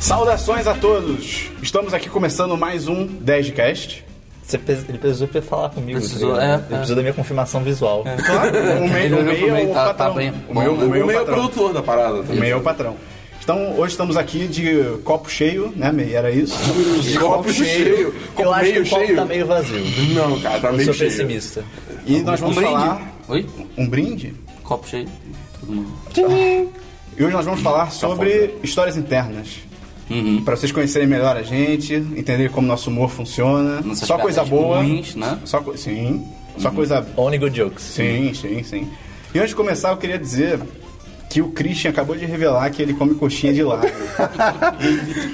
Saudações a todos! Estamos aqui começando mais um 10 de cast. Você pes- ele precisou pe- falar comigo. Precisou, tá ligado? é, ele é. precisou da minha confirmação visual. Claro, o meio, o Ele olhou meio pro é o meio, tá- tá patrão. bem. O meio, O meio é o patrão. produtor da parada. tá O meio é o patrão. Então, hoje estamos aqui de copo cheio, né, meio? Era isso? De copo cheio. Eu Copo acho que meio o copo cheio. tá meio vazio. Não, cara, tá Eu meio sou cheio. pessimista. E nós vamos brinde. falar Oi? um brinde. Copo cheio. Todo mundo. E hoje nós vamos falar sobre histórias internas. Pra vocês conhecerem melhor a gente, entenderem como nosso humor funciona. Nossas só coisa piadas boa. ruins, né? Só co- sim. Só coisa Only good jokes. Sim, sim, sim. E antes de começar, eu queria dizer que o Christian acabou de revelar que ele come coxinha de lado.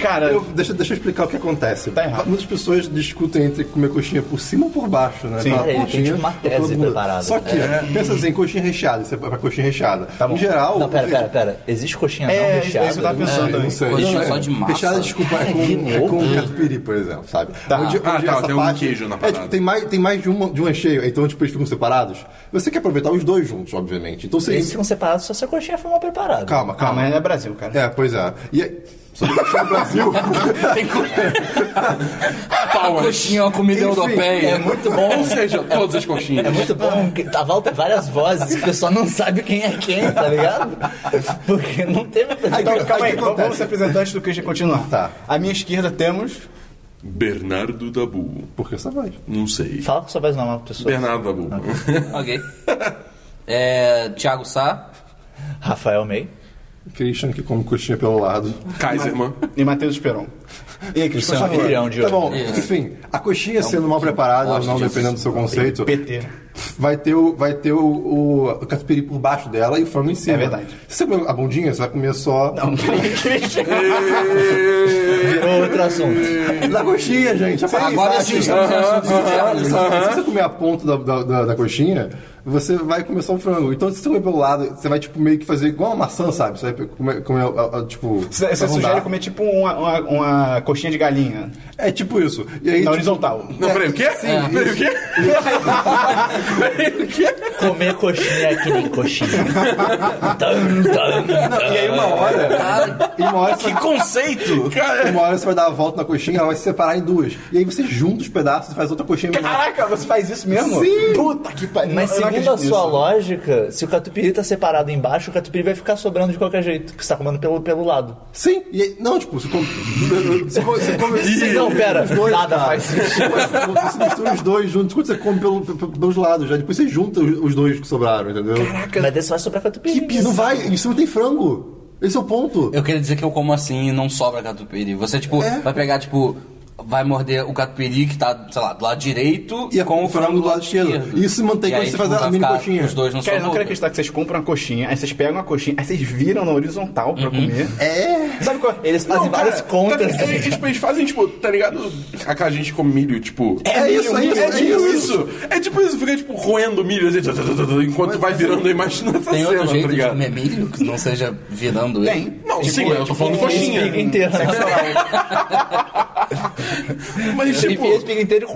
Cara, Eu- deixa, deixa eu explicar o que acontece. Tá errado. Muitas pessoas discutem entre comer coxinha por cima ou por baixo, né? Sim. Fala, É, ele tem coxinha, tipo uma tese todo mundo. preparada. É. Só que, pensa assim, coxinha recheada, isso é pra coxinha recheada. bom. Em geral... é Não, pera, pera, pera. Existe coxinha É, não isso- recheada? é isso que eu tava pensando. eu Não sei. Coxinha Não, é. só de massa. Recheada, desculpa, é com, que é louco. com catupiry, por exemplo, sabe? Tá. Ah, tá, tem um queijo na É, parada. tipo, tem mais, tem mais de, uma, de um recheio, então tipo, eles ficam separados. Você quer aproveitar os dois juntos, obviamente. Então você... Eles ficam separados só se a coxinha for mal preparada. Calma, calma, Ah, calma. é Brasil, cara. É, pois é. E aí... Sobre coxinha no Brasil... Tem co... A coxinha é uma comida Enfim, europeia. É muito bom. Ou seja, todas as É coxinhas. muito bom. que A Val tem várias vozes que o pessoal não sabe quem é quem, tá ligado? Porque não teve Então, calma aí, que vamos acontece? vamos se apresentar antes do Christian continuar. Tá. À minha esquerda temos. Bernardo Dabu. Por que essa voz? Não sei. Fala com sua voz normal pra pessoa. Bernardo Dabu. Ok. É, Thiago Sá. Rafael May. Christian que come coxinha pelo lado. Kaiserman. E Matheus Esperon. E aí, Isso é Christian, um por favor. anfitrião de Tá hoje. bom, É. enfim, a coxinha sendo mal preparada, gosto ou não disso. dependendo do seu conceito, PT. vai ter o, vai ter o, o, o catupiry por baixo dela e o frango em cima. verdade. Se você comer a bundinha, você vai comer só Não, Christian. Virou outro assunto. da coxinha, gente. a parte Agora de sim, baixo. estamos em assuntos Sabe? sérios. Se você comer a ponta da, da, da- da coxinha, você vai comer só o frango. Então, se você comer pelo lado, você vai, tipo, meio que fazer igual uma maçã, sabe? Você vai comer, comer a- a- tipo... Você você arrondar. sugere comer tipo uma, uma, uma coxinha de galinha É tipo isso. E aí, na tipo, horizontal. Não, peraí, o quê? Peraí, o quê? Comer coxinha é que nem coxinha. Tum, tum. não, e aí uma hora... e uma hora você Que conceito! Cara, Uma hora você vai dar a volta na coxinha, ela vai se separar em duas. E aí você junta os pedaços e faz outra coxinha menor. Caraca, você faz isso mesmo? Sim. Puta que pariu. Mas Eu não segundo acredito a sua nisso. lógica, se o catupiry tá separado embaixo, o catupiry vai ficar sobrando de qualquer jeito, porque você tá comendo pelo, pelo lado. Sim, e aí, não, tipo, você come. Você come. Você come assim, Sim, não, pera, os dois, nada cara. faz sentido. Você mistura os dois juntos, quando você come pelo, pelo- pelos lados já. Depois você junta os os dois que sobraram, entendeu? Mas daí só vai sobrar catupiry. Que bizarro. Não vai, em cima tem frango. Esse é o ponto. Eu queria dizer que eu como assim e não sobra catupiry. Você, tipo, É. vai pegar, tipo... Vai morder o catupiry que tá, sei lá, do lado direito E é a- com o frango do lado esquerdo. Isso se mantém E quando aí, você tipo, faz a vai mini ficar coxinha. Os dois não Cara, são eu não quero acreditar que vocês compram uma coxinha, aí vocês pegam a coxinha, aí vocês viram na horizontal pra comer. É. Sabe qual? Eles fazem cara, várias tá contas. ligado? eles, tipo, eles fazem, tipo, tá ligado? Aquela gente que come milho, tipo. É isso, é isso, É é tipo isso. isso. É tipo isso, fica tipo roendo milho assim, tã, tã, tã, tã, enquanto vai virando a imagem nessa Tem cena, outro tá jeito de ligado? comer milho que não seja virando ele? Tem. Não, sim, é mas eu tipo tô falando coxinha. Espiga inteira. Mas tipo, Enfia a espiga inteira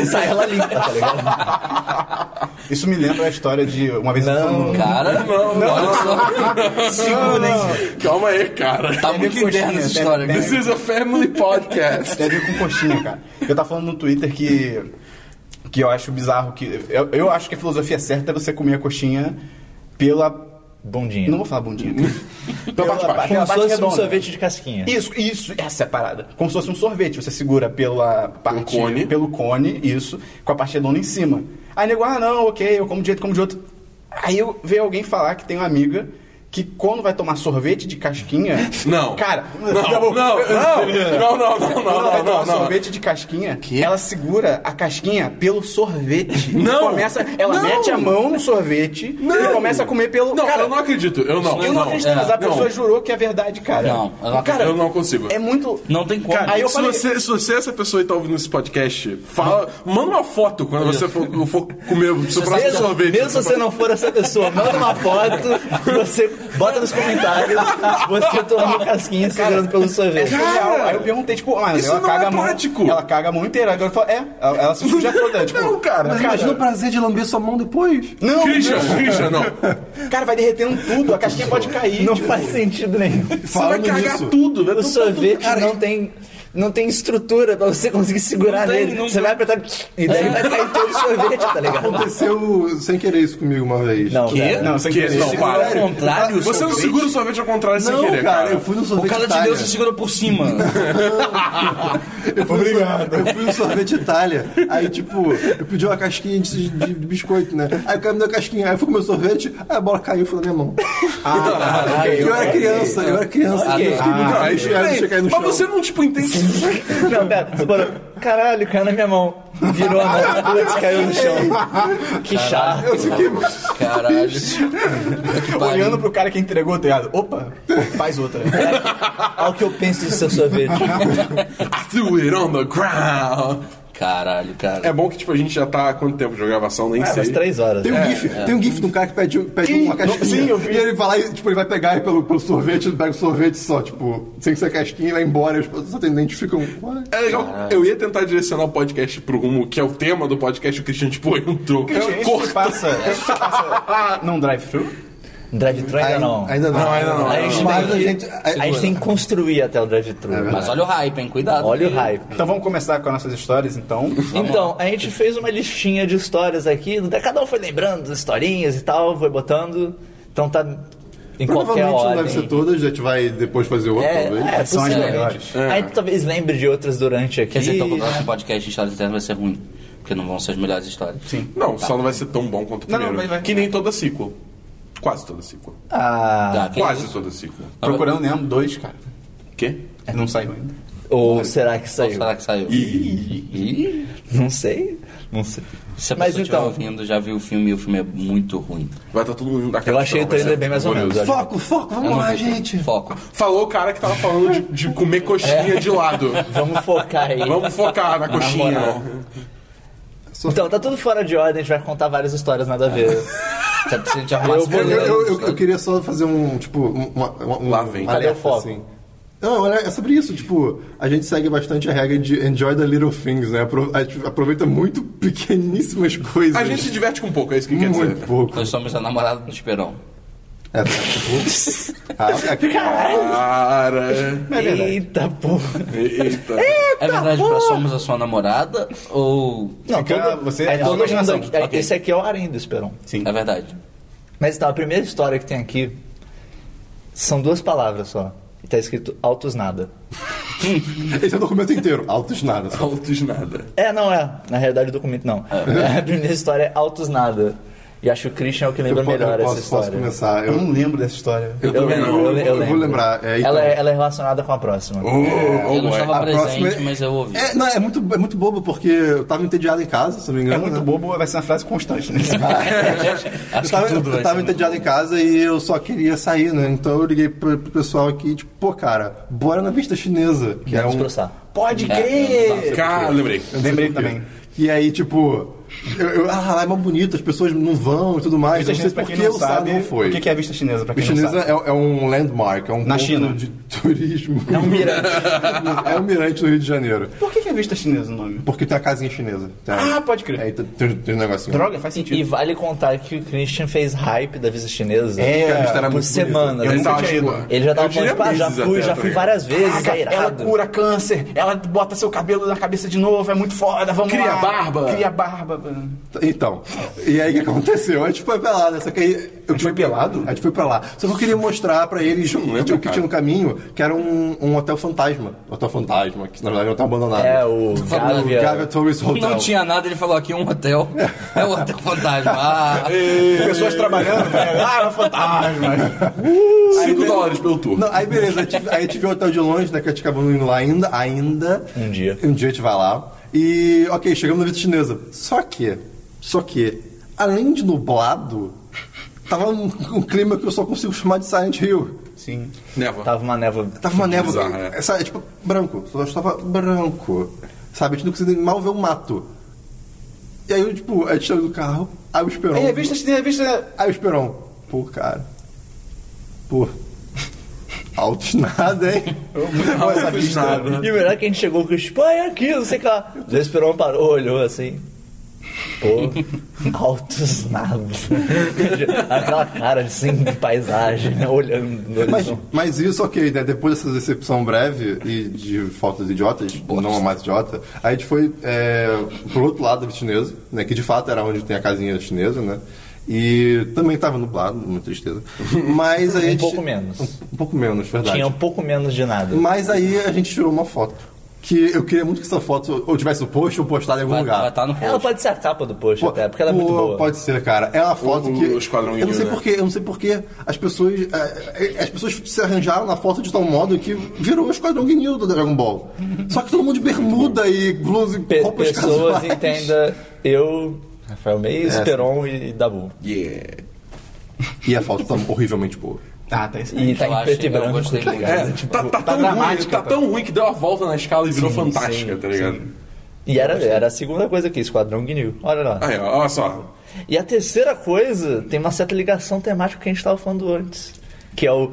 e sai ela limpa, tá ligado? Isso me lembra a história de uma vez eu fui no- Cara, não, não, olha só. É Segurem. calma aí, cara. Tá muito coxinha, interna essa tem- história. tem- cara. This is a family podcast. Tem a ver com coxinha, cara. Eu tava falando no Twitter que. Que eu acho bizarro que. Eu, eu acho que a filosofia certa é você comer a coxinha pela. Bondinho. Não vou falar bundinha. Pela parte de baixo. pela Como se fosse um redonda. sorvete de casquinha. Isso, isso, essa é a parada. Como se fosse um sorvete. Você segura pela parte. cone. Pelo cone, isso, com a parte redonda em cima. Aí nego, ah, não, ok, eu como de jeito, como de outro. Aí eu vejo alguém falar que tem uma amiga que quando vai tomar sorvete de casquinha. Não. Cara, Não, não, não, não, não, não, Quando ela vai tomar não, não, não. sorvete de casquinha, ela segura a casquinha pelo sorvete. Não. E começa, ela Não. mete a mão no sorvete e começa a comer pelo. Não, cara, eu não acredito. Eu não. eu não acredito, é, mas a não. pessoa jurou que é verdade, cara. Não, eu não cara, Eu não consigo. É muito. Não tem como. Cara, aí eu se, falei. você, se você é essa pessoa que tá ouvindo esse podcast, fala, manda uma foto quando você for, for comer o seu próximo Mesmo, sorvete. mesmo se você não for essa pessoa, manda uma foto, você Bota nos comentários se você tomou casquinha segurando pelo sorvete. Surreal. Aí eu perguntei, tipo, ah, mas isso ela não caga é a mão. prático. Ela caga a mão inteira. Agora eu falo, é, ela, ela se suja toda. Tipo, Não, cara, É, Mas imagina o prazer de lamber sua mão depois. Não, Christian, Christian, não. não. cara, vai derretendo tudo, a caixinha pode cair. Não tipo, faz sentido nenhum. Você vai Falando cagar nisso, tudo, velho. O sorvete não tem. Não tem estrutura pra você conseguir segurar Não tem, nele. não Você vai apertar e daí vai cair todo o sorvete, tá ligado? Aconteceu sem querer isso comigo uma vez. Não, Quê? velho. Não, é sem Que- querer. não, Segura- para. Ao contrário, o Você não sorvete- segura o sorvete ao contrário sem Não, querer, cara, cara. eu fui no sorvete O cara de Itália. Deus se segura por cima. tipo Eu fui Obrigado. eu fui no sorvete Itália. Aí, tipo, eu pedi uma casquinha de, de- de biscoito, né? Aí o cara me deu a casquinha. Aí eu fui comer o sorvete, aí a bola caiu e foi na minha mão. Ah, tá, ok. E eu era criança, eu era criança. Ok. Eu fiquei muito Ah, arrepiado de peraí, ter caído no mas chão. você não, tipo, entende. Não, pera, você parou. Caralho, caiu na minha mão. Virou a mão, putz, caiu no chão. Que chato. Eu fiquei... Caralho. Olhando pro cara que entregou, tá ligado? Opa, faz outra. É, Olha o que eu penso do seu sorvete. I threw it on the ground. Caralho, cara. É bom que, tipo, a gente já tá há quanto tempo de gravação, nem Ah, sei. umas três horas. Tem um gif, tem um gif de um cara que pede, pede Ih, uma casquinha. É, sim, eu vi. E ele vai lá e, tipo, ele vai pegar aí pelo, pelo sorvete, ele pega o sorvete só, tipo, sem ser casquinha, e vai embora. E os atendentes ficam... "Ué?" É legal, Ah. eu ia tentar direcionar o podcast pro rumo, que é o tema do podcast, o Christian, tipo, entrou. Gente, isso se Corta. passa, isso se passa num drive-thru? Drive-thru ainda não. Ainda um não. Não, ainda não. Aí a gente, Mas tem, que, a gente- É a gente tem que construir até o drive-thru. Mas olha o hype, hein? Cuidado. Olha o porque- hype. Então vamos começar com as nossas histórias, então. Então, a gente fez uma listinha de histórias aqui, né? cada um foi lembrando das historinhas e tal, foi botando. Então tá em qualquer Provavelmente não ordem. deve ser todas, a gente vai depois fazer outra, É, talvez. é, São as possivelmente. melhores. Aí tu talvez lembre de outras durante aqui. Quer dizer, então o próximo podcast de histórias internas vai ser ruim. Porque não vão ser as melhores histórias. Sim. Não, Tá. só não vai ser tão bom quanto o Não, primeiro. vai- vai. Que nem toda sequel. Quase toda sequel. Tá. Ah, Quase toda sequel. Procurando Nemo dois, cara. Quê? Não saiu ainda. ou será que saiu? Será que saiu? Ih. Não sei. Não sei. Se a Mas pessoa então- estiver ouvindo, já viu o filme e o filme é muito ruim. Vai estar todo mundo da Eu achei o trailer bem mais ou menos. olha. Foco, foco, vamos lá, gente. Foco. Falou o cara que tava falando de, de comer É. coxinha de lado. Vamos focar aí. Vamos focar na coxinha. moral. Então, tá tudo fora de ordem, a gente vai contar várias histórias nada a ver. Sabe, se a gente arrumasse Eu, eu, todas eu- as- eu- eu queria só fazer um, tipo, um, uma- uma- um Lá vem. um Cadê o alerta, foco? assim. Não, olha, é sobre isso, tipo, a gente segue bastante a regra de enjoy the little things, né? Apro- A gente aproveita muito pequeníssimas coisas. A gente se diverte com pouco, é isso que quer muito dizer. pouco. Nós somos a namorada do Esperão. É, tá, tipo, ah, é- Cara. Eita porra. Eita. É verdade, nós somos a sua namorada ou. Não, Fica- todo, você- é a sua todo mundo imaginação. aqui- é- Ok. Esse aqui é o Arém do Esperão. Sim. É verdade. Mas tá, a primeira história que tem aqui são duas palavras só. E tá escrito altos nada. Esse é o documento inteiro. Altos nada. só. Altos nada. É, não é. Na realidade, o documento não. A primeira história é altos nada. E acho que o Christian é o que lembra eu po- eu melhor posso, essa posso história. começar. Eu Ah, Eu, não lembro dessa história. Eu, Eu, também lembro, não. eu, le- eu eu vou lembro. lembrar, é, ela, é, então. ela é relacionada com a próxima. Oh, oh, Eu não boy. estava a próxima presente, é- mas eu ouvi. É, não, é muito, é muito bobo, porque eu tava entediado em casa, se não me É engano. muito né? bobo, vai ser uma frase constante, né? Acho Eu tava, que tudo eu vai tava ser muito entediado em casa e eu só queria sair, né? Então eu liguei pro, pro pessoal aqui, tipo, pô, cara, bora na vista chinesa. Que é Vamos um... processar. Pode É, crer! Cara, lembrei. Lembrei também. E aí, tipo, eu, eu, ah, lá é mó bonito, as pessoas não vão e tudo mais. Vista Eu não sei chinesa, pra por quem que não o Sá sabe, não foi. o que que é vista chinesa, pra quem Vista não chinesa sabe? é, é um landmark, é um Na ponto China. de turismo. É um mirante. é um mirante no Rio de Janeiro. Por que que é vista chinesa o nome? Porque tem a casinha chinesa. Tem- Ah, pode crer. Aí tem, tem, tem um negocinho. Droga, faz E sentido. vale contar que o Christian fez hype da visa chinesa Porque É, a vista era por muito bonita. semanas. Eu Ele tava, tinha ido. tipo, Ele já tava eu diria falando, ah, já meses fui, até, já tá fui ligado? várias vezes, é ela irado. cura câncer, ela bota seu cabelo na cabeça de novo, é muito foda, vamos Cria lá. barba. Cria barba. Então, e aí o que aconteceu? A gente foi pra lá, né? Só que aí. Eu gente foi pelado? é A gente foi pra lá. Só que eu queria mostrar pra eles não lembro, o que cara. tinha no caminho, que era um, um hotel fantasma. Hotel fantasma, que na verdade é um hotel abandonado. É, o Gávea. Gávea Tourist bom. Hotel. Não tinha nada, ele falou aqui um hotel. É um hotel fantasma. Ah, Pessoas trabalhando, né? Ah, era fantasma. 5 dólares pelo tour. Não, aí beleza, aí tive- aí tive o hotel de longe, né? Que a gente acabou não indo lá ainda, ainda. Um dia. Um dia a gente vai lá. E, ok, chegamos na Vista Chinesa. Só que, só que, além de nublado, tava um, um clima que eu só consigo chamar de Silent Hill. Sim. Neva. Tava uma neva. Tava uma névoa. Bizarro, é. né? Essa, tipo, branco. Só estava branco. Sabe? A gente não conseguia mal ver um mato. E aí, eu, tipo, a gente saiu do carro. Aí o Esperon. É, vista chinesa, vista... Aí o Esperon. Pô, cara. Pô. Altos nada, hein? Pô, tá essa Altos vista- nada. E o melhor é que a gente chegou com o tipo, ah, é aqui, não sei o que lá. O Jason Perón parou, olhou assim. Pô, altos nada. Aquela cara assim de paisagem, né, olhando no Mas, horizonte. mas isso, ok, né? Depois dessa decepção breve e de faltas idiotas, não a mais idiota, a gente foi é, pro outro lado do chinesa, né? Que de fato era onde tem a casinha chinesa, né? E também tava nublado, muita tristeza. Mas aí a Um gente- pouco menos. Um, um pouco menos, verdade. Tinha um pouco menos de nada. Mas aí a gente tirou uma foto. Que eu queria muito que essa foto ou tivesse no post ou postada em algum Vai um lugar. estar no Ela post. pode ser a capa do post Pô, até, porque ela é muito pô, boa. Pode ser, cara. É uma foto O- que. o Esquadrão eu não sei Guinil, né? porquê, eu não sei porquê as pessoas. eh, eh, As pessoas se arranjaram na foto de tal modo que virou o Esquadrão Guinil do Dragon Ball. Só que todo mundo de bermuda e blusa e Pe- roupas pessoas casuais. entenda eu, Rafael Meis, É, Peron e Dabu. Yeah. E a foto tá horrivelmente boa. Ah, tá isso. E tá É, Eu em preto achei- e eu branco. gostei muito. É, coisa, tipo, tá, tá tão ruim, dramática, tá tá. tão ruim que deu a volta na escala e virou Sim, fantástica, sim, tá ligado? E era, era a segunda coisa aqui, Esquadrão Guinil. Olha lá. Aí, ó, olha só. E a terceira coisa tem uma certa ligação temática que a gente tava falando antes. Que é o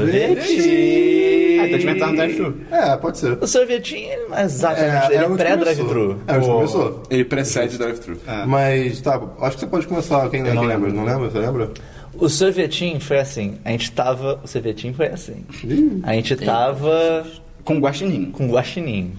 sorvete. Ah, então tivemos no drive-thru. É, pode ser. O sorvetinho, ele- exatamente, ele o é que pré-drive-thru. começou. É, o que Pô. começou. Ele precede drive-thru. Mas tá, acho que você pode começar. Quem, quem não lembra? lembro. Não lembra? Você lembra? O sorvetinho foi assim, a gente tava... O sorvetinho foi assim. Ih. A gente tava Com guaxinim. com guaxinim.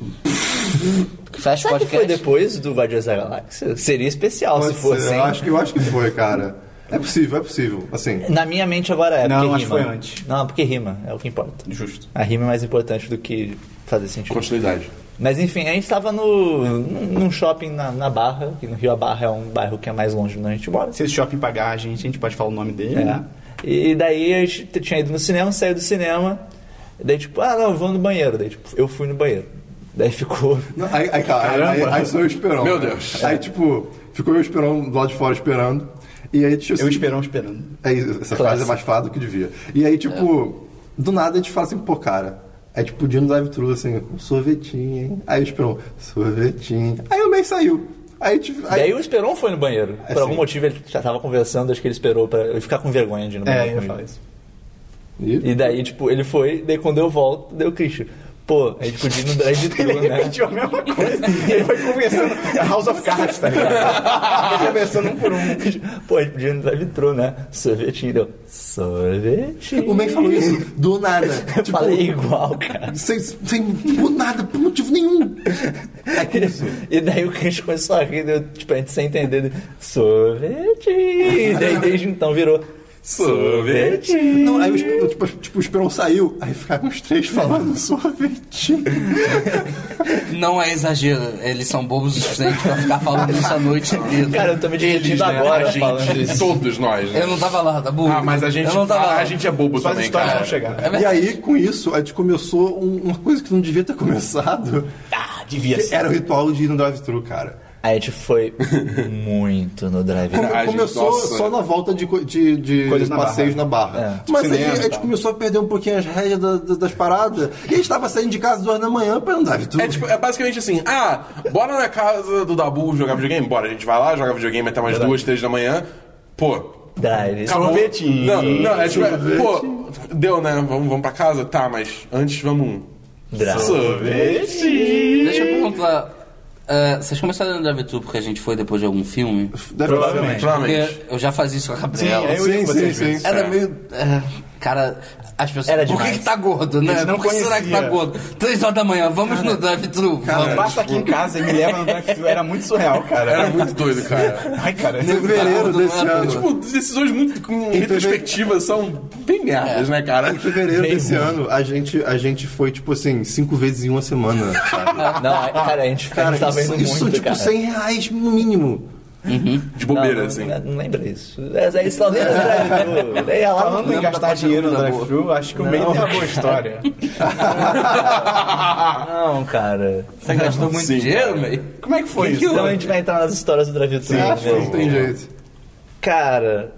Fecha o Será que foi podcast. depois do Guardiões da Galáxia? Seria especial Pode se ser. fosse, hein? Eu acho, que, eu acho que foi, cara. É possível, é possível. Assim. Na minha mente agora é, Não, porque acho que rima. foi antes. Não, porque rima, é o que importa. Justo. A rima é mais importante do que fazer sentido. Continuidade. Mas enfim, a gente tava no, num num shopping na, na Barra, que no Rio a Barra é um bairro que é mais longe de onde a gente mora. Se esse shopping pagar a gente, a gente pode falar o nome dele. É. né? E daí a gente t- tinha ido no cinema, saiu do cinema, daí tipo, ah não, eu vou no banheiro. Daí tipo, eu fui no banheiro. Daí ficou. Não, Aí, aí, cara, aí- aí, Caramba. aí sou eu esperando. Meu né? Deus. Aí, tipo, ficou eu esperando do lado de fora esperando. E aí, tipo, Eu esperão esperando. Aí, essa frase é mais falada do que devia. E aí, tipo, do nada a gente fala assim, pô, cara. É tipo dia no drive-thru, assim, sorvetinho, hein? Aí o Esperon, sorvetinho. Aí o mês saiu. Aí, tipo, Daí aí, o Esperon foi no banheiro. É, Por Assim. algum motivo ele já tava conversando, acho que ele esperou pra eu ficar com vergonha de ir no banheiro. É, eu ia comigo. falar isso. Ih, E daí, tipo, ele foi, daí quando eu volto, deu o Christian. Pô, a gente podia ir no drive-thru, Ele né? repetiu a mesma coisa. Ele foi conversando. É House of Cards, tá ligado? Foi conversando um por um. Pô, a gente podia ir no drive-thru, né? Sorvetinho, deu. Sorvetinho. o mês falou isso do nada. tipo, Falei igual, cara. sem, sem do nada, por motivo nenhum. É que isso. E daí o Christian começou a rir, deu, tipo, a gente sem entender. deu, Sorvetinho. E daí desde então virou. Sorvetinho. Não, aí o Esperon, tipo, tipo, o Esperon saiu, aí ficaram os três falando sorvetinho. Não é exagero, eles são bobos o suficiente pra ficar falando isso a noite inteira. Cara, eu tô me divertindo Eles, né? Tá agora A gente, falando isso. Todos nós, né? Eu não tava lá, Dabu. Ah, mas a gente, Eu não tava ah, lá. a gente é bobo Só as também, histórias cara. vão chegar. É E verdade. aí, com isso, a gente começou um- uma coisa que não devia ter começado. Ah, devia que ser. Era o ritual de ir no drive-thru, cara. A gente foi muito no drive-thru. Come- Coragem, começou nossa. só na volta de, co- de, de Coisas na passeios na barra. É. Tipo Mas cinema aí e a gente tal. começou a perder um pouquinho as rédeas da- da- das paradas. E a gente tava saindo de casa duas da manhã pra ir no drive-thru. É, tipo, é basicamente assim, ah, bora na casa do Dabu jogar videogame? Bora, a gente vai lá, joga videogame até umas duas, três da manhã. Pô, Drive. acabou. Sorvetinho. Não, não, é tipo, é, pô, deu, né? Vamos, vamos pra casa? Tá, mas antes vamos. um. Drive. Deixa eu perguntar. ah, vocês começaram a drive thru porque a gente foi depois de algum filme? Deve Provavelmente. Provavelmente. Porque eu já fazia isso com a Sim, Gabriela. eu ia Sim, com sim, vocês sim. mesmo. Era meio. é, cara, as pessoas. Era por que, demais. que tá gordo, né? Eles não por que será que conhecia. tá gordo? Três horas da manhã, vamos no drive-thru. Cara, vamos. Passa aqui em casa e me leva no drive-thru. Era muito surreal, cara. Era muito doido, cara. Ai, cara. Fevereiro Não, desse não é, ano. Tipo, decisões muito com retrospectiva são bem merdas, né, cara? Em fevereiro desse ano, a gente, a gente foi, tipo assim, cinco vezes em uma semana, sabe? Não, a- cara, a gente, a Cara, gente tava isso, indo isso são, muito, tipo, cara. 100 reais no mínimo. De bobeira, É. não, assim. Não, não lembra isso. É isso lá dentro do drive-thru. Daí ela- Falando em Lembra da gastar parte dinheiro no da drive-thru, acho que o meio tem uma boa história. Não, cara. Você gastou muito Sim, dinheiro, cara. meio? Como é que foi isso? Então a gente vai entrar nas histórias do drive-thru. né? Acho que não tem jeito. Cara,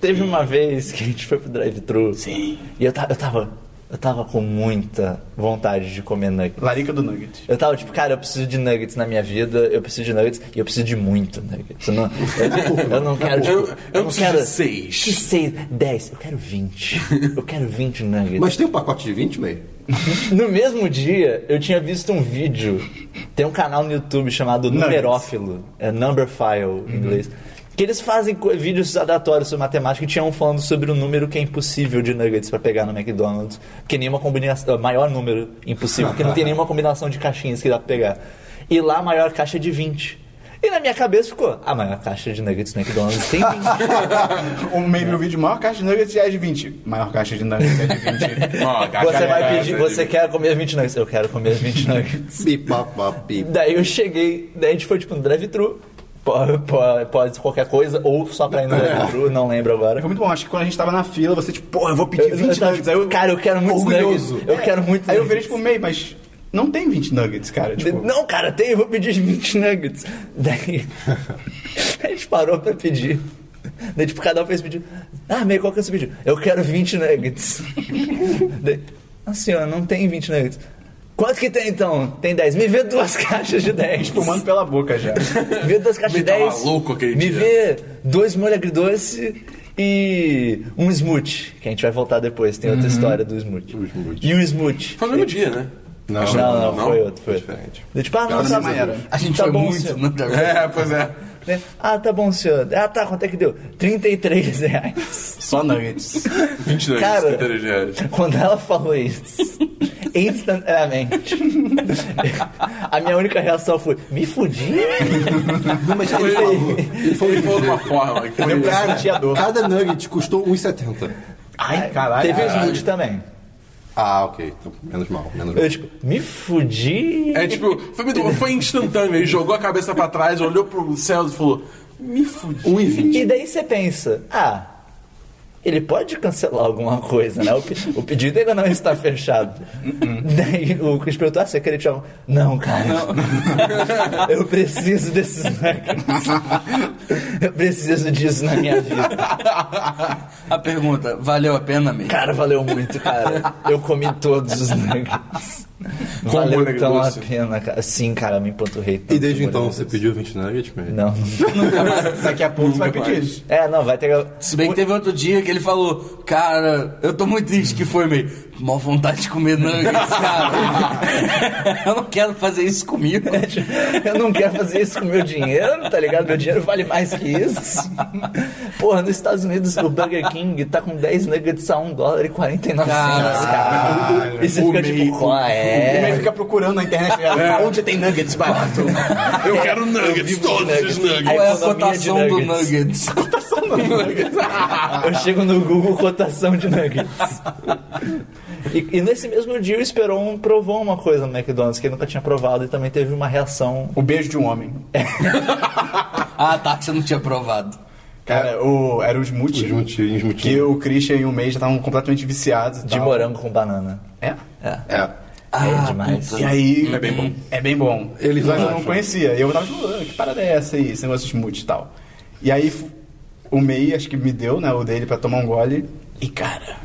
teve uma vez que a gente foi pro drive-thru. Sim. E eu, ta- eu tava. Eu tava com muita vontade de comer nuggets. Larica do Nugget. Eu tava tipo, cara, eu preciso de nuggets na minha vida, eu preciso de nuggets e eu preciso de muito nuggets. Eu não, eu, eu não quero, tipo, Eu- eu não preciso quero de seis. Que seis? Dez. Eu quero vinte. Eu quero vinte nuggets. Mas tem um pacote de 20, meio? No mesmo dia, eu tinha visto um vídeo. Tem um canal no YouTube chamado Numerófilo, é Number File em inglês. Que eles fazem co- vídeos aleatórios sobre matemática e tinha um falando sobre o número que é impossível de nuggets pra pegar no McDonald's. Porque nenhuma combinação. Maior número impossível, porque não tem nenhuma combinação de caixinhas que dá pra pegar. E lá a maior caixa é de 20. E na minha cabeça ficou: "Ah, a maior caixa de nuggets do McDonald's tem 20. O Um meio do vídeo, maior caixa de Nuggets já é de 20. Maior caixa de Nuggets é de 20. Ó, Você vai cara, pedir, você quer comer 20 nuggets? Eu quero comer 20 nuggets. E Bipapapi. Daí eu cheguei, daí a gente foi tipo no drive-thru. Pode, pode, qualquer coisa, ou só pra ir no drive-thru, não lembro agora. Foi muito bom, acho que quando a gente tava na fila, você tipo, porra, eu vou pedir 20 tava, Nuggets. Aí eu, cara, eu quero muito orgulhoso. nuggets. Eu quero muito aí eu virei nuggets. tipo, meio, mas não tem 20 Nuggets, cara. Tipo, Não, cara, tem, eu vou pedir 20 nuggets. Daí a gente parou pra pedir. Daí, tipo, cada um fez pedido. Ah, meio, qual que é o seu pedido? Eu quero 20 nuggets. Daí, a senhora não tem 20 nuggets. Quanto que tem então? Tem 10. Me vê duas caixas de 10. fumando pela boca já. Vê duas caixas de Me tava 10. louco aquele me dia. vê dois molho agridoce e um smoothie, que a gente vai voltar depois. Tem outra história do smoothie. O smoothie. E um smoothie. Foi no mesmo dia, né? Não, Não, não, Não? foi outro. Foi Diferente. outro. Tipo, ah, não, na tá, mesma era. A gente tá foi bom, muito né? senhor. no programa. É, pois é. Né? Ah, tá bom, senhor. Ah, tá, quanto é que deu? 33 reais. Só Nuggets. 22, Cara. 33 reais. Quando ela falou isso, instantaneamente, a minha única reação foi, me fudi? Não, mas ele Foi- falou. Ele falou. Ele falou de uma forma que foi... Deu pra Cara, sentir a dor. cada nugget custou 1,70. Ai, caralho. Teve um caralho. smoothie também. Ah, ok. Então, menos mal, menos mal. Eu, tipo, me fudi? É tipo, foi, muito, foi instantâneo. Ele jogou a cabeça pra trás, olhou pro céu e falou: Me fudi. 1,20. E daí você pensa, ah, ele pode cancelar alguma coisa, né? O, pe- o pedido ainda não está fechado. Uh-uh. daí o Chris perguntou, ah, você queria tirar um? Não, cara. Eu preciso desses nuggets. Eu preciso disso na minha vida. A pergunta, valeu a pena, mesmo? Cara, valeu muito, cara. Eu comi todos os nuggets. Valeu molho tão a agridoce. pena, cara. Sim, cara, me empanturrei tanto. E desde molho então você agridoce. pediu 20 nuggets, mas... Não. Daqui a pouco você vai Nunca pedir. É, não, vai ter... Se bem que teve outro dia que ele falou, cara, eu tô muito triste que foi meio. Mal vontade de comer nuggets, cara. eu não quero fazer isso comigo. Eu não quero fazer isso com meu dinheiro, tá ligado? Meu dinheiro vale mais que isso. Porra, nos Estados Unidos o Burger King tá com 10 nuggets a 1 dólar e 49 centos, cara. E você o fica meio- tipo, qual O meio é? fica procurando na internet onde tem Nuggets barato. Eu quero nuggets, todos os nuggets. Aí Qual é a economia cotação de do nuggets. nuggets? Eu chego no Google cotação de nuggets. E, e nesse mesmo dia o Esperon provou uma coisa no McDonald's que ele nunca tinha provado e também teve uma reação. O beijo de um homem. Ah, tá, que você não tinha provado. Cara, o, era o smoothie. Os mutinhos, os mutinhos. Que o Christian e o May já estavam completamente viciados. e De tal. morango com banana. É? É. é demais. E aí. É bem bom. É bem bom. Eles eu não acham. conhecia. E eu tava tipo, "Ah, que parada é essa aí? Esse negócio de smoothie e tal. E aí f- o May, acho que me deu, né? O dele pra tomar um gole. E cara,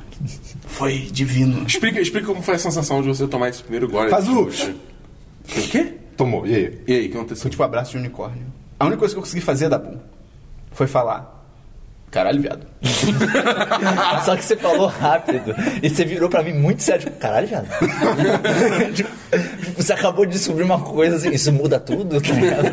foi divino. Explica, explica como foi a sensação de você tomar esse primeiro gole. Faz o- O quê? Tomou, e aí? E aí, o que aconteceu? Foi tipo um abraço de unicórnio. A única coisa que eu consegui fazer, Dabu, foi falar. Caralho, viado. Só que você falou rápido. E você virou pra mim muito sério. Tipo, caralho, viado. Tipo, você acabou de descobrir uma coisa assim. Isso muda tudo, tá ligado?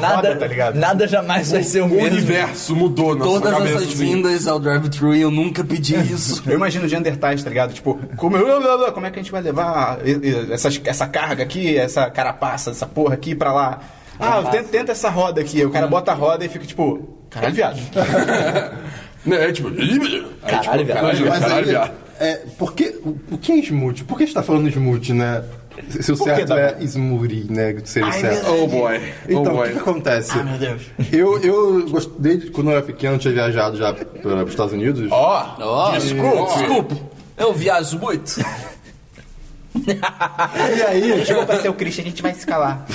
Nada, roda, tá ligado? nada jamais vai ser o O mesmo. universo mudou na Todas sua cabeça. essas assim. vindas ao drive-thru e eu nunca pedi isso. Eu imagino de Undertale, tá ligado? Tipo, como, blá, blá, blá, como é que a gente vai levar e- e- essas- essa carga aqui, essa carapaça, essa porra aqui pra lá? Ah, tenta, tenta essa roda aqui. Aí O cara bota a roda e fica tipo, caralho, viado. Não, é tipo. Caralho, viado. Caralho, Mas caralho, aí, viado. é, por que, o, o que é smoothie? Por que você tá falando smoothie, né? Se o Por que, certo Dabu? é smoothie, né? que Seria o Ai, certo. meu Oh boy. Então, oh o boy. que, que acontece? Meu Deus. Eu, eu gostei, de- quando eu era pequeno, eu tinha viajado já para os Estados Unidos. Ó, Ó, desculpa. desculpa. Eu viajo muito. E aí, Chegou pra ser o Christian, a gente vai se calar.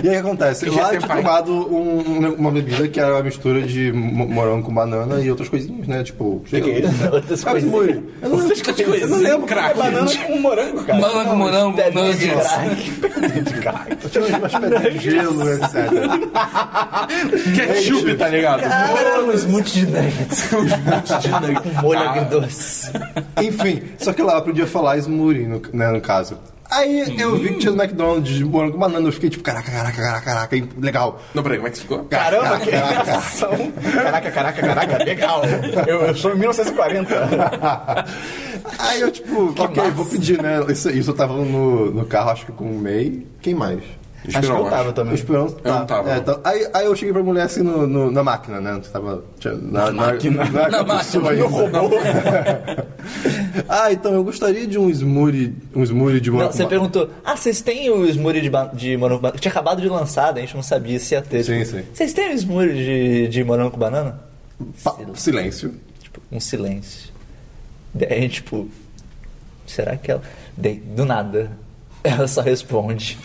E aí o que acontece? Christian Lá eu tinha Senpai. tomado um- um- uma bebida que era uma mistura de mo- morango com banana e outras coisinhas, né? Tipo, que que é isso? Outras coisas. Eu não lembro. Eu não lembro. Crack. com morango, cara. Malango, morango, é nuggets. Eu tinha umas pedras de gelo, etc. Ketchup, tá ligado? Tá. Cara, um smoothie de nuggets. um molho agridoce. Enfim, só que lá eu podia falar smoothie, no, né, no caso. Aí eu vi que tinha os McDonald's de morango com banana, eu fiquei tipo, caraca, caraca, caraca, caraca, hein, legal. Não, peraí, como é que ficou? Caramba, que Caraca, reação. Então, Caraca, caraca, caraca, legal. Eu, eu sou em 1940. Aí eu tipo, ok, vou pedir, né? Isso, isso eu tava no, no carro, acho que com o May. Quem mais? Acho que Esperão, eu tava O também. Esperão Eu tá, não tava, é, não. tá. aí, aí eu cheguei pra mulher assim no, no- na máquina, né? Você tava. tinha- Na, máquina. Na, Na pessoa máquina, ainda. ah, então eu gostaria de um smoothie. Um smoothie de Não, morango. você perguntou, ah, vocês têm o smoothie de, ba- de morango com banana? Tinha acabado de lançar, daí a gente não sabia se ia ter. Sim, Tipo, sim. Vocês têm o smoothie de, de morango com banana? Pa- silêncio. Tipo, um silêncio. Daí a gente, tipo, será que ela... Daí, do nada, ela só responde.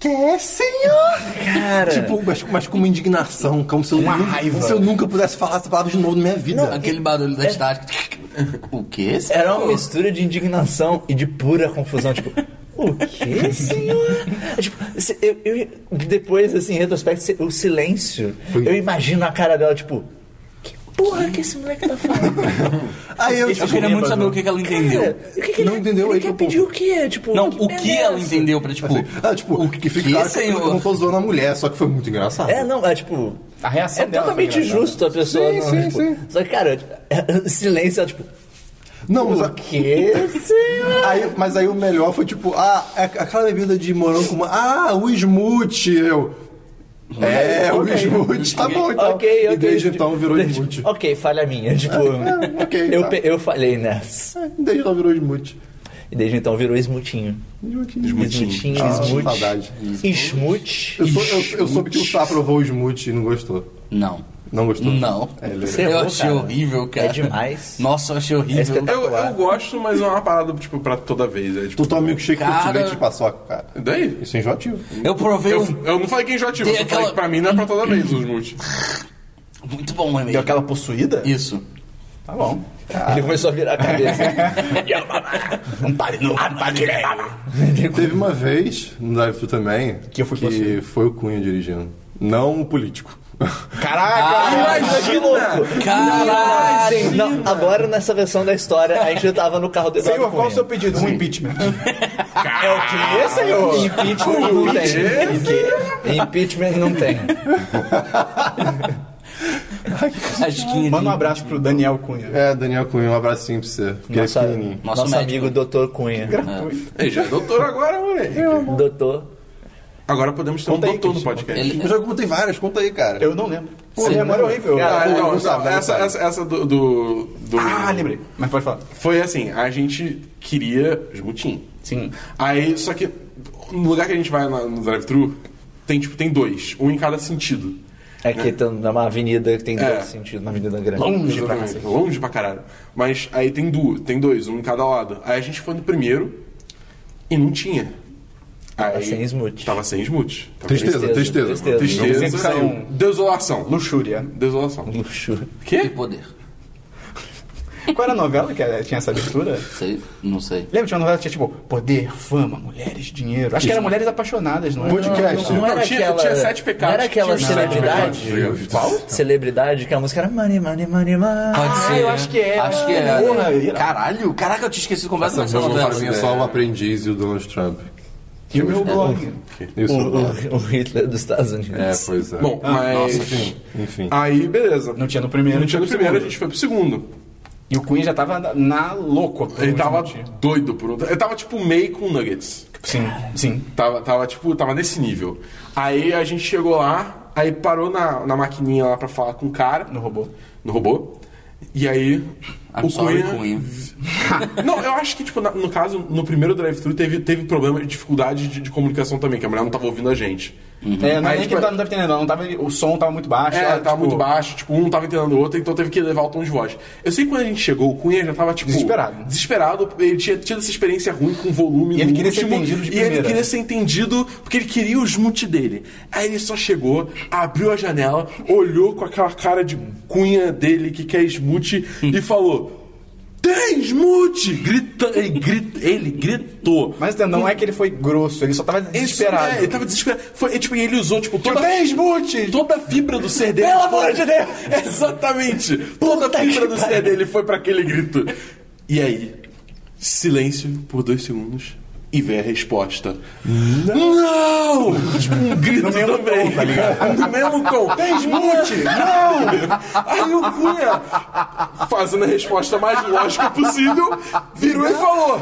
Quer, senhor? Cara. Tipo, mas, mas com uma indignação, como se eu, Uma nunca, raiva. como se eu nunca pudesse falar essa palavra de novo na minha vida. Aquele barulho da estática. O que? Era um uma mistura de indignação e de pura confusão, tipo... O que, senhor? tipo, se- eu, eu- depois, assim, em retrospecto, se- o silêncio. Foi. Eu imagino a cara dela, tipo... Que porra que esse moleque tá falando? Aí eu, tipo, Eu queria muito saber o que, que ela entendeu. Cara, o que que Não ele- entendeu ele aí quer meu pedir ponto. o quê? Tipo, Não, É. que o merda que é ela essa? entendeu pra, tipo... Ah, tipo, o que fica que, claro que eu senhor? não tô zoando a mulher, só que foi muito engraçado. É, não, é tipo. A reação é dela foi totalmente engraçada. justo a pessoa. Sim, não, sim, tipo, sim. Só que, cara, o silêncio, ela, tipo, Não, mas o quê? senhor? Aí, mas aí o melhor foi tipo, ah, é aquela bebida de morango com. Ah, o smoothie, eu. É, o smoothie, tá bom então. ok, ok. E desde tipo, então virou desde- smoothie. Ok, falha minha. Tipo, É, ok, eu, tá. pe- eu falei nessa. É, Desde então virou smoothie. E desde então virou esmutinho. Esmutinho, Ah, saudade. esmute. Eu, Esmute. sou, eu, eu soube que o Sá provou o smoothie e não gostou. Não. Não gostou? Não. É, ele- Você Eu errou, achei cara. horrível, cara. É demais. Nossa, eu achei É horrível. espetacular. Eu, eu gosto, mas não é uma parada, tipo, pra toda vez. É, tipo, Tu toma milkshake com Cara. sorvete de paçoca, cara. e daí? Isso é enjoativo. Eu provei Eu, um... eu não falei que é enjoativo, eu Tem só falei aquela- que pra mim não é pra toda vez os multi. Muito bom, né, Deu meu? aquela possuída? Isso. Tá bom. Ele começou a virar a cabeça. Não tá pare, não, não pare, Teve uma vez, no drive-thru também, Que eu fui que possuído. foi o Cunha dirigindo. Não o político. Caraca! Que louco! Caralho! Não, agora nessa versão da história, a gente já tava no carro do Eduardo Senhor, qual o Cunha. seu pedido? Um impeachment. É o quê, senhor? Ah, Impeachment não tem. Impeachment não tem. Casquinha Manda um de... abraço pro Daniel Cunha. É, Daniel Cunha, um abracinho pra você. Fiquei Nossa- é pequenininho. Nosso nosso médico. amigo Dr. Cunha. Gratuito. Ei, já é doutor agora, moleque. Doutor. Agora podemos ter um Conta aí, doutor no Christian, podcast. Ele... é Eu já contei várias, conta aí, cara. Eu não lembro. Pô, Sim. memória é horrível. Cara, Ah, Pô, não, não sabe, não, não essa, sabe. essa, essa do, do, do- Ah, lembrei. Mas pode falar. Foi assim, a gente queria esmutim. Sim. Aí, só que no lugar que a gente vai na- no drive-thru, tem, tipo, tem dois. Um em cada sentido. É que tem uma avenida que tem É. dois sentidos, uma avenida grande. Longe pra Exatamente, cacete. Longe pra caralho. Mas aí tem duas, tem dois, um em cada lado. Aí a gente foi no primeiro e não tinha. Aí, Tava sem smoothie. Tava sem smoothie. Tava Tristeza, Tristeza, tristeza. tristeza. sem- Tristeza. Decepção. um. Desolação. Luxúria. Desolação. Luxo. Que Tipo, Quê? poder. Qual era a novela que eh, tinha essa abertura? Sei, não sei. Lembra? Tinha uma novela que tinha tipo poder, fama, mulheres, dinheiro. Acho que era mulheres apaixonadas, não é? Podcast. Não era tinha- aquela, tinha sete pecados, Não era aquela tinha os sete celebridade. pecados. Qual? Celebridade que a música era Money, Money, Money, Money. Pode Ah, ser. eu né? acho que é. Acho que é. Porra, irado. Caralho, caraca, eu tinha esquecido completamente Eu essa não novela. fazia só o aprendiz e o Donald Trump. E o meu blog. Uhum. Isso. O, o- o Hitler dos Estados Unidos. É, pois é. Bom, mas... enfim. enfim. Aí, beleza. Não tinha no primeiro. Não tinha no foi primeiro, a segundo. gente foi pro segundo. E o Queen já tava na, na louco. por Ele um tava motivo. doido por um. Ele tava tipo meio com nuggets. Sim, sim. Tava, tava, tipo, tava nesse nível. Aí a gente chegou lá, aí parou na, na maquininha lá pra falar com o cara. No robô. No robô. E aí Absolve Cunha- Cunha. Não, eu acho que, tipo, na- no caso, no primeiro drive-thru teve, teve problema de dificuldade de, de comunicação também, que a mulher não tava ouvindo a gente. É, não é Aí, nem tipo, que tá, não tava entendendo, não. Tava, o som tava muito baixo. É, ela, tava tipo, muito baixo, tipo, um não tava entendendo o outro, então teve que levar o tom de voz. Eu sei que quando a gente chegou, o Cunha já tava, tipo. Desesperado. Desesperado, ele tinha tido essa experiência ruim com volume E no ele queria ser último, entendido de E ele primeira. queria ser entendido porque ele queria o smooth dele. Aí ele só chegou, abriu a janela, olhou com aquela cara de cunha dele que quer smooth Hum. e falou. Tem smooth! Grita, ele, grita, ele gritou. Mas entendeu, não é que ele foi grosso, ele só tava Ele- desesperado. é, ele tava desesperado. Foi, e, tipo, e ele usou, tipo, toda, tem smooth! toda a fibra do ser dele. Pelo amor de Deus! Exatamente! Toda a fibra do ser dele foi pra aquele grito. E aí, silêncio por dois segundos e vem a resposta. Não! Tipo, um grito no mesmo tom, tá ligado? No mesmo tom. Tem smooth! Não! Aí o Cunha, fazendo a resposta mais lógica possível, virou e falou...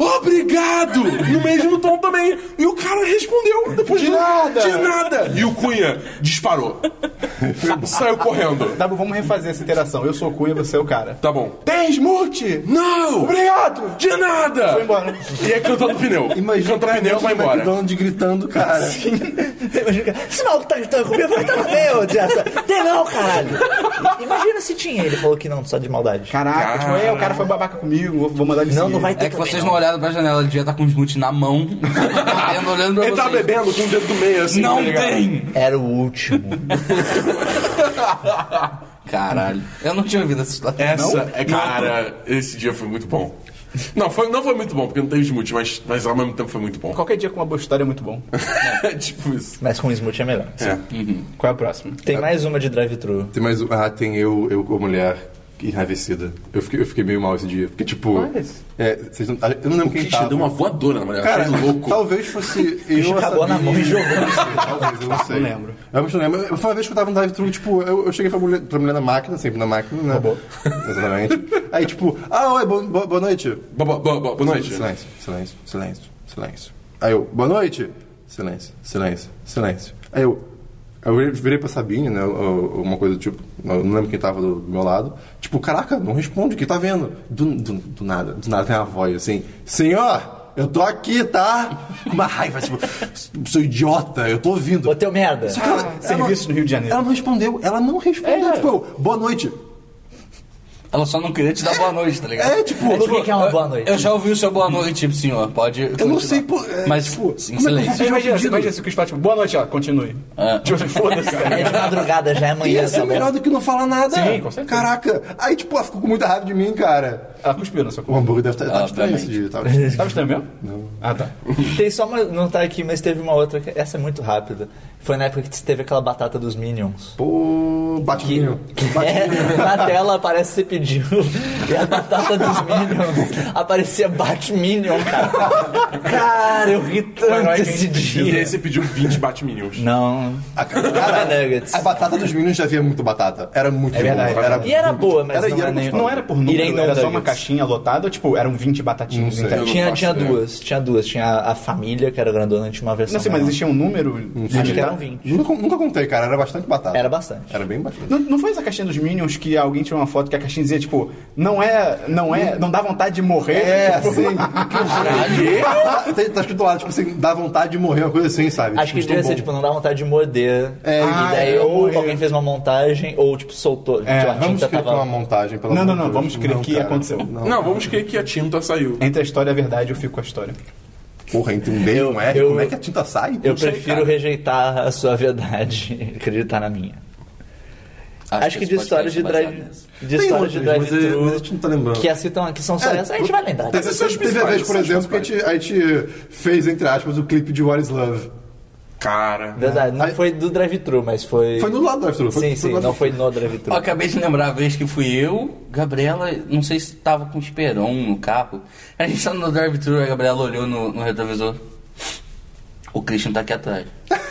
Obrigado! No mesmo tom também. E o cara respondeu depois de nada. De nada! E o Cunha disparou. Saiu correndo. Dabu, Tá vamos refazer essa interação. Eu sou o Cunha, você é o cara. Tá bom. Tem smooth! Não! Obrigado! De nada! Foi embora. E é cantando pneu. Imagina o Canta pneu Carnel e vai vai embora. McDonald's um gritando, cara. Imagina, esse maluco tá gritando comigo, eu falei, tá no meu, desgraça. Tem não, caralho. Imagina se tinha. Ele falou que não, só de maldade. Caraca, tipo, é, o cara foi babaca comigo, vou, vou mandar ele Não, se- não vai ter É que também, vocês não. não olharam pra janela, ele devia estar com o smooth na mão, bebendo, olhando pra Ele tá vocês. bebendo com o dedo do meio, assim. Não tá ligado? tem! Era o último. Caralho, eu não tinha ouvido essa história. Essa, é, cara, esse dia foi muito bom. Não, foi, não foi muito bom, porque não teve smooth, mas, mas ao mesmo tempo foi muito bom. Qualquer dia com uma boa história é muito bom. tipo isso. Mas com o smoothie é melhor. É. Qual é a próxima? Tem mais uma de drive-thru. Tem mais um- Ah, tem eu, eu como mulher enraivecida. Eu fiquei, eu fiquei meio mal esse dia. Porque, tipo. É, vocês não, eu não lembro quem Christian tava. deu uma voadora na mulher, Cara, tá- achei louco. talvez fosse eu a cagou na Sabine, mão e jogou. eu Não sei, talvez, eu não sei. Não lembro. Eu não lembro. Foi uma vez que eu tava no drive-thru, tipo, eu, eu cheguei pra mulher, pra mulher na máquina, sempre na máquina, né? Exatamente. Aí, tipo, ah, oi, bo- bo- boa noite. Bo- bo- bo- bo- Boa noite. Silêncio, silêncio, silêncio, silêncio. Aí eu, boa noite. Silêncio, silêncio, silêncio. Aí eu, eu virei- virei pra Sabine, né? ou- ou Uma coisa do tipo, eu não lembro quem tava do meu lado. Tipo, caraca, não responde, o que tá vendo? Do, do, do nada, do nada tem uma voz assim, senhor! Eu tô aqui, tá? Com uma raiva, tipo, sou idiota, eu tô ouvindo. Ô, teu merda. Só que ela- ela serviço não- no Rio de Janeiro. Ela não respondeu, ela não respondeu. É. Tipo, eu, boa noite. Ela só não queria te dar boa noite, tá ligado? É, tipo, Mas por que é uma boa Eu noite? já ouvi o seu boa noite, senhor. Pode. eu não continuar. sei, pô. é, Mas, em tipo, como é que eu vou silêncio. pedir um Imagina, pedido? imagina se o Chris fala, tipo, boa noite, ó, continue. Tipo, foda-se. cara. É de madrugada, já é manhã, Isso é essa melhor merda. do que não falar nada. Sim, com certeza. Caraca. Aí, tipo, ela ficou com muita raiva de mim, cara. Ela cuspiu na sua O conta. hambúrguer deve estar tá Ah, estranho esse dia. Tá estranho. Tava estranho mesmo? Não. Ah, tá. Tem só uma, não tá aqui, mas teve uma outra. que- Essa é muito rápida. Foi na época que teve aquela batata dos Minions. Pô, Que, batidinho. que é, na tela aparece você pediu. E a batata dos Minions aparecia Bat Minion, cara. Um Cara, eu ri tanto Herói esse E aí dia. você pediu 20 Batminions. Não. A, Cara, cara, Nuggets. a batata dos Minions já havia muito batata. Era muito É verdade. boa. Era E era boa, mas Era- não e era era nem. gostosa. Não era por número, Irem era não só uma Nuggets. caixinha lotada ou, tipo, eram 20 Não batatinhas sei. inteiras? Eu não Tinha, faço tinha né? ideia. duas, tinha duas. Tinha a, a família, que era grandona, tinha uma versão. Não sei, mas menor. existia um número. Acho que limitado? eram 20. Nunca, nunca contei, cara. Era bastante batata. Era bastante. Era bem batata. Não, não foi essa caixinha dos Minions que alguém tirou uma foto que a caixinha dizia, tipo, não é, não é, não dá vontade de morrer? É, tipo, assim. tá, tá escrito lá, tipo assim, dá vontade de morrer, uma coisa assim, sabe? Acho que Tipo, devia estou ser, tipo, não dá vontade de morder. É, e ah, daí é, ou morrer. alguém fez uma montagem, ou, tipo, soltou. É, tipo, a bom. Vamos tinta escrever tava... uma montagem, pelo Não, não, amor de não, Deus. vamos escrever que cara. aconteceu. Não, Não, vamos crer que a tinta saiu. Entre a história e a verdade, eu fico com a história. Porra, entre um D e um R, eu- como é que a tinta sai? Eu Não sei, prefiro cara. rejeitar a sua verdade e acreditar na minha. Acho, que, esse de história podcast de é baseado drive. nisso. De Tem história outras, de mas, é- mas a drive-thru. gente não tá lembrando. Que assim, tão, que são só É, essas. A gente vai lembrar. Teve, Essas são as teve a vez, principais, por essas são as exemplo, que a gente, a gente fez, entre aspas, o clipe de What is Love. Cara. Verdade, não Aí- foi do drive-thru, mas foi. Foi no lado do drive-thru. foi- Sim, foi sim, no lado não do- foi no drive-thru. Eu acabei de lembrar a vez que fui eu, Gabriela, não sei se tava com o Esperon no carro. A gente tá no drive-thru, a Gabriela olhou no, no retrovisor. O Christian tá aqui atrás.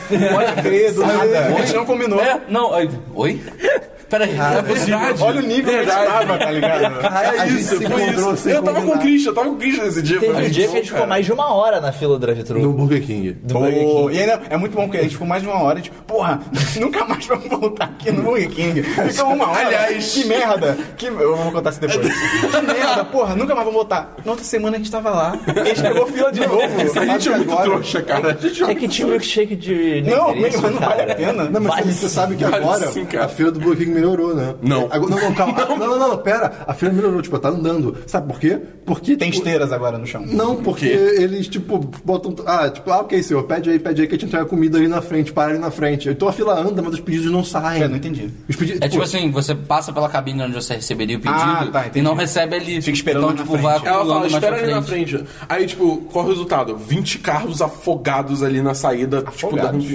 Pode crer, do nada. A gente não combinou. É, não, aí, oi? Peraí, Ah, é possível. Verdade. Olha o nível Verdade. que a gente tava, tá ligado? Ah, é A gente isso, se foi encontrou isso. sem Eu tava com o combinar. Christian, eu tava com o Christian nesse dia. Teve foi um dia que a gente ficou mais de uma hora na fila do drive-thru. No Burger King. Do Burger King. Pô, e ainda é muito bom porque a gente ficou mais de uma hora, tipo, porra, nunca mais vamos voltar aqui no Burger King. Fica uma hora. Aliás. que merda. Que, eu vou contar isso depois. que merda, porra, nunca mais vamos voltar. Na outra semana a gente tava lá, a gente pegou fila de novo. A gente é muito Agora- trouxa, cara. A gente É que tinha milkshake de. Não, endereço, mas não vale cara. a pena. Não, é. mas Vale sim. você sabe que Vale agora sim, cara. a fila do Burger King melhorou, né? Não. Agora- não, não, calma. não, não, não, não, pera. A fila melhorou, tipo, tá andando. Sabe por quê? Porque. Tem tipo, esteiras agora no chão. Não, porque eles, tipo, botam. Ah, tipo, ah, ok, senhor, pede aí, pede aí que a gente entrega a comida ali na frente, para ali na frente. Então a fila anda, mas os pedidos não saem. É, não entendi. Os pedidos. É tipo pô, assim, você passa pela cabine onde você receberia o pedido Ah, tá, e entendi. não recebe ali. Fica esperando então, na tipo, frente. vai Ela acumulando fala, mais pra espera ali na frente. Aí, tipo, qual o resultado? 20 carros afogados ali na saída. Tipo, da... Afogados.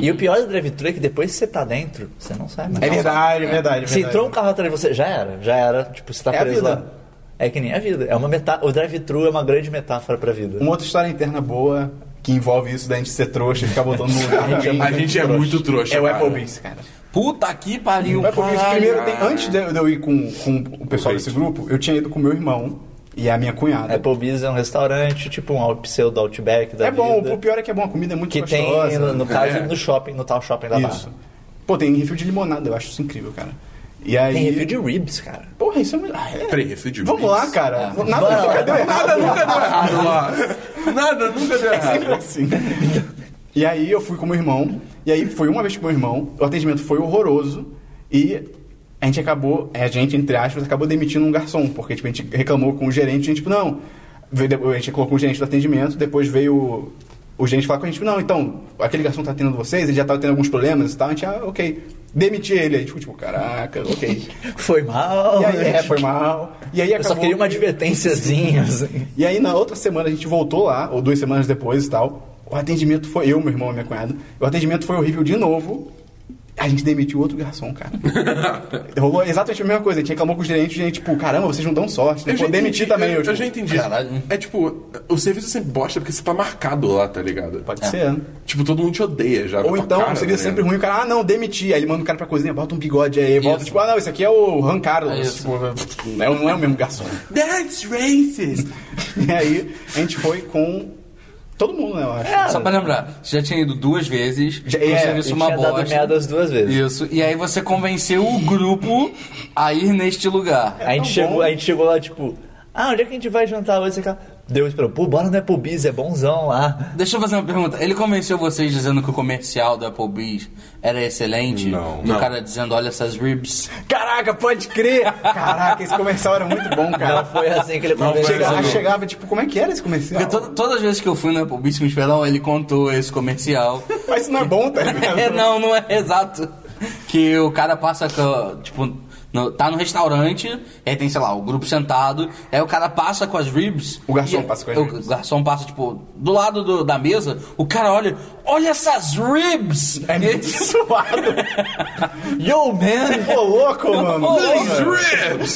E o pior do drive-thru é que depois que você tá dentro, você não sai mais. É verdade, é verdade. é Se verdade. entrou um carro atrás de você, já era, já era. Tipo, você tá É a preso vida. lá. É que nem a vida. É uma meta... O drive-thru é uma grande metáfora pra vida. Uma outra história interna boa que envolve isso da gente ser trouxa e ficar botando no lugar. A gente é ruim. A gente é muito trouxa. É o cara. Applebee's, cara. Puta que pariu. O Applebee's, caralho. primeiro, tem- antes de eu de eu ir com, com o pessoal desse grupo, eu tinha ido com meu irmão e a minha cunhada. Applebee's é um restaurante, tipo um out- pseudo outback da É bom, vida. o pior é que é bom, a comida é muito Que gostosa. tem, no, no caso, É. no shopping, no tal shopping da Isso. Barra. Pô, tem refil de limonada, eu acho isso incrível, cara. E aí. Tem review de ribs, cara. Porra, isso é melhor. Ah, é. Peraí, refil de Vamos bis? lá, cara. Nada, Ah. Bora lá. nunca deu errado. Nada nunca deu errado lá. Ah, Nada nunca deu errado. Sempre assim. E aí eu fui com meu irmão, e aí foi uma vez com meu irmão, o atendimento foi horroroso, e a gente acabou, a gente, entre aspas, acabou demitindo um garçom, porque tipo, a gente reclamou com o gerente, a gente, tipo, não. Veio depois- A gente colocou o gerente do atendimento, depois veio o, o gerente falar com a gente, tipo, não, então, aquele garçom tá atendendo vocês, ele já tava tendo alguns problemas e tal, a gente, ah, ok. Demiti ele, aí tipo, tipo, caraca, ok. Foi mal. E aí, é, gente. foi mal. E aí Eu acabou... só queria uma advertênciazinha, assim. E aí na outra semana a gente voltou lá, ou duas semanas depois e tal. O atendimento foi eu, meu irmão e minha cunhada. O atendimento foi horrível de novo. A gente demitiu outro garçom, cara. Rolou exatamente a mesma coisa. A gente reclamou com os gerentes, o gerente, tipo, caramba, vocês não dão sorte. Eu já Depois demiti entendi, também. eu, Eu, tipo, já entendi. Caralho. É tipo, o serviço sempre bosta porque você tá marcado lá, tá ligado? Pode ser. né? Tipo, todo mundo te odeia já. Ou então, cara, seria tá sempre ligado? ruim o cara, ah, não, demiti. Aí ele manda o cara pra cozinha, bota um bigode aí, volta, Isso. tipo, ah, não, esse aqui é o Han É Carlos. isso. tipo, não é o- não é o mesmo garçom. That's racist. E aí, a gente foi com todo mundo, né, eu acho. É. Só pra lembrar, você já tinha ido duas vezes, Já- já, pro é, E serviço uma tinha dado merda bosta. as duas vezes. Isso, e aí você convenceu o grupo a ir neste lugar. a, gente tão chegou, bom. a gente chegou lá, tipo, ah, onde é que a gente vai jantar hoje? Aquela... Deus esperou, pô, bora no Applebee's, é bonzão lá. Deixa eu fazer uma pergunta. Ele convenceu vocês dizendo que o comercial do Applebee's era excelente? Não. E Não. o cara dizendo, olha essas ribs. Caraca, pode crer! Caraca, esse comercial era muito bom, cara. Não foi assim que ele convenceu. Chega- chegava, tipo, como é que era esse comercial? Porque to- todas as vezes que eu fui no Applebee's com o Esperão, ele contou esse comercial. Mas isso não é bom, tá ligado? É, não, não é exato. Que o cara passa, com, tipo, no- tá no restaurante, aí tem, sei lá, o grupo sentado, aí o cara passa com as ribs. O garçom e- passa com as o ribs. garçom passa, tipo, do lado do- da mesa, o cara olha, olha essas ribs! É E ele- muito suado. Yo, man! Ô, louco, mano. Ô, Porra.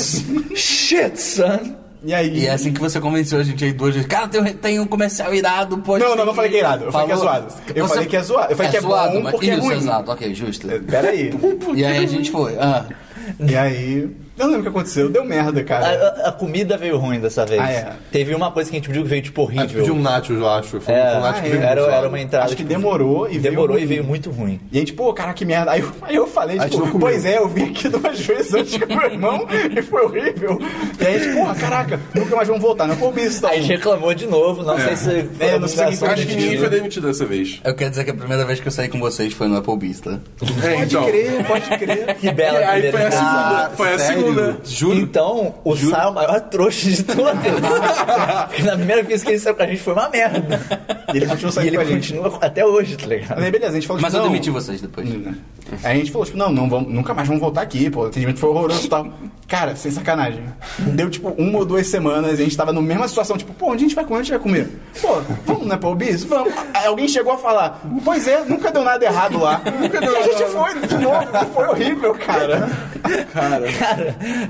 Shit, son! E aí? E é assim que você convenceu a gente aí duas vezes. Cara, tem, um- tem um comercial irado, pode. Não, não, não falei que é irado. Eu falei que é zoado. Eu falei que é zoado. Eu falei que é bom mas- porque é Isso, ruim. exato, ok, justo. Pera aí. um E aí a gente foi. Ah, É, E aí... Eu não lembro o que aconteceu. Deu merda, A, cara. a- a comida veio ruim dessa vez. É. Ah, é. Teve uma coisa que a gente pediu que veio tipo A gente horrível. pediu um Nachos, eu acho. Foi É, um Nachos que Ah, veio é. muito era, suave. era uma entrada. Acho que tipo, demorou e veio Demorou ruim. e veio muito ruim. E a gente, pô, cara, que merda. Aí eu, aí eu falei, A gente não tipo, comeu. pois é, eu vim aqui duas vezes antes com meu irmão e foi horrível. E aí a gente, porra, caraca, nunca mais vamos voltar. Não foi o bicho, tá? Aí a gente reclamou de novo, não sei se. foi É, não sei obrigação quem Acho que do ninguém tio. foi demitido dessa É, vez. eu quero dizer que a primeira vez que eu saí com vocês foi no Applebee's, tá? É, Pode então. crer, pode crer. Que bela E aí primeira foi a assim, entrada. segunda. foi a sério? segunda. Então, o Sá é o maior trouxa de todos. Porque na primeira vez que ele saiu com a gente foi uma merda. E ele continuou E saindo ele com a gente. continua até hoje, tá ligado? Mas aí, beleza, a gente falou Mas tipo, eu não. demiti vocês depois. Aí a gente falou, tipo, não, não vamos, nunca mais vamos voltar aqui, pô, o atendimento foi horroroso e tal. Cara, sem sacanagem. Deu tipo uma ou duas semanas e a gente tava na mesma situação, tipo, pô, onde a gente vai comer? Onde a gente vai comer? Pô, vamos na Paulbis? Vamos. Aí alguém chegou a falar, pois é, nunca deu nada errado lá. Nunca deu e a gente foi de novo, foi horrível, cara. Cara,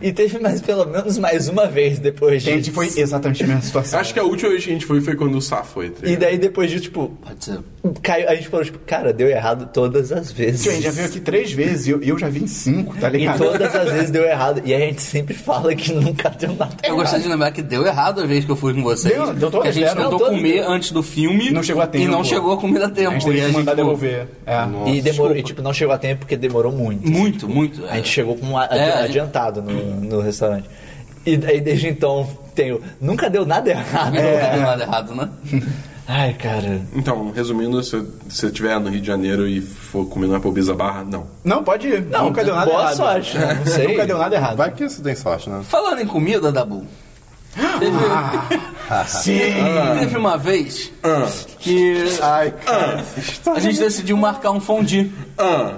e teve mais pelo menos mais uma vez depois disso. Gente, foi exatamente a mesma situação. Acho que a última vez que a gente foi foi quando o Sá foi. tá E ligado? daí depois disso, tipo, Pode ser. caiu, a gente falou, tipo, cara, deu errado todas as vezes. Gente, já veio aqui três vezes e eu, eu já vim cinco, tá E ligado? todas as vezes deu errado. E a gente sempre fala que nunca deu nada. Eu gostaria de lembrar que deu errado a vez que eu fui com vocês. Deu, deu todas, que a gente deram. tentou Todas comer deram. antes do filme. Não chegou a E tempo. não chegou a comida a A tempo. gente teve E que mandar pô, devolver. É. e demorou, e, tipo, não chegou a tempo porque demorou muito. Muito, muito. A gente chegou com um a- É, a gente- adiantado no, no restaurante. E daí desde então tem o. Nunca deu nada errado. É. Nunca deu nada errado, né? Ai, cara. Então, resumindo, se você estiver no Rio de Janeiro e for comer na Applebee's a barra, não. Não, pode ir. nunca deu nada boa errado. sorte, né? Não sei. Nunca deu nada errado. Vai que você tem sorte, né? Falando em comida, Dabu. Teve, Sim. teve uma vez Ah, que Ai, Ah, a gente decidiu marcar um fondue. Ah,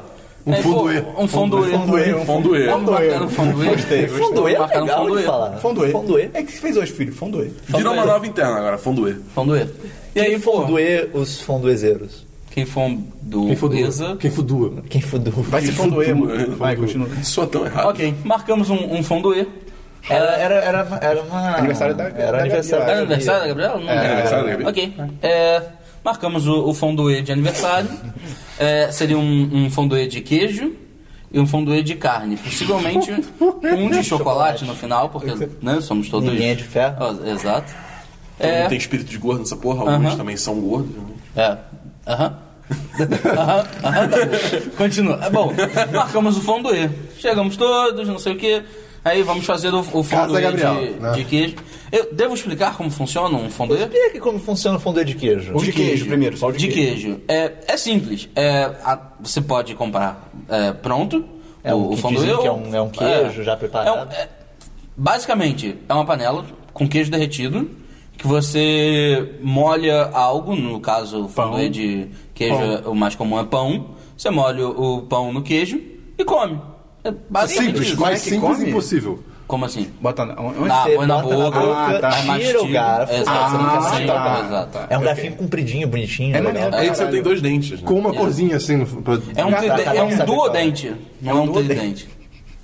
Um fonduê. Um fonduê. Fondoeiro. um Fonduê. Vamos marcar um fonduê. Gostei, Fondoê é Marcar um legal de fonduê. falar. Fondoeiro. Fondoê. É que você fez hoje, filho. Fondoeiro. virou uma Fonduê. nova interna agora, Fonduê. Fonduê. E Quem aí, pô, fondoê os fondoezeiros? quem fondu... quem fudua? Beleza. Quem fudua? Quem fudou? Vai ser fondoeiro, mano. Fonduê. Vai, continua. Soa tão errado. Ok, marcamos um, um fonduê. Era, era, era, era uma. Aniversário da- Era da aniversário Gabriela. Era Tá aniversário da Gabriela? Não lembro. É, aniversário da Gabriela. Ok. É, marcamos o, o fonduê de aniversário. É, seria um, um fonduê de queijo e um fonduê de carne. Possivelmente um de chocolate no final, porque né, somos todos... Ninguém é de ferro. Ó, Exato. Todo mundo É, tem espírito de gordo nessa porra, alguns Aham. também são gordos. né? É. Aham. Aham, aham. Continua. É bom, marcamos o fonduê. Chegamos todos, não sei o quê. Aí vamos fazer o, o fonduê Gabriel, de, né? de queijo. Eu devo explicar como funciona um fonduê? Explica como funciona o fondoê de queijo. O de queijo primeiro, só o de, De queijo. É, é simples. É, a- você pode comprar é, pronto. É um o, o kitzinho fonduê. que é um- é um queijo já preparado. é um- é- basicamente, é uma panela com queijo derretido que você molha algo, no caso, o fonduê de queijo, é- o mais comum é pão. Você molha o o pão no queijo e come. É basicamente Simples, isso. como é mais que simples come? impossível. Como assim? Bota na... Onde Ah, Você põe na bota na Ah, tá. boca, é boca, aí tira o mastiga. garfo. Exato, você Ah, não quer sentir o tá. garfo, exato. É um Ok. garfinho compridinho, bonitinho. É legal. maneiro. Aí você Caralho. tem dois dentes, né? Com uma corzinha assim no. pra- É um, Tá, tá, tri- tá, é um tá, tá, duodente, não é um duodente. tridente.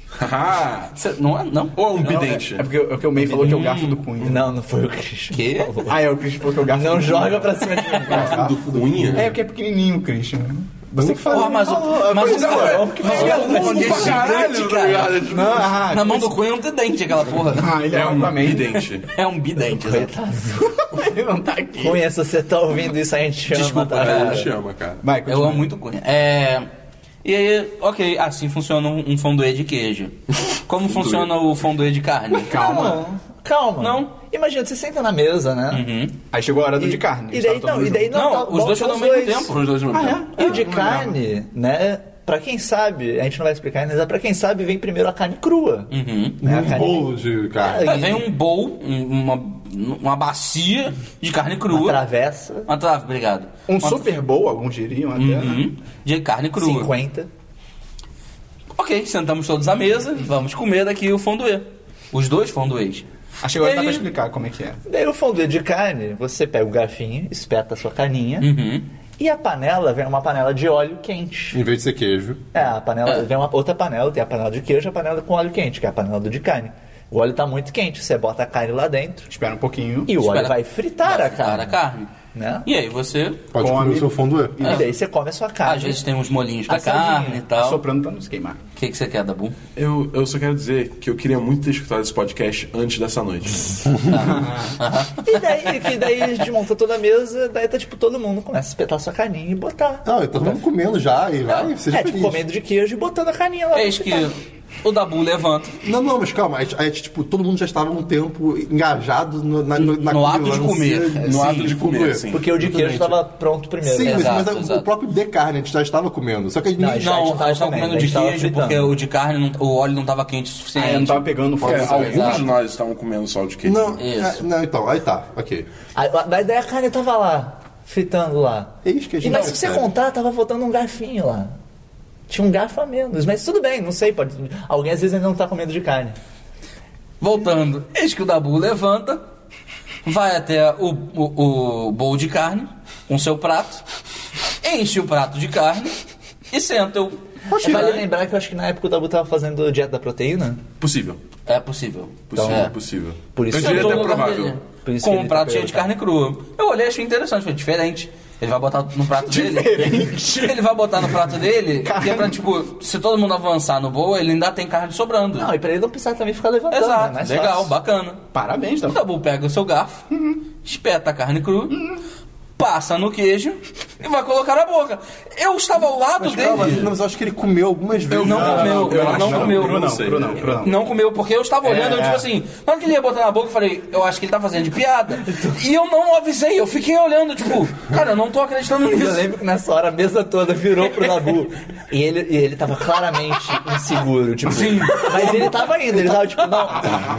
Haha. Cê- Não é, não? Ou é um Não, é- bidente. É porque o que o May falou que é o garfo do cunho. Não, não foi o Christian. Quê? por favor. Ah, é, o Christian falou que é o garfo Não do joga pra cima de mim. cara. Garfo do cunha? É, porque é pequenininho, Christian. Você que falou. Porra, mas, o, mas o Não, é mas o garfo é tá gigante, cara. não, ah, Na mão do Cunha é um tridente aquela porra. Ah, ele é, É um um Aquaman. bidente. É um bidente, exato. Ele não tá aqui. Cunha, se você tá ouvindo isso, a gente chama. Desculpa, tá? A gente ama, cara. Vai, Eu continua. amo muito o Cunha. É... E aí, ok, assim funciona um um fonduê de queijo. Como funciona o fonduê de carne? Calma. Não, calma. Não. Imagina, você senta na mesa, né? Aí chegou a hora do de carne. E daí, Tava todo não, mundo e daí junto. não, tá- Não, os bota dois foram ao mesmo dois. é? tempo. Foram os dois no mesmo Ah, tempo. E o de não carne, né? Pra quem sabe, a gente não vai explicar ainda, mas é pra quem sabe, vem primeiro a carne crua. Né, a Um carne- bolo de carne. É, Uhum. vem um bowl, um- uma, uma bacia de carne Uma crua. travessa, Uma trave, obrigado. Um Uma- Super Bowl, alguns diriam até, né? Uhum, de carne crua. 50. Ok, sentamos todos à mesa, vamos comer daqui o fonduê. Os dois fonduês. Acho que agora dá Ele- pra explicar como é que é. Daí o fondue de carne, você pega o garfinho, espeta a sua carninha. E a panela vem uma panela de óleo quente. Em vez de ser queijo. É, a panela É. vem uma outra panela, tem a panela de queijo, e a panela com óleo quente, que é a panela do de carne. O óleo tá muito quente, você bota a carne lá dentro Espera um pouquinho. e o Espera- óleo vai fritar Vai a carne. a carne. Né? E aí você, Pode Come. comer o seu fondue. E daí você come a sua carne. às vezes tem uns molhinhos pra Assadinho. carne e tal. O Tá Soprando pra não se queimar. Ah, que, que você quer, Dabu? Eu, eu só quero dizer que eu queria muito ter escutado esse podcast antes dessa noite. E daí, que daí a gente monta toda a mesa, daí tá tipo todo mundo começa a espetar sua carninha e botar. Não, eu tô todo mundo comendo já e vai, Ah, seja é, tipo, feliz. comendo de queijo e botando a carninha lá. pra Eis É que fritar. o Dabu levanta. Não, não, mas calma, a gente, a gente, tipo, todo mundo já estava um tempo engajado no, na, no, No ato de comer. No Sim, ato de comer, comer. sim. Porque o de queijo Exatamente. tava pronto primeiro. Sim, né? mas- Exato, mas, o- exato. o próprio de carne a gente já estava comendo. Só que a gente Não, a gente- Não, a tava gente tava comendo, comendo a de gente tava queijo fritando. porque o de carne, não- o óleo não tava quente o Ah, suficiente. eu não tava pegando fogo. É, alguns Exato. de nós estavam comendo sal de queijo. Não, Isso. é, não, então, aí tá, ok. Aí, mas daí a carne tava lá, fritando lá. Eis que a E gente mas se você percebe. contar, tava faltando um garfinho lá. Tinha um garfo a menos, mas tudo bem, não sei, pode. Alguém às vezes ainda não tá comendo de carne. Voltando, eis que o Dabu levanta, vai até o, o, o bowl de carne com seu prato, enche o prato de carne e senta É o. É Vale lembrar que eu acho que na época o Dabu tava fazendo dieta da proteína. Possível. É possível. Possível, Então, é. possível. Por isso Eu que diria Sentou no até lugar é provável. é dele, Por isso Com que um ele prato tá cheio de carne crua. Eu olhei, achei interessante, foi diferente. Ele vai botar no prato dele. Ele vai botar no prato dele, que é pra, tipo, se todo mundo avançar no boa, ele ainda tem carne sobrando. Não, e pra ele não precisar também ficar levantando, né? Exato, Mais legal, fácil. bacana. Parabéns, então. O Dabu. Dabu pega o seu garfo, espeta a carne crua, passa no queijo e vai colocar na boca. Eu estava ao lado dele. Calma, mas eu acho que ele comeu algumas vezes. não comeu, eu ele acho não que não, comeu. eu Cru não, sei. cru não, cru não. Não comeu, porque eu estava olhando, eu tipo assim, na hora que ele ia botar na boca, eu falei, eu acho que ele tá fazendo de piada. e eu não avisei, eu fiquei olhando, tipo, cara, eu não tô acreditando Eu nisso. lembro que nessa hora a mesa toda virou pro Dabu. e, ele, e ele tava claramente inseguro, tipo. Sim. Tá. Mas ele tava indo, ele tava tipo, não.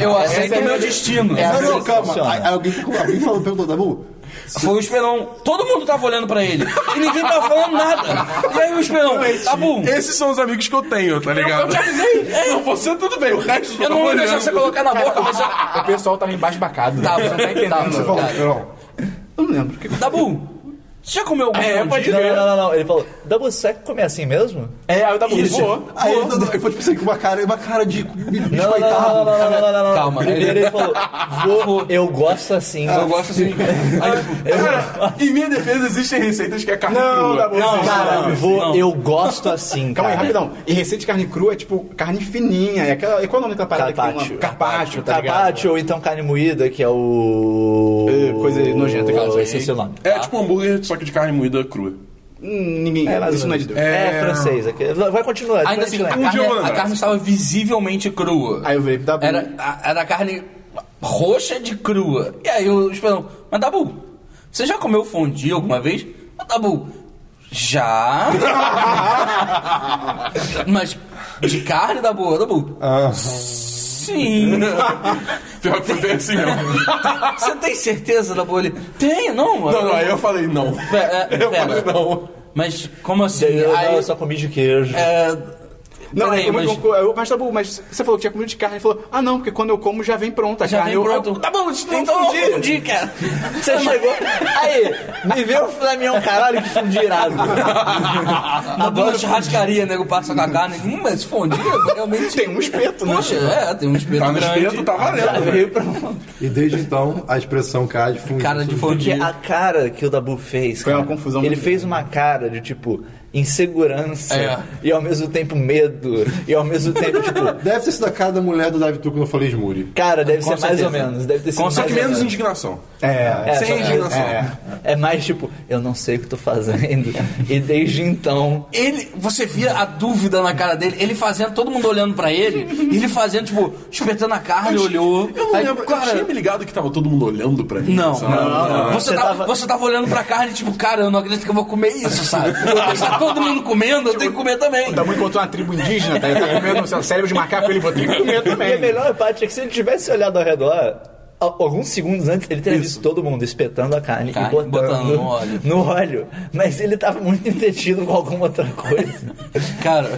Eu aceito o meu destino. É Não, assim não, que calma. funciona. Aí Alguém, alguém falou, perguntou, Dabu, Foi o Esperão. Todo mundo tava olhando pra ele. E ninguém tava falando nada. E aí o Esperão, tá bom. Esses são os amigos que eu tenho, tá ligado? eu te avisei. é É, Não, você tudo bem, o resto Eu não vou deixar você colocar na boca, mas eu... O pessoal tava né? embasbacado. Tá, você não tá você entendendo, falou, cara. Perão. Eu não lembro. O que que- Dabu, você já comeu algum é, Não, não, não, não. Ele falou, Dabu, você é que comer assim mesmo? É, aí o Dabu voou. Aí ele andou- eu fui tipo assim, com uma cara, uma cara de Não, não, não, não, descoitado. não, não, não, não, não. Calma, Primeiro ele- ele falou, vou, eu gosto assim. Ah, Eu gosto assim. Cara, em minha defesa existem receitas que é carne Não, crua. Dabu. Não, cara, não, vou, não. eu gosto assim, assim, Calma aí, cara. rapidão. E receita de carne crua é tipo carne fininha. É aquela, e qual é o nome daquela parada que tem Carpaccio. uma... Carpaccio, tá ligado? Carpaccio ou então carne moída, que é o... É, coisa nojenta que ela Eu esqueci o nome. É tipo um hambúrguer, só que de carne moída crua. Hum, Ninguém... mais isso ou não é menos. de Deus. hum, É, francês. aqui. Vai continuar. Ainda depois assim, a a gente dia eu vou carne, a lembrar. carne estava visivelmente crua. Aí eu virei pro Dabu. Era, a- era carne roxa de crua. E aí o Esperão, mas Dabu, você já comeu fondue alguma vez? Mas Dabu, já. mas de carne, Dabu? Dabu, sim. Pior que foi bem assim mesmo. você tem certeza, Dabu? Ele, tenho, não. Não, não, aí eu falei não. Pera, é, Eu falei pera. não. Mas como assim? Eu, eu- Aí- eu só comi de queijo. É, Não, peraí, eu comi mas- com- eu- mas tá bom, mas você falou que tinha comido de carne. Ele falou, ah não, porque quando eu como já vem pronta a Já carne. vem Eu- pronto. eu- Tá bom, então confundi. eu confundi, cara. Você chegou. Aí, me vê o filé mignon, caralho, que fundo irado. Adoro churrascaria, nego passa com a carne. Hum, mas fundido, realmente... Tem um espeto, né? Poxa, é, tem um espeto Tá no grande. espeto, tá Ah, Já valendo. velho. veio pra E desde então, a expressão cara de fundo. Cara de Porque fundido. a cara que o Dabu fez. Foi uma cara, confusão Ele muito fez uma cara de tipo. Insegurança É. e ao mesmo tempo medo, e ao mesmo tempo, tipo, Deve ter sido a cara da mulher do Davi Tuco no Falei Esmure. cara, deve Com ser mais certeza. ou menos, deve ter sido Só que mais ou assim, menos menos. indignação. É, É, só- Sem indignação. é mais tipo, eu não sei o que tô fazendo, e desde então Ele, você via a dúvida na cara dele, ele fazendo, todo mundo olhando pra ele, e ele fazendo, tipo, espetando a carne, olhou. Eu não Aí, lembro. cara, Eu tinha me ligado que tava todo mundo olhando pra mim. Não, sabe? Você, Você tava, tava- você tava olhando pra carne, tipo, cara, eu não acredito que eu vou comer isso, sabe? Tá todo mundo comendo, eu tenho que comer também. Dabu encontrou uma tribo indígena, tá? Ele tá comendo sei lá, cérebro de macaco, ele vou ter que comer E a também. melhor parte é que se ele tivesse olhado ao redor, a- alguns segundos antes, ele teria visto todo mundo espetando a carne, Carne, e botando, botando no óleo. no óleo. Mas ele tava muito entretido com alguma outra coisa. Cara,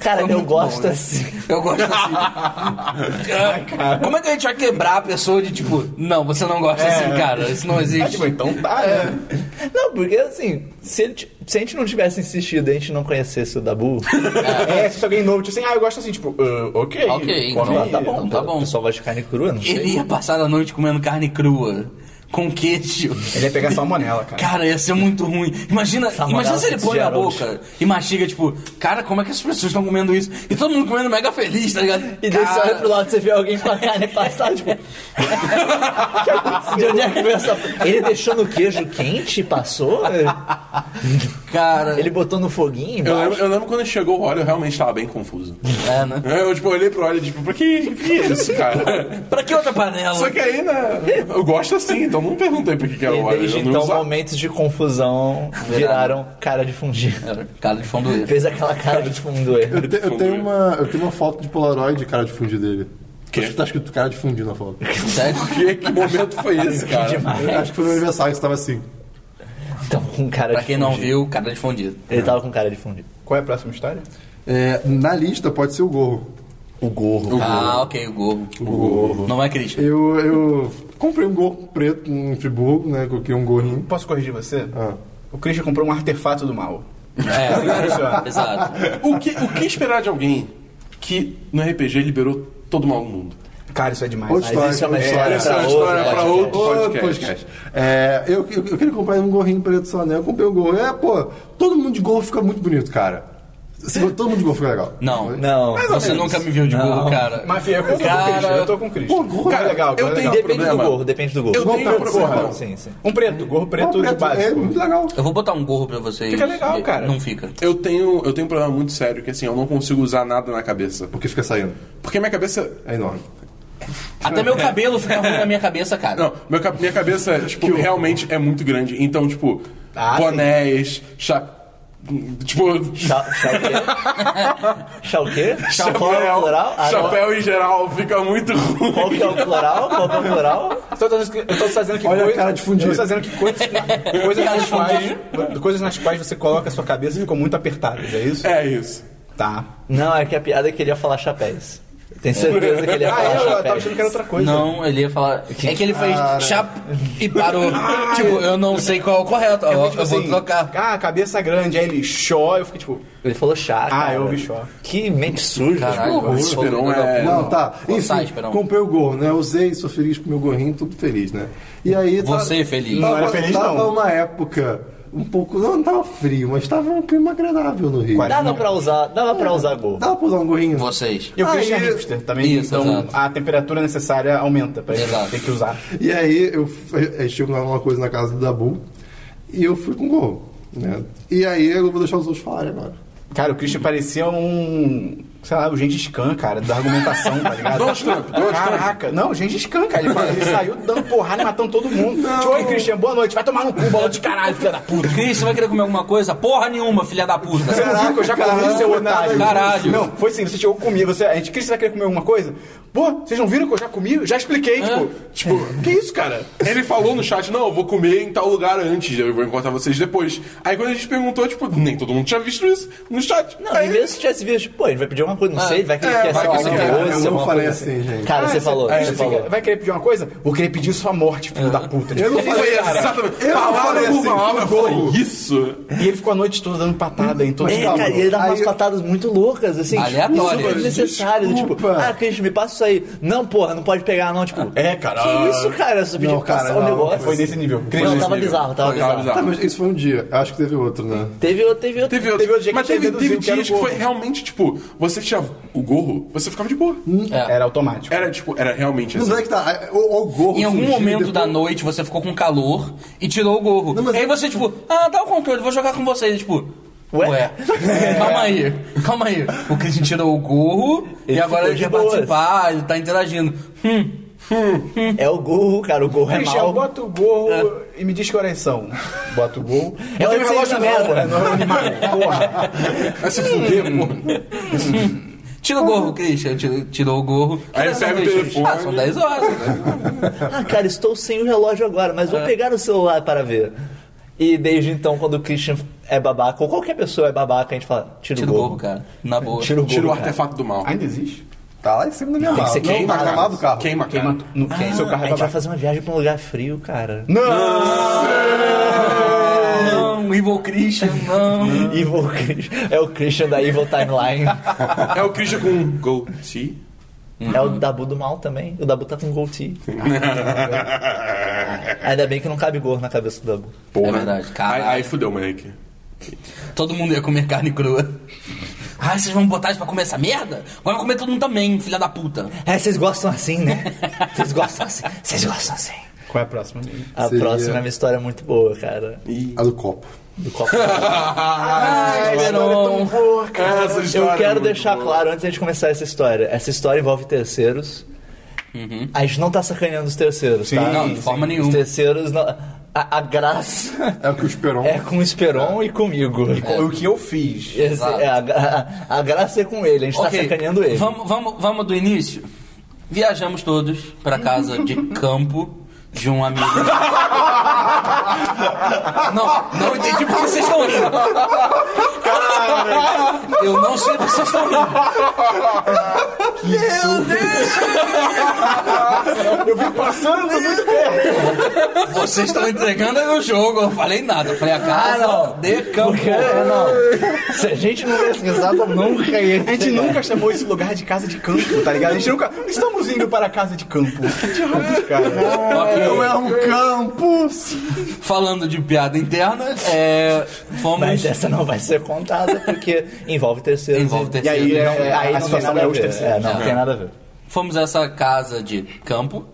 Cara, Foi eu muito gosto bom, né? assim. Eu gosto assim. Ah, Como é que a gente vai quebrar a pessoa de tipo, não, você não gosta É. assim, cara, isso não Ah, existe. tipo, então tá, né? Não, porque assim, se, ele ti- se a gente não tivesse insistido e a gente não conhecesse o Dabu, É, se alguém novo, tipo assim, ah, eu gosto assim, tipo, ah, ok. Ok, come então aí. tá bom, então tá bom. O pessoal gosta de carne crua, não sei. Ele ia passar a noite comendo carne crua, com queijo. Ele ia pegar salmonela, cara. Cara, ia ser muito ruim. Imagina, Salmonella imagina se ele põe na Fitzgerald. boca e mastiga, tipo, cara, como é que as pessoas estão comendo isso? E todo mundo comendo mega feliz, tá ligado? E daí você Cara, olha pro lado você vê alguém com a carne passada, tipo. De onde é que veio essa. Ele deixou no queijo quente e passou? Cara, Ele botou no foguinho? Eu embaixo? lembro, eu lembro quando chegou o óleo, eu realmente tava bem confuso. é, né? Eu, tipo, olhei pro óleo e tipo, pra que, que é isso, cara? Pra que outra panela? Só que aí, né, eu gosto assim, então não perguntei pra que que era o E óleo. desde eu não então, usava. momentos de confusão viraram cara de fundir. Cara, Cara de fundo Fez aquela cara de fundoer. Eu, te- eu tenho uma, eu tenho uma foto de Polaroid de cara de fundir dele. Quê? Acho que tá escrito cara de fundir na foto. sério. Que, que momento foi esse, cara? Eu acho que foi meu aniversário que você tava assim. Tava Então, com cara Pra de quem não fundir. viu, cara de fundido. Ele tava com cara de fundir. Qual é a próxima história? É, na lista pode ser o gorro. O gorro. Ah, ok, o gorro. Não é, Christian? Eu, eu comprei um gorro preto em Friburgo, né? Coloquei um gorrinho. Posso corrigir você? Ah. O Christian comprou um artefato do mal. É, exato. O que, o que esperar de alguém que no RPG liberou todo o mal do mundo? Cara, isso é demais. Outra Mas isso é uma história Essa é uma pra história outra, pra podcast. outro podcast. É, eu, eu, eu queria comprar um gorrinho preto só, né? Eu comprei um gorro. É, pô, todo mundo de gorro fica muito bonito, cara. Se- Todo mundo de gorro fica legal. Não. Não. Você nunca me viu de gorro, cara. Mas eu tô com o Christian. Eu tô com o Christian. Pô, gorro cara, é- legal, eu cara, tenho- legal. Depende do problema. gorro, depende do gorro. Eu tenho tá, um sim, problema. Sim, sim. Um preto, gorro Gorro preto, de preto, é básico. muito legal. Eu vou botar um gorro pra vocês. Fica legal, cara. Não fica. Eu tenho, eu tenho um problema muito sério, que assim, eu não consigo usar nada na cabeça. Porque fica saindo. Porque minha cabeça. É enorme. Até meu cabelo fica ruim na minha cabeça, cara. Não, meu cap- minha cabeça, tipo, realmente é muito grande. Então, tipo, Ah, bonés, cha... Tipo, Chá chá o quê? Chá o quê? Qual é o chapéu. plural? Ah, não. Chapéu em geral fica muito ruim. Qual que é o plural? Qual que é o plural? Eu tô, dizendo que- eu tô dizendo que Olha a coisa- cara de fundido. Eu tô dizendo que coisas, coisas, nas quais, coisas nas quais você coloca a sua cabeça ficam muito apertadas, é isso? É isso. Tá. Não, é que a piada é que ele ia falar chapéus. Tem certeza que ele ia Ah, falar eu, eu tava chapéus. achando que era outra coisa. Não, ele ia falar. É que ele fez chap e parou. tipo, eu não sei qual é o correto. Ó, Porque, eu tipo vou assim, trocar. Ah, cabeça grande, aí ele chó, eu fiquei tipo. Ele falou chá, cara. eu ouvi chá. Que mente suja. Caralho, tipo. o Esperon é- Não, tá. Não Enfim, sai, Esperão. comprei o gorro, né? Usei, sou feliz com meu gorrinho, tudo feliz, né? E aí... tá- Você é feliz. Tava, Não era feliz, tava não. uma época um pouco... Não, não tava frio, mas tava um clima agradável no Rio. Dava pra usar, dava pra usar gorro. Dava pra usar um gorrinho? Vocês. E o Christian é Aí- hipster também, Isso, então exato. a temperatura necessária aumenta pra ele Exato. ter que usar. E aí eu estive uma coisa na casa do Dabu e eu fui com o gol. Né? E aí eu vou deixar os outros falarem agora. Cara, o Christian parecia um. Sei lá, o Gengis Khan, cara, da argumentação, tá ligado? Donald Trump, Donald Trump. Caraca, não, o Gengis Khan, cara, ele, fa- ele saiu dando porrada e matando todo mundo. Tipo, Oi, Christian, boa noite, vai tomar no Um cu, bola de caralho, filha da puta. Cris, você vai querer comer alguma coisa? Porra nenhuma, filha da puta. Você não viu que eu já comi, seu otário? Caralho. Não, foi assim, você chegou comigo, você, a gente, Christian, vai querer comer alguma coisa? Pô, vocês não viram que eu já comi? Já expliquei, tipo, tipo, que isso, cara? Ele falou no chat, não, eu vou comer em tal lugar antes, eu vou encontrar vocês depois. Aí quando a gente perguntou, tipo, nem todo mundo tinha visto isso no chat. Não, Aí- e mesmo se tivesse visto, pô, ele vai pedir alguma coisa, não sei, ele vai querer é, que vai essa Ah, que alguma ele quer. coisa, é Eu não alguma falei coisa. assim, gente. Cara, você falou, Aí você você falou. quer- vai querer pedir uma coisa? Vou querer pedir sua morte, filho da puta. tipo. Eu não falei assim. Foi cara. exatamente. Eu não palavra falei por assim, palavra, foi foi gol. isso. E ele ficou a noite toda dando patada em todo É, mundo. cara, e ele dá umas Aí- patadas muito loucas, assim, Aleatórias. super desnecessárias, Desculpa. tipo, ah, Christian, me passa isso aí. Não, porra, não pode pegar, não, tipo. É, cara. Que isso, cara? Você pediu Não, pra passar cara, o não, negócio. Foi nesse nível. Não, Cringe. tava nível. bizarro, tava Foi, tava bizarro. Tá, mas isso foi um dia. Acho que teve outro, né? Teve outro, teve outro. Teve, outro. Teve outro dia que Mas tinha teve, teve reduzido, que era dias o que foi gorro. realmente, tipo, você tinha o gorro, você ficava de boa. Era automático. Era, tipo, era realmente assim. Não é que tá. O, o gorro Em algum surgiu momento depois- da noite você ficou com calor e tirou o gorro. mas- E aí você, tipo, ah, dá o controle, vou jogar com vocês. E, Tipo, ué. Ué? Calma aí, calma aí. O Christian tirou o gorro Ele e agora ficou ele de quer boas. participar, ele tá interagindo. Hum, É o gorro, cara, o gorro é Cristian, mal. bota o gol e me diz que oração. Bota o gol. É Eu o tenho relógio relógio da não, merda. é não é animado. Porra. Aí você fuder, pô. Tira o gorro, Christian. Tirou, tirou o gorro. Aí Tira pega essa o vez. telefone. Ah, são 10 horas. né? Ah, cara, estou sem o relógio agora, mas vou pegar o celular para ver. E desde então, quando o Christian é babaca, ou qualquer pessoa é babaca, a gente fala, tira, Tira o o gorro, gorro. cara. Na boa. Tira o gorro. Tira o cara. artefato do mal. Ainda existe? Tá lá em cima da minha Tem que mão. ser Não, tá queimado. na mão do carro. Queima, cara. Queima no Ah, seu carro a é gente vai babaca. fazer uma viagem pra um lugar frio, cara. Não, Evil Christian, não. Evil Christian. É o Christian da Evil Timeline. É o Christian com um Go Tea. É Uhum. o Dabu do mal também. O Dabu tá com goatee. Ainda bem que não cabe gorro na cabeça do Dabu. É verdade, Aí, caralho. aí fudeu, moleque. Todo mundo ia comer carne crua. Ai, vocês vão botar isso pra comer essa merda? Agora vai comer todo mundo também, filha da puta. É, vocês gostam assim, né? Vocês gostam assim. Vocês gostam assim. Qual é a próxima? A Seria- próxima é uma história muito boa, cara. A do copo. Do copo. Ai, é Esperon. Essa história Eu é quero muito deixar boa. claro, antes de a gente começar essa história, essa história envolve terceiros. A gente não tá sacaneando os terceiros, tá? Uhum. Não, de forma Os nenhuma. terceiros, não- a, a graça É o que o Esperon. é com o Esperon e comigo. Foi o que eu fiz. Esse- é, a, a- a graça é com ele, a gente tá Ok, sacaneando ele. Vamos, vamos, vamos do início? Viajamos todos pra casa de campo de um amigo. não, não entendi por que vocês estão rindo. Eu não sei por que vocês estão rindo. Eu vim passando muito perto. Vocês estão entregando aí o jogo. Eu não falei nada. Eu falei a casa de campo. É, não. Se a gente não pesquisar, tá nunca ia. A gente chegar. nunca chamou esse lugar de casa de campo, tá ligado? A gente nunca. Estamos indo para a casa de campo. Que diabos, cara? Ok. é um campus! Falando de piada interna, é, fomos. Mas essa não vai ser contada porque envolve terceiros. Envolve E terceiros. aí, é, Não, é, aí a não tem situação nada é a os ver. É, terceiros. não, não tem nada a ver. Fomos a essa casa de campo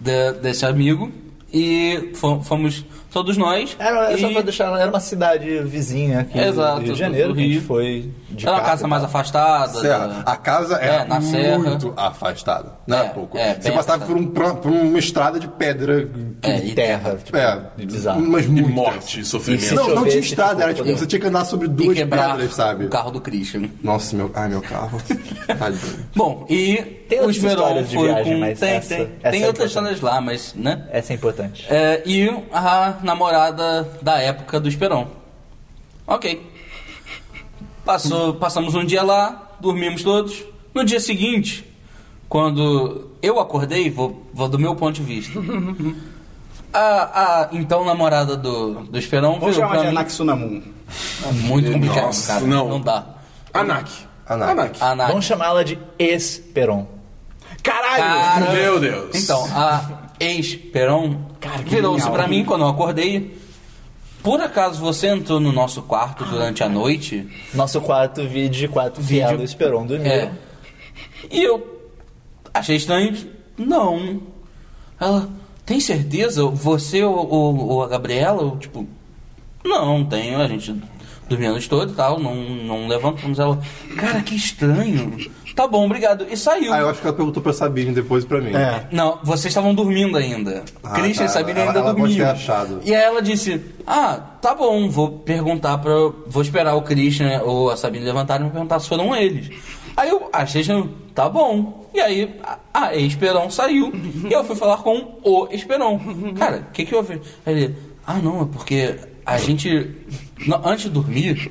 de- desse amigo e fo- fomos todos nós. Era, Só e- pra deixar, era uma cidade vizinha aqui Exato, do Rio de Janeiro, do que a gente Rio. foi de era uma carro tá? casa e mais tal. afastada. Serra. da- A casa É, era na serra. muito afastada. Não É, era pouco. é, Você bem passava por, afastada. um, pra- por uma estrada de pedra. que- É, e terra, tipo, é, bizarro. mas E muito. morte, e se tensa. sofrimento. Não, não chovesse, tinha estrada, era tipo, fodeu. você tinha que andar sobre e duas quebrar pedras, sabe? o carro do Christian. Nossa, meu. Ai, meu carro. Tadinho. Bom, e Tem o outras Esperon histórias de foi viagem, com. mas tem, essa- tem. essa tem é outras importante. histórias lá, mas, né? Essa é importante. É, e a namorada da época do Esperon. Ok. Passou, passamos um dia lá, dormimos todos. No dia seguinte, quando eu acordei, vou, vou do meu ponto de vista. A, a então namorada do, do Esperon Vamos veio chamar de pra mim. Anaxunamun. É Muito complicado, Nossa, cara. não. dá. Anak. Anak. Anak. Vamos chamá-la de Esperon. Caralho! Cara, Meu Deus. Então, a ex-Peron Cara, que virou-se genial. pra mim quando eu acordei. Por acaso você entrou no nosso Ah. quarto durante a noite? Nosso quarto vídeo de quatro Vídeo. fiel do Esperon do Nilo. É. E eu achei estranho. Não. Ela, tem certeza? Você ou, ou- ou a Gabriela? Eu, tipo, não, tenho. A gente dormia a noite toda e tal, não, não levantamos. Ela, cara, que estranho. Tá bom, obrigado. E saiu. Ah, eu acho que ela perguntou pra Sabine depois e pra mim. É. Não, vocês estavam dormindo ainda. Ah, Christian e tá. Sabine Ela- ainda ela pode dormiam. ter achado. E aí ela disse: Ah, tá bom, vou perguntar pra. Vou esperar o Christian ou a Sabine levantarem e perguntar se foram eles. Aí eu achei estranho, tá bom. E aí a- a Esperão saiu e eu fui falar com o Esperão. Cara, o que que houve? Aí ele: Ah, não, é porque a gente. na- antes de dormir,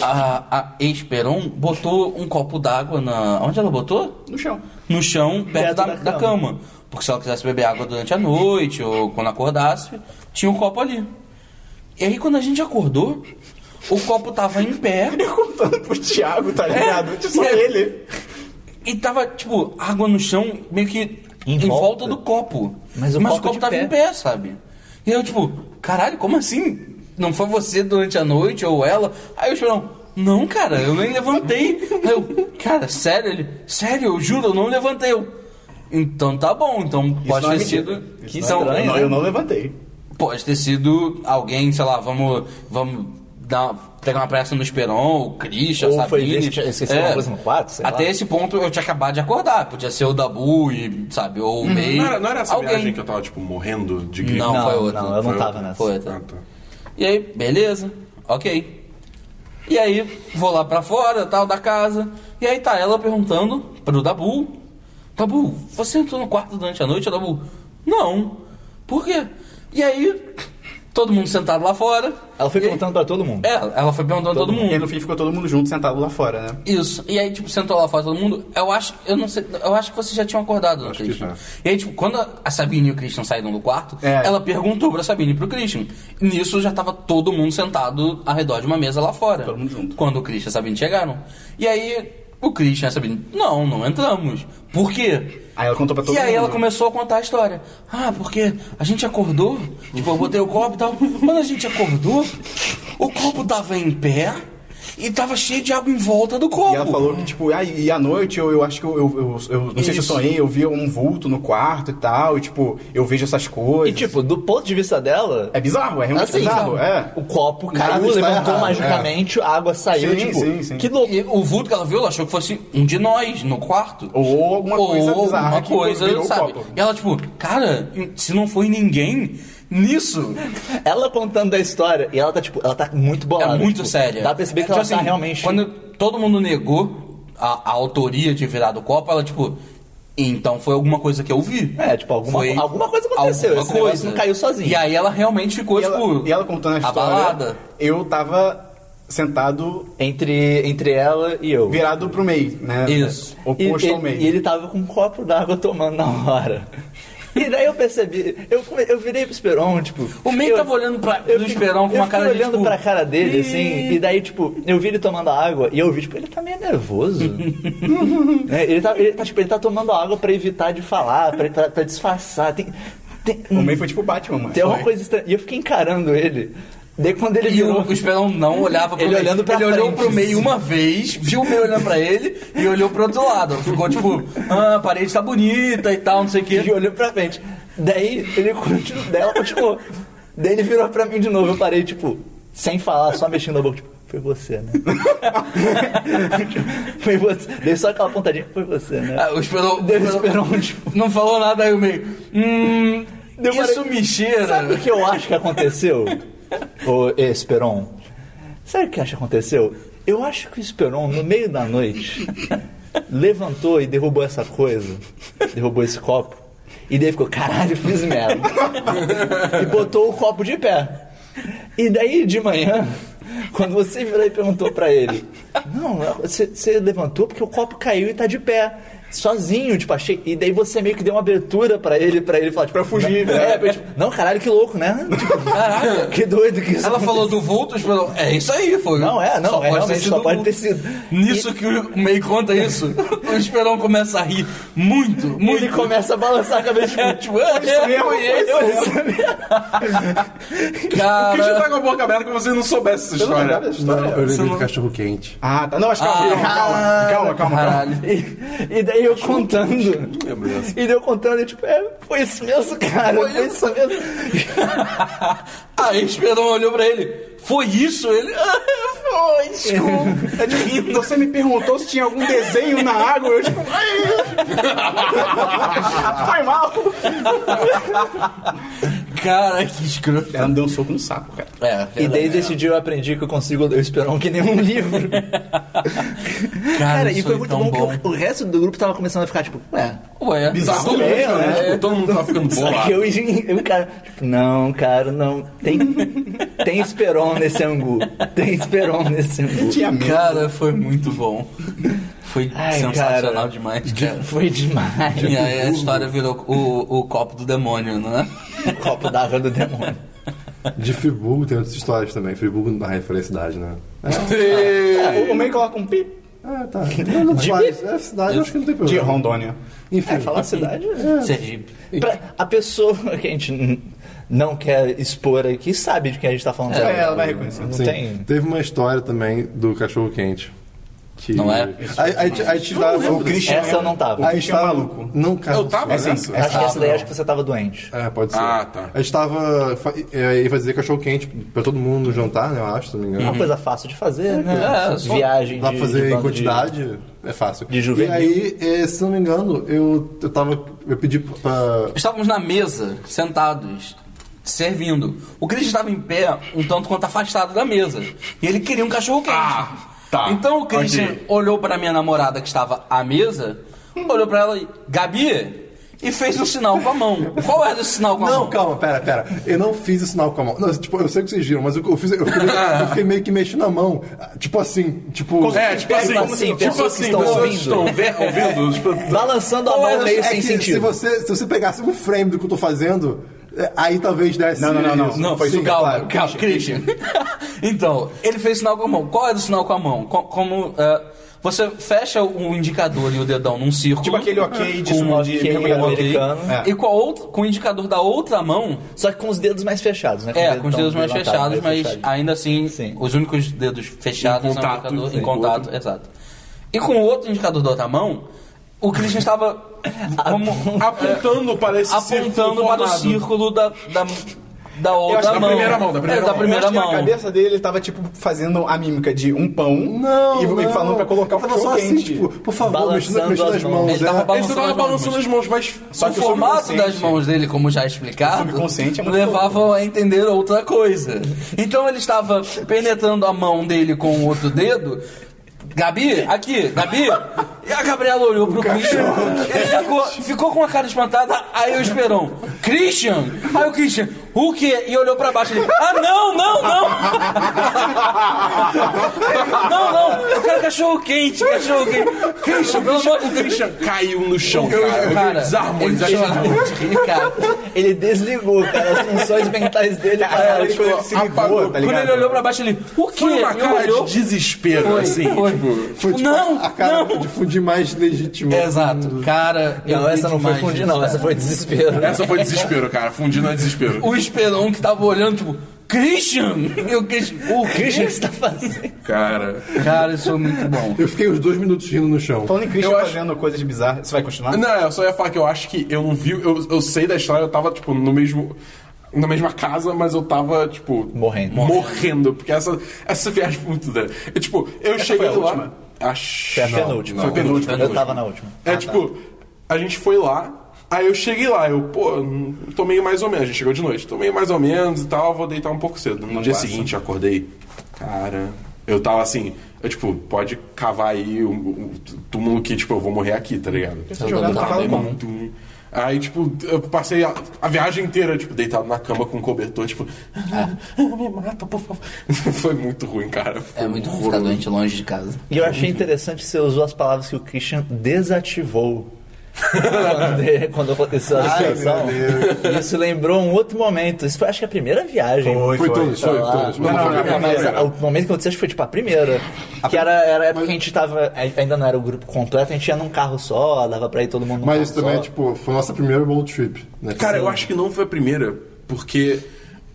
a, a Esperon botou um copo d'água na. Onde ela botou? No chão. no chão Perto perto da, da da cama. Porque se ela quisesse beber água durante a noite ou quando acordasse, tinha um copo ali. E aí quando a gente acordou, o copo tava em pé Eu contando pro Thiago, tá ligado? Só É. ele. e tava, tipo, água no chão meio que em, Em volta. volta? do copo. Mas o copo de tava pé. em pé, sabe? E eu, tipo, caralho, como assim? Não foi você durante a noite ou ela? Aí eu chorão, não, cara, eu nem levantei. Aí eu, cara, sério? Ele, sério, eu juro, eu não levantei. Eu, então tá bom, então pode não é ter mentira. sido. Isso então, não, eu, não, eu não levantei. Pode ter sido alguém, sei lá, vamos. vamos dar, pegar uma pressa no Esperon, o Christian, Ou sabe? foi ver se tinha- esqueceu alguma coisa no quarto, sei lá. Até esse ponto eu tinha acabado de acordar. Podia ser o Dabu e, sabe, ou o May. Uhum. Não era, não era essa alguém. viagem que eu tava, tipo, morrendo de gripe? Não, Não, foi outra. não, eu não Foi tava outra. nessa. Foi Ah, outra. tá. E aí, beleza, ok. E aí, vou lá pra fora, tal, da casa. E aí tá ela perguntando pro Dabu. Dabu, você entrou no quarto durante a noite, Dabu? Não. Por quê? E aí, todo mundo sentado lá fora. Ela foi E aí- perguntando pra todo mundo. É, ela foi perguntando a todo mundo. E aí, no fim ficou todo mundo junto, sentado lá fora, né? Isso. E aí, tipo, sentou lá fora todo mundo. Eu acho, eu não sei, eu acho que vocês já tinham acordado, né, que Christian? já. E aí, tipo, quando a Sabine e o Christian saíram do quarto, É. ela perguntou pra Sabine e pro Christian. Nisso já tava todo mundo sentado ao redor de uma mesa lá fora. Todo mundo junto. Quando o Christian e a Sabine chegaram. E aí, o Christian e a Sabine, não, não entramos. Por quê? Aí ela contou pra todo e aí mundo. ela começou a contar a história. Ah, porque a gente acordou, tipo, eu botei o copo e tal. Quando a gente acordou, o copo tava em pé e tava cheio de água em volta do copo. E ela falou que, tipo, ah, e à noite eu, eu acho que eu, eu, eu, eu não sei se eu Isso. sonhei, eu vi um vulto no quarto e tal, e tipo, eu vejo essas coisas. E tipo, do ponto de vista dela, é bizarro, é realmente Assim, bizarro, sabe? é. o copo caiu, Nada está levantou errado, magicamente, a água saiu, Sim, tipo, sim, sim. que louco. E o vulto que ela viu, ela achou que fosse um de nós no quarto. Ou alguma coisa Ou bizarra alguma que coisa, virou o sabe? copo. E ela, tipo, cara, se não foi ninguém, nisso. Ela contando da história, e ela tá, tipo, ela tá muito bolada. é muito tipo, séria. Dá pra perceber que Tipo ela tá assim, realmente... Quando todo mundo negou a, a autoria de virar do copo, ela, tipo, então foi alguma coisa que eu vi. É, tipo, alguma, Foi alguma coisa aconteceu. alguma esse negócio não caiu sozinho. E aí ela realmente ficou, E ela, tipo, e ela contando a história, abalada. eu tava sentado Entre, entre ela e eu. virado pro meio, né? Isso. E Oposto ao meio. ele, e ele tava com um copo d'água tomando na hora. E daí eu percebi, eu, come- eu virei pro Esperon, tipo. O meio eu, tava olhando pra, do fico- Esperão com eu uma fiquei cara de. olhando tipo, pra cara dele, "Ih". assim, e daí, tipo, eu vi ele tomando água e eu vi, tipo, ele tá meio nervoso. É, ele, tá, ele, tá, tipo, ele tá tomando água pra evitar de falar, pra, tá, pra, pra disfarçar. Tem, tem, O meio foi tipo Batman, mano. tem alguma Foi. coisa estranha. E eu fiquei encarando ele. Daí quando ele E o, virou. o Esperão não olhava pro Ele meio. olhando pra Ele olhou frente, pro meio assim. uma vez, viu o meio olhando pra ele e olhou pro outro lado. Ficou tipo, ah, a parede tá bonita e tal, não sei E o quê. olhou pra frente. Daí ele continuou. Daí ela continuou. Daí ele virou pra mim de novo. Eu parei, tipo, sem falar, só mexendo a boca, tipo, foi você, né? Tipo, foi você. Dei só aquela pontadinha, foi você, né? Ah, o Esperão, o Daí o Esperão Esperon, tipo. não falou nada, aí o meio. Hum. Deu isso para- me cheira. Sabe o que eu acho que aconteceu? Ô, Esperon. Sabe o que eu acho que aconteceu? Eu acho que o Esperon, no meio da noite, levantou e derrubou essa coisa. Derrubou esse copo. E daí ficou, caralho, fiz merda. e botou o copo de pé. E daí, de manhã, quando você virou e perguntou pra ele, não, você, você levantou porque o copo caiu e tá de pé. Sozinho, tipo, achei. E daí você meio que deu uma abertura pra ele, pra ele falar, tipo, Pra fugir, não, né? é, pra ele, tipo, não, caralho, que louco, né? Tipo, Caraca. que doido que isso Ela falou do vulto, o Esperão. É isso aí, foi. Não, é, não, é, realmente, só o pode um vulto." ter sido. Nisso que o meio conta isso, o Esperão começa a rir muito, muito. Ele começa a balançar a cabeça, É, tipo, tipo, é, é, foi esse. é. Por que a gente tá Cara, com a boca aberta como se não soubesse essa Eu não história? lembrava dessa história. Eu Você lembrei não- do cachorro quente. Ah, tá. Não, mas calma, Ah, calma, calma, calma, calma. caralho. E, e daí eu contando. E daí eu contando, e tipo, é, foi isso mesmo, cara. Foi, isso mesmo. Aí o Esperão olhou pra ele. Foi isso? Ele. Ah, foi, desculpa. É tipo, você me perguntou se tinha algum desenho na água, eu tipo. ai. Foi mal! Cara, que escroto. Ela me deu um soco no saco, cara. É, E desde esse dia eu aprendi que eu consigo ler o Esperon que nem um livro. cara, Cara, e isso foi é muito tão bom, que o, o resto do grupo tava começando a ficar, tipo, ué. Ué, Todo mundo, também, né? né? Tipo, todo mundo tá ficando Só que bolado. eu, eu cara, tipo, não, cara, não. Tem, tem Esperon nesse angu. Tem Esperon nesse angu. Tinha medo. cara, foi muito bom. Foi Ai, sensacional cara. demais, cara. Foi demais. E aí a história virou o, o copo do demônio, né? O copo d'água do demônio. De Friburgo tem outras histórias também. Friburgo na referência à cidade, né? O, o meio coloca um pi Ah, tá. Não, não faz. É cidade, eu acho que não tem de problema. Rondônia. Enfim. É, falar a cidade. né? Sergipe. é. Pra- a pessoa que a gente n- não quer expor aqui sabe de quem a gente tá falando. É, agora. ela vai reconhecer. Não Sim. tem. Teve uma história também do cachorro quente. Que... Não é? Aí, aí, te- aí te dá o Christian. Essa eu não tava. O Aí Christian é estava maluco. Não, cara. Eu tava É assim. sim, nessa. é Acho que essa daí não. acho que você tava doente. É, pode ser. Ah, tá. A gente tava. fa- é, Ia fazer cachorro quente pra todo mundo no jantar, né? Eu acho, se não me É engano. Uhum. Uma coisa fácil de fazer, né? É, só- Viagem Dá de, pra de fazer em bando quantidade, é fácil. de juvenil. E aí, é, se não me engano, eu, eu tava. Eu pedi pra. Estávamos na mesa, sentados, servindo. O Christian estava em pé, um tanto quanto afastado da mesa. E ele queria um cachorro quente. Ah, tá. Então o Christian Ok. olhou para minha namorada que estava à mesa, olhou para ela e, Gabi, e fez um sinal com a mão. Qual era esse sinal com a Não, mão? calma, pera, pera. Eu não fiz o sinal com a mão. Não, tipo, eu sei que vocês viram, mas eu, eu fiz, eu, fiquei, eu fiquei meio que mexendo a mão. Tipo assim, tipo. É, tipo assim, Como assim, tipo pessoas que assim, estão pessoas que ouvindo. estão ve- ouvindo. tipo, Balançando a É mão Tá meio que sem Se sentido. você, se você pegasse um frame do que eu tô fazendo, é, aí talvez desse. Não, não, não, não. né? isso. Não, foi Sim, calma, claro. calma, Christian. então, ele fez sinal com a mão. Qual era o sinal com a mão? Co- como. é, você fecha o indicador e o dedão num círculo. Tipo aquele ok de, Com um de ok mergulhador. americano. É. E com, a outra, com o indicador da outra mão, Só que com os dedos mais fechados, né? é, o com os dedão dedos mais levantado, fechados, mais mas fechadinho. ainda assim, Sim. os únicos dedos fechados Em é contato, um indicador sim, em com o contato, outro. exato. E com o outro indicador da outra mão, o Christian estava como, apontando para esse apontando círculo para o formado. círculo da, da, da outra da mão. primeira mão, da É, primeira mão. Eu acho que Na mão. cabeça dele, ele tava, tipo, fazendo a mímica de um pão Não, e não. falando pra colocar um o Tava só cachorro assim, quente. tipo, por favor, mexendo Balançando mexendo as as mãos. mãos. Ele tava é. Ele só tava balançando as mãos, mas Só o que o formato subconsciente- das mãos dele, como já explicado, O subconsciente é muito levavam a entender outra coisa. Então ele estava penetrando a mão dele com o outro dedo. Gabi, aqui, Gabi. E a Gabriela olhou pro Christian. Ele ficou, ficou com a cara espantada. Aí o Esperon, Christian? Aí o Christian, o quê? E olhou pra baixo. Ele, ah, não, não, não. cachorro quente, cachorro quente. Christian, pelo amor de Deus. Christian caiu no chão, cara. Ele Cara, desarmou, ele desarmou. desarmou. Cara, Ele desligou, cara, as funções mentais dele pararam. "Ah, ele, ele se ligou, tá quando ligado? ele olhou pra baixo, ele... O quê? Foi uma E cara olhou, de desespero, foi, assim. foi. Tipo, Foi tipo Não, a cara não. de fundir mais legítimo. Exato. Cara, eu Não, ri essa não foi demais fundir, disso, não. cara. Essa foi desespero. essa foi desespero, cara. Fundir não é desespero. O Esperon que tava olhando, tipo... Christian! E o Christian... O Christian, o que você tá fazendo? Cara. Cara, isso foi muito bom. Eu fiquei uns dois minutos rindo no chão. Falando em Christian Eu acho- fazendo coisas bizarras. Você vai continuar? Não, eu só ia falar que eu acho que eu não vi. Eu, eu sei da história, eu tava, tipo, no mesmo. Na mesma casa, mas eu tava, tipo. Morrendo. Morrendo. Porque essa, essa viagem foi muito doida. É tipo, eu cheguei foi a lá. última? Acho. Foi a penúltima. Foi a penúltima. Eu tava na última. É tipo, a gente foi lá. Aí eu cheguei lá, eu, pô, hum, tô meio mais ou menos. A gente chegou de noite, tomei mais ou menos e tal, vou deitar um pouco cedo. No dia seguinte, acordei. Cara, eu tava assim, eu tipo, pode cavar aí o, o túmulo que, tipo, eu vou morrer aqui, tá ligado? Você jogando Tá cavalo bem, com- mano. Tum. Aí, tipo, eu passei a, a viagem inteira, tipo, deitado na cama com um cobertor, tipo, Ah. me mata, por favor. Foi muito ruim, cara. Foi É muito ruim ficar horroroso. doente longe de casa. E eu achei interessante que você usou as palavras que o Christian desativou. Quando- quando aconteceu a Ai, situação. meu Isso lembrou um outro momento. Isso foi, acho que, a primeira viagem. Foi, Foi foi. todos, foi, Sei lá. todos. Mas Não, não não, foi não, a não, minha. Mas a- o momento que aconteceu acho que foi tipo a primeira. Que era, era a época que a gente tava. a- Ainda não era o grupo completo, a gente ia num carro só, dava pra ir todo mundo num Mas carro isso também, só. é, tipo, foi a nossa primeira road trip. Né? Cara, eu acho que não foi a primeira, porque.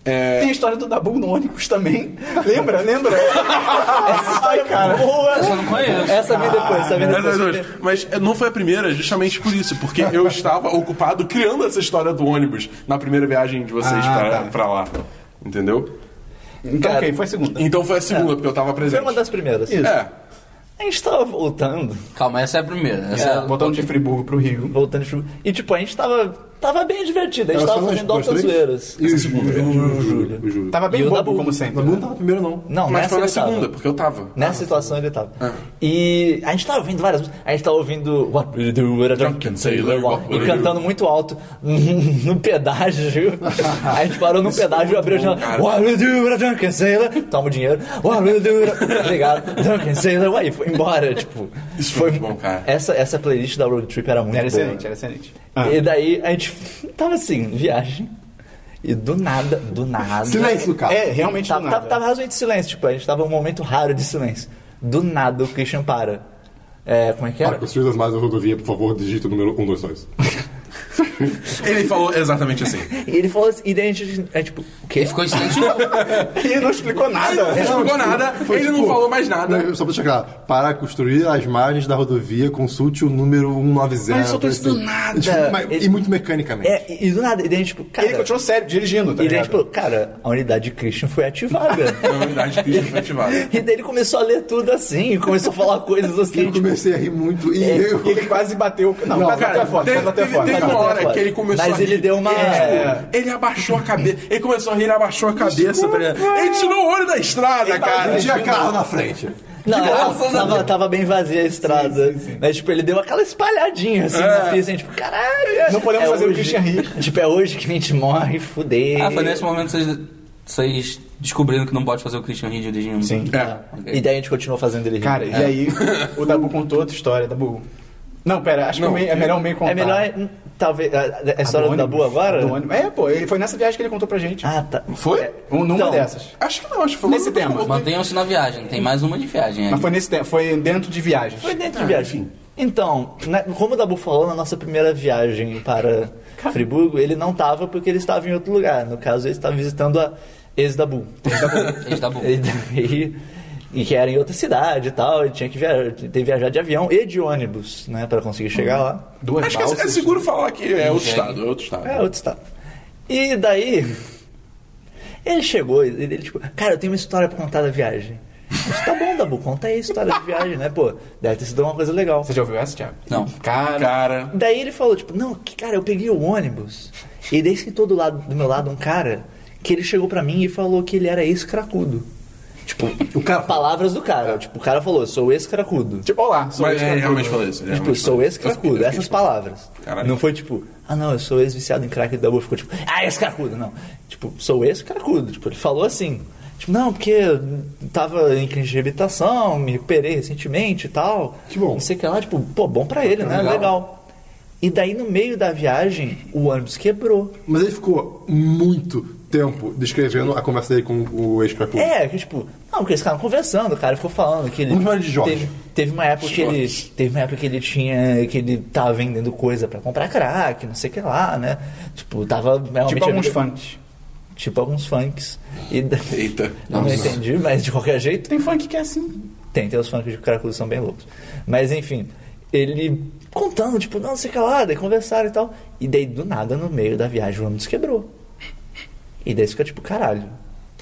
é, Tem a história do Dabu no ônibus também. Lembra, lembra? Essa história, cara. Boa! Eu não conheço. Essa vem depois, essa vem Não, não, não, depois. Mas é, não foi a primeira, justamente por isso, porque eu estava ocupado criando essa história do ônibus na primeira viagem de vocês Ah, pra, tá. pra lá. Entendeu? Então, ok, foi a segunda. Então foi a segunda, porque eu tava Foi presente. uma das primeiras. É. A gente tava voltando. Calma, essa é a primeira. Essa é, a- Botando de Friburgo pro Rio. Voltando de Friburgo. E tipo, a gente tava. Tava bem divertido, a gente Era tava só nós fazendo altas dois, três? zoeiras. E o Júlio, o Júlio, o Júlio, o tá Júlio. Tava E bem o bobo, Dabu. como Mas sempre. né? não tava primeiro, não. Não, Mas nessa foi na ele tava. segunda, porque eu tava. Nessa situação ele tava. Ah. E a gente tava ouvindo várias músicas. A gente tava ouvindo What Will You Do With a Drunken Sailor Walk? E cantando muito alto no pedágio. A gente parou é no pedágio e abriu a janela. What Will You Do With a Drunken Sailor? Toma o dinheiro. What Will You Do With a... Tá Ligado? Drunken Sailor. Ué, e foi embora. Tipo, Isso foi muito bom, cara. Essa, essa playlist da Road Trip era muito Era boa. excelente, era excelente. Ah. E daí a gente tava assim, viagem. E do nada, do nada. Silêncio, cara. É, realmente Tava, do tava, nada. tava razoavelmente silêncio, tipo, a gente tava num momento raro de silêncio. Do nada o Christian para. É, como é que Para era? construir as mais da rodovia, por favor, digita o número 122. Ele falou exatamente assim. E ele falou assim, e daí a gente, é tipo, o quê? Ele ficou em silêncio de novo. E não explicou Ele nada. não explicou nada, ele tipo não falou mais nada. Não, Só pra deixar claro, para construir as margens da rodovia, consulte o número 190. Mas isso foi isso do Assim. nada. Tipo, mas- Ele- E muito mecanicamente. É, e- e do nada, e daí a gente, tipo, cara. Ele continuou sério, dirigindo, tá e daí a ligado? gente falou, cara, a unidade de Christian foi ativada. A unidade Christian foi ativada. e daí ele começou a ler tudo assim, e começou a falar coisas assim. Eu tipo, comecei a rir muito É, e eu... Ele quase bateu. Não, quase bateu a foto, teve, quase bateu a teve- foto. teve Quase bateu uma a hora foto. que ele começou Mas a ele rir. deu uma- É. Ele, tipo, ele abaixou a cabeça. Ele começou a rir, ele abaixou a cabeça. Tá ligado? ele tirou o olho da estrada, tá cara. Não tinha carro na frente. Não, graças a tava, Deus. tava bem vazia a estrada. Mas, tipo, ele deu aquela espalhadinha É. assim na pista, a gente, tipo, caralho! Não podemos fazer o hoje. Christian rir. Tipo, é hoje que a gente morre, fudeu. Ah, foi nesse momento que vocês, vocês descobriram que não pode fazer o Christian Rio dirigindo. Sim. É. Ok. E daí a gente continuou fazendo ele rir. É. Cara, e aí o Dabu contou outra história, Dabu. Não, pera, acho Não, que é meio- é melhor o meio contar. é melhor, hum, talvez, a, a história do Dabu agora? Do ônibus. É, pô, ele foi nessa viagem que ele contou pra gente. Ah, tá. Foi? Um, numa Então, dessas. Acho que não, acho que foi Nesse outra- tema. outra- Mantenham-se na viagem, tem mais uma de viagem aí. Mas foi nesse tempo, foi dentro de viagens. Foi dentro de viagem. Então, né, como o Dabu falou, na nossa primeira viagem para Friburgo, ele não tava porque ele estava em outro lugar. No caso, ele estava visitando a ex-Dabu. Eles da boa. E daí- e que era em outra cidade e tal, ele tinha que viajar, ter que viajar de avião e de ônibus, né, para conseguir chegar lá. Duas Acho que é- é, balsas. seguro falar que é outro Engenho. estado, é outro estado. É outro estado. E daí ele chegou, ele, ele tipo, cara, eu tenho uma história pra contar da viagem. Eu Disse, tá bom, Dabu, conta aí a história da viagem, né, pô? Deve ter sido uma coisa legal. Você já ouviu essa, Thiago? Não. Cara, Cara, Daí ele falou, tipo, não, que, cara, eu peguei o ônibus. E daí sentou do, lado, do meu lado um cara que ele chegou pra mim e falou que ele era ex-cracudo. Tipo, O cara- palavras do cara. Tipo, o cara falou, eu sou ex-cracudo. tipo, olá, sou mas eu, ele Dabu. realmente falou isso. ele Tipo, realmente sou falou. né? Eu ex-cracudo, fiquei- eu essas fiquei- palavras. Caralho. Não foi tipo, ah não, eu sou ex-viciado em crack e da boa ficou tipo, ah, ex-cracudo, não. Tipo, sou ex-cracudo. Tipo, ele falou assim. Tipo, não, porque tava em clínica de reabilitação, me recuperei recentemente e tal. Que bom. Não sei o que lá, tipo, pô, bom pra ele, né? Legal. Legal. E daí, no meio da viagem, o ônibus quebrou. Mas ele ficou muito tempo descrevendo a conversa dele com o ex-cracudo. É, que tipo, não, porque eles ficaram conversando, o cara ficou falando que ele. Vamos chamar ele de Jorge. Teve, teve uma época que ele. Teve uma época que ele tinha. que ele tava vendendo coisa pra comprar crack, não sei o que lá, né? Tipo, tava realmente. é Tipo alguns a vida- funk. Tipo alguns funks. E da- Eita. Eu não entendi, mas de qualquer jeito. Tem funk que é assim. Tem, tem os funk de cracudos são bem loucos. Mas enfim, ele contando, tipo, não, não sei o que lá, daí conversaram e tal. E daí do nada, no meio da viagem, o ônibus quebrou. E daí fica tipo, caralho,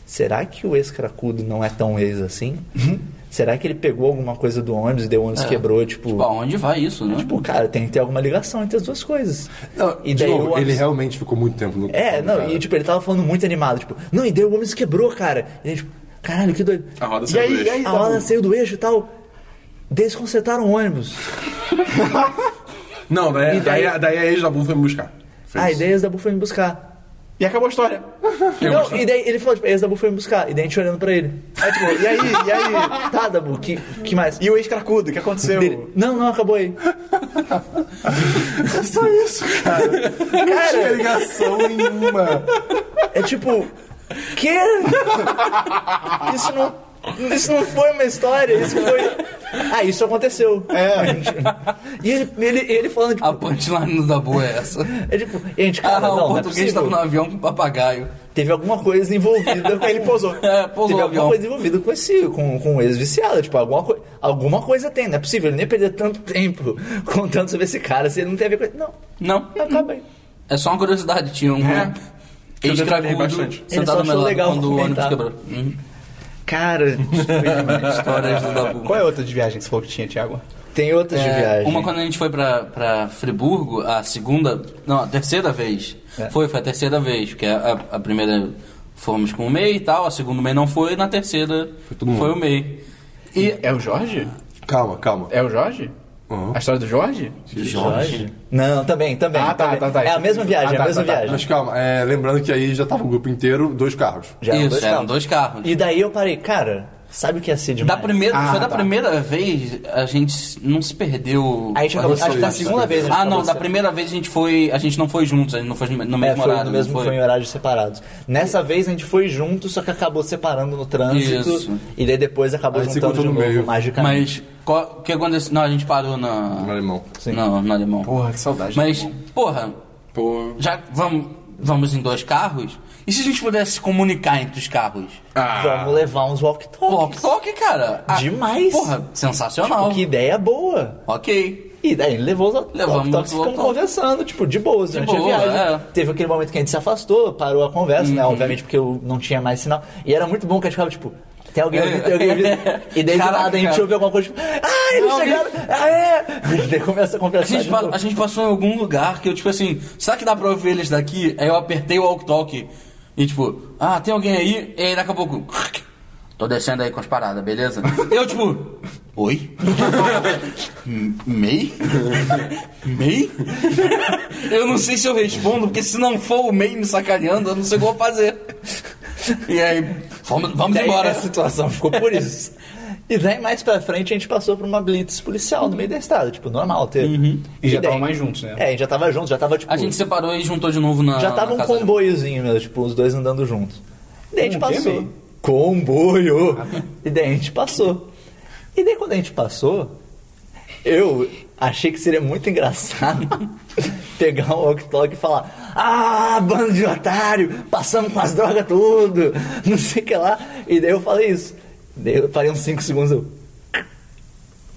será que o ex-cracudo não é tão ex assim? Uhum. será que ele pegou alguma coisa do ônibus e daí o ônibus É. quebrou, tipo. Tipo, aonde vai isso, né? Tipo, cara, tem que ter alguma ligação entre as duas coisas. Não, e de daí novo, o ele ônibus- realmente ficou muito tempo no É, não, cara. e tipo, ele tava falando muito animado, tipo, não, e daí o ônibus quebrou, cara. E aí, tipo, caralho, que doido. A roda saiu do eixo. A roda saiu do eixo e tal. Desconcertaram o ônibus. Não, daí, E daí- daí... a- daí a ex da Bull foi me buscar. Fez. Ah, e daí a Exdabu foi me buscar. E acabou a história. Eu não, gostei. e daí ele falou, tipo, a Exdabu foi me buscar. E daí a gente olhando pra ele. Aí, tipo, e aí, e aí? Tá, Dabu, que, que mais? E o ex-cracudo, o que aconteceu? Dele, não, não, acabou aí. É só isso, cara. Não tinha ligação nenhuma. É tipo, que? Isso não. Isso não foi uma história, isso foi. Ah, isso aconteceu. É. E ele, ele, ele falando, tipo, A punchline da boa é essa. É tipo, gente, Ah, cara, não, o não é possível. português tava no avião com papagaio. Teve alguma coisa envolvida. Aí ele pousou. É, pousou Teve o alguma avião. coisa envolvida com esse, com, com o ex-viciado. Tipo, alguma, coi- alguma coisa tem, não é possível. Ele nem perder tanto tempo contando sobre esse cara se ele não tem a ver com ele. Não, tá, Não, acaba aí. é só uma curiosidade. Tinha um É. Eu detalhei ex-cracudo bastante. Ele só sentado no achou meu lado legal quando o ônibus comentar. quebrou. Hum. Cara, Histórias do Dabu. Qual é a outra de viagem que você falou que tinha, Thiago? tem outras de É, viagem. Uma quando a gente foi pra, pra Friburgo, a segunda. Não, a terceira vez. Foi, foi a terceira vez, porque a, a- a primeira fomos com o MEI e tal, a segunda o MEI não foi, e na terceira foi, todo mundo. o MEI. E É o Jorge? tipo- Calma, calma. É o Jorge? Uhum. A história do Jorge? Jorge? Não, também, também. Ah, tá, também. tá, tá. É a mesma viagem, Ah, é a tá, mesma tá, tá. viagem. Mas calma, é, lembrando que aí já tava o grupo inteiro, dois carros. Já Isso, é, eram dois carros. E daí eu parei, cara, sabe o que ia ser demais? da primeira, Ah, foi da tá. primeira vez a gente não se perdeu. Aí a gente acabou, Parece acho que da isso. né? segunda vez. a gente Ah, acabou não, da sendo- primeira vez a gente foi. A gente não foi juntos, a gente não foi no É, mesmo foi horário. no mesmo não foi em horários separados. Nessa vez a gente foi junto, só que acabou separando no trânsito. Isso. E daí depois acabou Aí se juntando de encontrou novo, no meio. magicamente. Mas qual- o que aconteceu? Não, a gente parou na. No Um alemão. Sim. Não, no alemão. Porra, que saudade. Mas, porra, Pô. já vamos, vamos em dois carros? E se a gente pudesse se comunicar entre os carros? Ah. Vamos levar uns walk-talks. Walk-talk, cara. Ah, Demais. Porra, sensacional. Tipo, Que ideia boa. Ok. E daí ele levou os Levamos walk-talks e os ficamos walkie-talkie. conversando, tipo, de boas durante boa, a viagem. é. Uhum. Teve aquele momento que a gente se afastou, parou a conversa, né? Obviamente porque eu não tinha mais sinal. E era muito bom que a gente ficava, tipo... Tem alguém ouvindo, tem alguém ouvindo. E daí do Caraca, nada a gente cara. ouve alguma coisa, tipo... Ah, eles Não, chegaram! Ah, é! E daí começa a A conversar gente, de pa- novo. a gente passou em algum lugar que eu, tipo assim, será que dá pra ouvir eles daqui? Aí eu apertei o walk-talk e, tipo, ah, tem alguém aí? E aí daqui a pouco, tô descendo aí com as paradas, beleza? Eu, tipo, oi? M- Mei? Mei? Eu não sei se eu respondo, porque se não for o Mei me sacaneando, eu não sei o que eu vou fazer. E aí, vamos, vamos Daí embora. A situação ficou por isso. E daí mais pra frente a gente passou por uma blitz policial no meio da estrada, tipo, normal ter. E já daí- tava mais juntos, né? É, a gente já tava junto, já tava tipo. Uhum. A gente separou e juntou de novo na. já tava Ah, na um casa dele. comboiozinho mesmo, tipo, os dois andando juntos. E daí a gente Um quê, Ah, tá. passou. meio? Comboio! E daí a gente passou. E daí quando a gente passou, eu achei que seria muito engraçado pegar um walk-talk e falar: Ah, bando de otário, passamos com as drogas tudo, não sei o que lá. E daí eu falei isso. Daí eu parei uns 5 segundos eu. "Hum,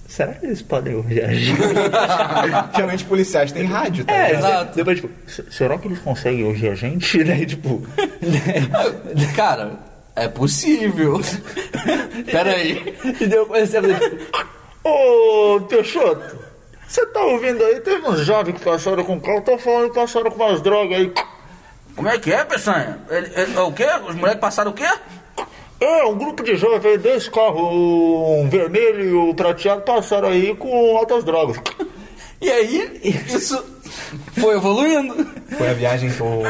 Será que eles podem viajar? É, Geralmente policiais têm rádio, tá É, ligado? exato. Depois, tipo, "Se- será que eles conseguem ouvir a gente? E daí, tipo. Cara, é possível. Pera aí. e daí eu comecei a fazer, tipo, ô, Peixoto, você tá ouvindo aí? Teve uns jovens que passaram com carro, tá falando que passaram com umas drogas aí. Como é que é, Peçanha? Ele, ele- é o quê? Os moleques passaram o quê? É, um grupo de jovens aí, dois carros, um vermelho e o prateado, passaram aí com altas drogas. E aí, isso Foi evoluindo. Foi a viagem com.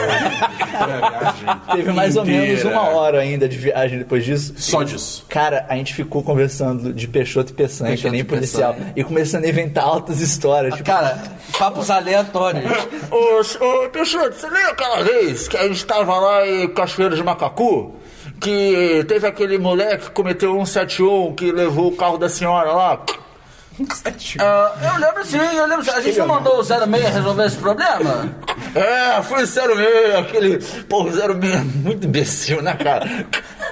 Teve mais ou menos Inteira. uma hora ainda de viagem depois disso. Só disso. Cara, a gente ficou conversando de Peixoto e Peçanha, que Peixoto nem e policial. Peçanha. E começando a inventar altas histórias. Tipo, Cara, papos aleatórios. Ô, ô, Peixoto, você lembra aquela vez que a gente tava lá em Cachoeiro de Macacu? Que teve aquele moleque que cometeu 171 que levou o carro da senhora lá? Ah, eu lembro sim, eu lembro sim. A gente não mandou o 06 resolver esse problema? É, foi 06, aquele. Pô, 06 muito imbecil, né, cara?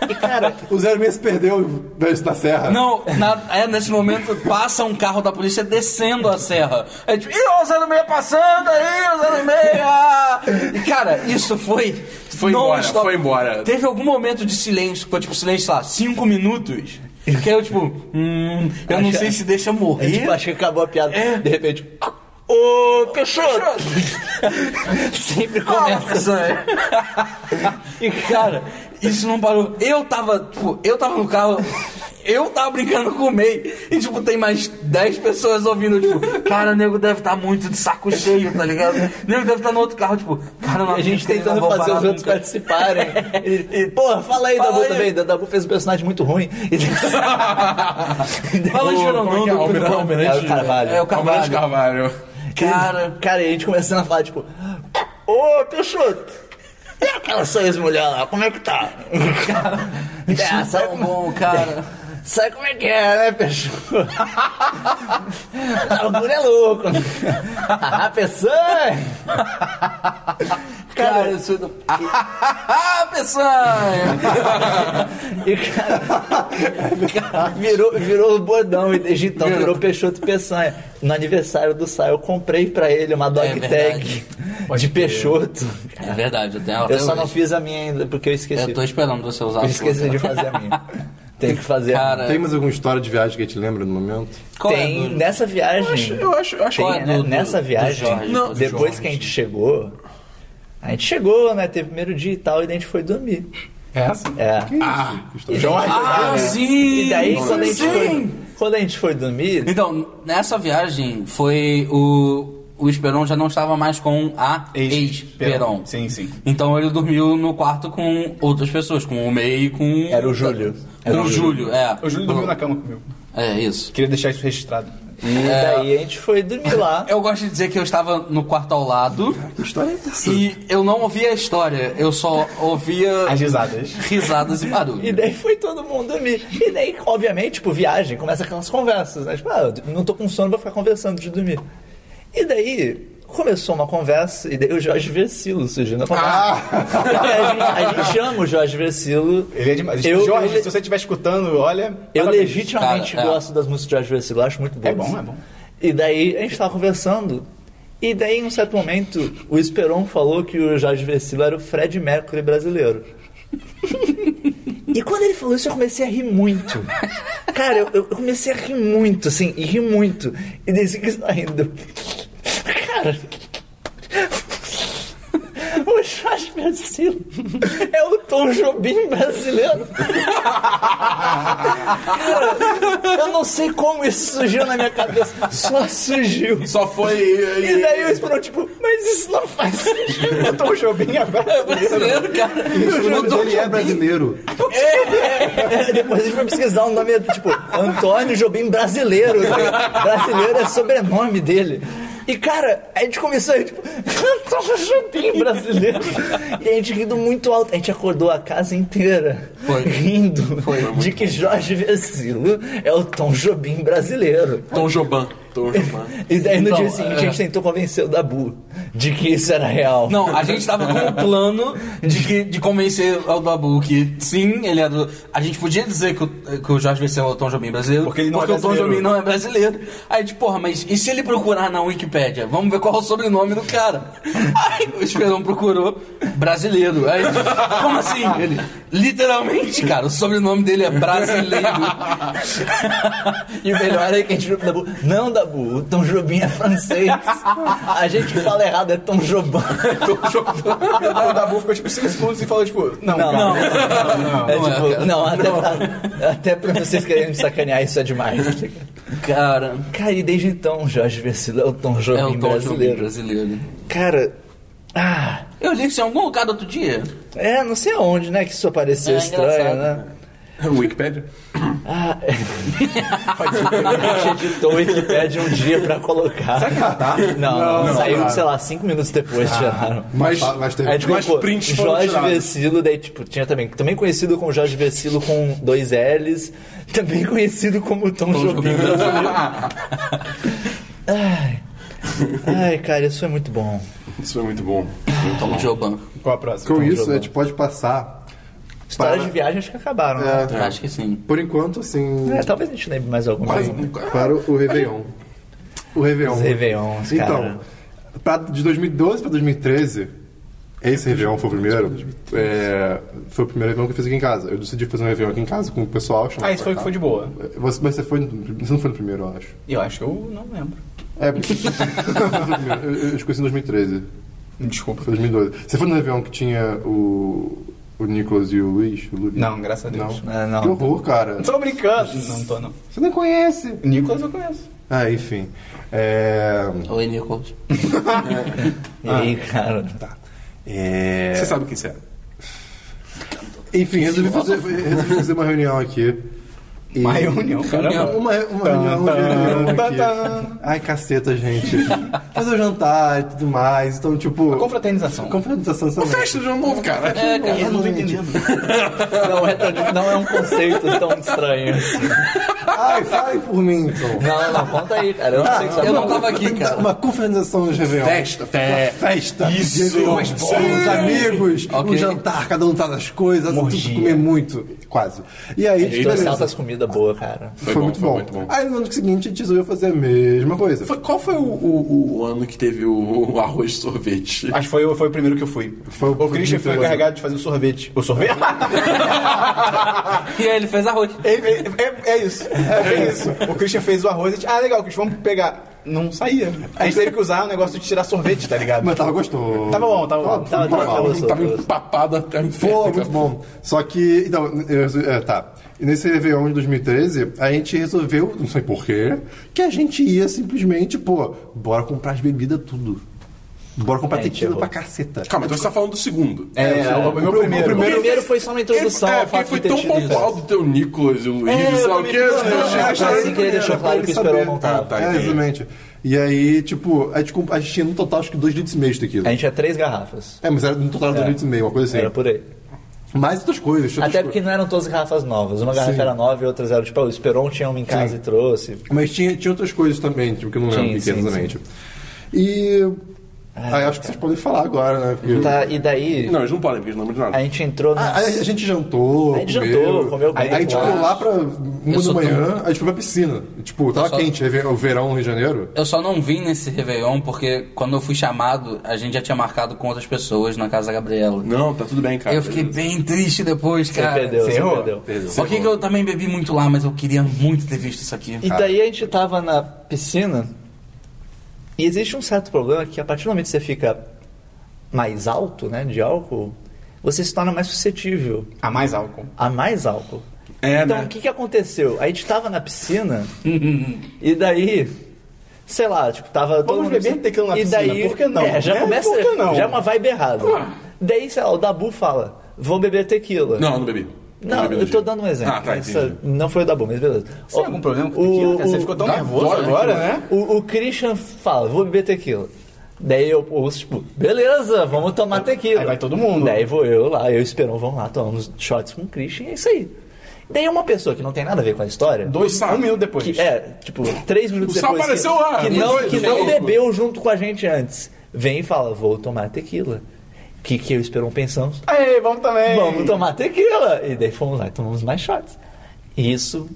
O Zero Meia se perdeu da, da serra. Não, na- é, nesse momento passa um carro da polícia descendo a serra. É tipo, ih, ó, o 06 passando aí, o 06! ah!" E, cara, isso foi. Foi embora, foi embora. Teve algum momento de silêncio, que foi tipo silêncio, sei lá, cinco minutos. Que eu, tipo, hum, eu não Acho- sei se deixa a É gente tipo, morrer. acho que acabou a piada. De repente, Ô, Peixoto! sempre Fala, começa. pessoal. e cara, isso não parou. Eu tava, tipo, eu tava no carro, eu tava brincando com o MEI. E tipo, tem mais 10 pessoas ouvindo, tipo, cara, o nego deve estar muito de saco cheio, tá ligado? O nego deve estar no outro carro, tipo, cara, não E a gente acredito que ele tentando não vai fazer os parar outros nunca. participarem. E, e, porra, fala aí, Fala Dabu aí. também. Da- Dabu fez um personagem muito ruim. E- Fala aí, Fernando. Como é que é? Almirante- Almirante- É o Carvalho. É o Almirante Carvalho. Carvalho. Cara, Cara, e a gente começando a falar, tipo, Ô, Peixoto! E aquela sua ex-mulher lá, como é que tá? isso é sabe tão como- bom, cara. sabe como é que é, né, Peixoto? Dabu é louco. Ah, Peçanha! Cara, isso é... Ah, peçanha! E, cara, virou, virou o bordão e desde então virou Peixoto e Peçanha. No aniversário do Sai, eu comprei pra ele uma dog É tag verdade. de Peixoto. É verdade, eu tenho Eu só não fiz a minha ainda, porque eu esqueci. Eu tô esperando você usar Eu a esqueci sua. de fazer a minha. Tem que fazer a minha. Cara, Tem mais alguma história de viagem que te lembra no momento? qual é a Tem, dúvida? nessa viagem... Eu acho, eu acho. Qual tem, é né, do- do- nessa do viagem, Jorge, é, do depois Jorge. que a gente chegou... A gente chegou, né? Teve o primeiro dia e tal, e daí a gente foi dormir. É essa? É. Jorge? Ah, sim! E daí, quando a gente sim. foi, quando a gente foi dormir, Então, nessa viagem foi o. O Esperon já não estava mais com a ex-Peron. Sim, sim. Então ele dormiu no quarto com outras pessoas, com o Mei e com. Era o Júlio. Com Era o Júlio, é. O Júlio dormiu na cama comigo. É isso. Queria deixar isso registrado. E É. daí a gente foi dormir lá. Eu gosto de dizer que eu estava no quarto ao lado Que história é essa? e eu não ouvia a história, eu só ouvia As risadas. risadas e E barulho. daí foi todo mundo dormir. E daí, obviamente, tipo, viagem, começa aquelas conversas, né? Tipo, ah, eu não tô com sono, vou ficar conversando de dormir. E daí, começou uma conversa, e daí o Jorge Versilo surgiu na Ah! conversa. a, gente, a gente chama o Jorge Versilo. Ele é demais. Eu, Jorge, eu, se você estiver escutando, olha. tá eu parabéns. legitimamente Cara, é. gosto das músicas do Jorge Versilo, eu acho muito boas. É bom, é bom. E daí, a gente tava conversando, e daí, em um certo momento, o Esperon falou que o Jorge Versilo era o Fred Mercury brasileiro. E quando ele falou isso, eu comecei a rir muito. Cara, eu, eu comecei a rir muito, assim, e rir muito. E desde que está rindo. Cara. O Jorge Versilo é o Tom Jobim brasileiro. Cara, eu não sei como isso surgiu na minha cabeça. Só surgiu. Só foi. E daí eu esperou, tipo, mas isso não faz sentido. Eu tô um Jobim agora. Brasileiro, cara. O nome dele é brasileiro. É, Depois a gente foi pesquisar o nome, tipo, Antônio Jobim Brasileiro. né? Brasileiro é sobrenome dele. E, cara, a gente começou aí, tipo, Antônio Jobim Brasileiro. E a gente rindo muito alto. A gente acordou a casa inteira Foi. rindo de que Jorge Vecilo é o Tom Jobim brasileiro. Tom Joban. Tom Joban. E daí no Então, dia seguinte a gente é. tentou convencer o Dabu de que isso era real. Não, a gente tava com o plano de, que- de convencer o Dabu que sim, ele é do. A gente podia dizer que o, que o Jorge Vecel é o Tom Jobim brasileiro, Porque ele não é o Tom brasileiro. Jobim não é brasileiro. Aí, tipo, porra, mas e se ele procurar na Wikipédia? Vamos ver qual é o sobrenome do cara. Aí o Esperão procurou brasileiro. Aí, como assim? Ele, literalmente, cara, o sobrenome dele é brasileiro. E o melhor é que a gente viu pro Dabu. Não, Dabu, o Tom Jobim é francês. A gente que fala errado é Tom Jobim. o Dabu ficou tipo 5 segundos e falou, tipo, não, Não, cara. não. É, não é, tipo, cara. não, até, pra, até pra vocês quererem me sacanear, isso é demais. Cara, Cara, e desde então, Jorge Versilo é o Tom Jobim é o Tom Jobim brasileiro. brasileiro. Cara. Ah. Eu li isso em algum lugar do outro dia. É, não sei aonde, né? Que isso apareceu É, estranho, engraçado, né? Wikipedia? Ah, a gente editou o Wikipedia um dia pra colocar. Será que já tá? Não, não, saiu, sei lá, cinco minutos depois tiraram. Mas, mas teve. Aí a gente Mas colocou prints foram Jorge tirados. Vecilo, daí tipo, tinha também, também conhecido como Jorge Vecilo com dois L's, também conhecido como Tom, Jobim. brasileiro. Ai. Ai, cara, isso é muito bom. Isso foi muito bom. Tom Joban. Qual a próxima? Com tipo isso, né? jogando. a gente pode passar. Histórias Para- de viagem acho que acabaram, né? é, Acho que sim. por enquanto, assim. É, talvez a gente lembre mais alguma Mas, coisa. para o Réveillon. O Réveillon. Os Réveillons, cara. Então, pra- de 2012 pra 2013, esse Réveillon foi o primeiro. é, foi o primeiro Réveillon que eu fiz aqui em casa. Eu decidi fazer um Réveillon aqui em casa com o pessoal. chamar Ah, isso foi pra que cá. É, foi de boa. Você, mas você, foi, no- você não foi no primeiro, eu acho. Eu acho que eu não lembro. É, porque. eu, eu esqueci em 2013. Desculpa. Foi 2012. Você foi no Réveillon que tinha o. O Nicolas e o Luiz? O Luiz? Não, graças a Deus. Não. Ah, Que não. horror, cara. Tô brincando. Não tô, não. Você nem conhece. Nicolas eu conheço. Ah, enfim. É. Oi, Nicolas. E Ah. aí, cara. Tá. é... Você sabe quem você é. Enfim, resolvi fazer, resolvi fazer uma reunião aqui. E- Uma reunião, caramba. Uma, uma reunião, uma reunião É. tan, aqui. tan. Ai, caceta, gente. fazer um jantar e tudo mais. Então, tipo. Confraternização. Confraternização também. Festa de ano novo, cara. É, cara. Eu não tô entendendo. Não é, tão- não é um conceito tão estranho. assim. Ai, fale por mim, é então. Não, não, conta aí, cara. Eu não sei o que você tá Eu não falando. tava aqui, cara. Uma confraternização de Réveillon. Festa, fé. Festa. Isso. Réveillon, Os amigos, Ok. um jantar, cada um tá nas coisas, tudo comer muito. Quase. E aí, A gente beleza. trouxe altas comidas boas, cara. Foi, bom, muito, foi bom. muito bom. Aí no ano seguinte a gente resolveu fazer a mesma coisa. Foi- Qual foi o, o- o ano que teve o, o arroz de sorvete? Acho que foi, foi o primeiro que eu fui. Foi o- o Christian foi foi o- encarregado de fazer o sorvete. O sorvete? E aí ele fez arroz. é, é- é- é isso. É, bem isso. O Christian fez o arroz e a gente, ah, legal, Christian, vamos pegar. Não saía. A gente teve que usar o negócio de tirar sorvete, tá ligado? Mas tava gostoso. Tava bom, tava bom. Tava, tava, tava bom. gostoso. Tava tá empapado até o Pô, inferno. muito bom. Só que, então, eu resol- é, tá. E nesse Réveillon de 2013, a gente resolveu, não sei porquê, que a gente ia simplesmente, pô, bora comprar as bebidas tudo. Bora comprar É, a gente tequila errou. pra caceta. Calma, então você tá falando do segundo. É, o, meu primeiro. O primeiro foi só uma introdução é, ao porque fato foi de ter tão tido pontual isso. do teu Nicolas É, e o Luiz, sei lá o quê. tá Ah, Mas assim que ele deixou claro que o Esperon não Ah, tava. tá, É, entendi. exatamente. E aí, tipo, a gente, comp- a gente tinha no total acho que 2 litros e meio de A tequila. gente tinha três garrafas. É, mas era no total 2 litros e meio, uma coisa assim. É. Era por aí. Mais outras coisas. tinha Até outras porque não eram todas garrafas novas. Uma garrafa Sim. era nova e outras eram, tipo, o Esperon tinha uma em casa e trouxe. Mas tinha, tinha outras coisas também, tipo, que eu não lembro Sim, o que que era sim, É, exatamente. E. Ah, eu acho que vocês podem falar agora, né? Porque- Tá, e daí Não, eles não podem, porque eles não lembram de a nada. gente entrou Ah, na. aí a gente jantou. A gente jantou, comeu Aí bem, a gente foi claro. lá pra uma da sou manhã, a gente foi pra piscina. Tipo, tava só- quente, é ve- o verão no Rio de Janeiro. Eu só não vim nesse Réveillon porque quando eu fui chamado, a gente já tinha marcado com outras pessoas na casa da Gabriela. Não, tá tudo bem, cara. Eu fiquei bem triste depois, Você Ah, cara. perdeu, você errou? perdeu. Só que, que eu também bebi muito lá, mas eu queria muito ter visto isso aqui. E daí a gente tava na piscina e existe um certo problema que a partir do momento que você fica mais alto, né, de álcool, você se torna mais suscetível A mais álcool. a mais álcool. É, então, né? o que, que aconteceu? A gente tava na piscina e daí, sei lá, tipo, tava todo Vamos mundo beber piscina, tequila na e piscina, daí, por que não? É, já É, começa, por que não? Ah. já é uma vibe errada. Daí, sei lá, o Dabu fala, vou beber tequila. Não, eu não bebi. Não, bebi no eu tô dia. dando um exemplo. Ah, tá, Essa- entendi. não foi o Dabu, mas beleza. Você tem Ó, algum problema com tequila? cara? Você ficou tão nervoso agora, né? o, o Christian fala, vou beber tequila. Daí eu ouço, tipo, beleza, vamos tomar tequila. Aí vai todo mundo. Daí vou eu lá, eu e o Esperon, vamos lá, tomamos shots com o Christian e é isso aí. Daí uma pessoa que não tem nada a ver com a história, Dois, um minuto depois. que é, tipo, três minutos O sal depois apareceu que, ah, lá, que não não, foi? que não Louco. bebeu junto com a gente antes, vem e fala, vou tomar tequila. O que, que eu e o Esperon pensamos? Ei, vamos também. Vamos tomar tequila. E daí fomos lá e tomamos mais shots. E isso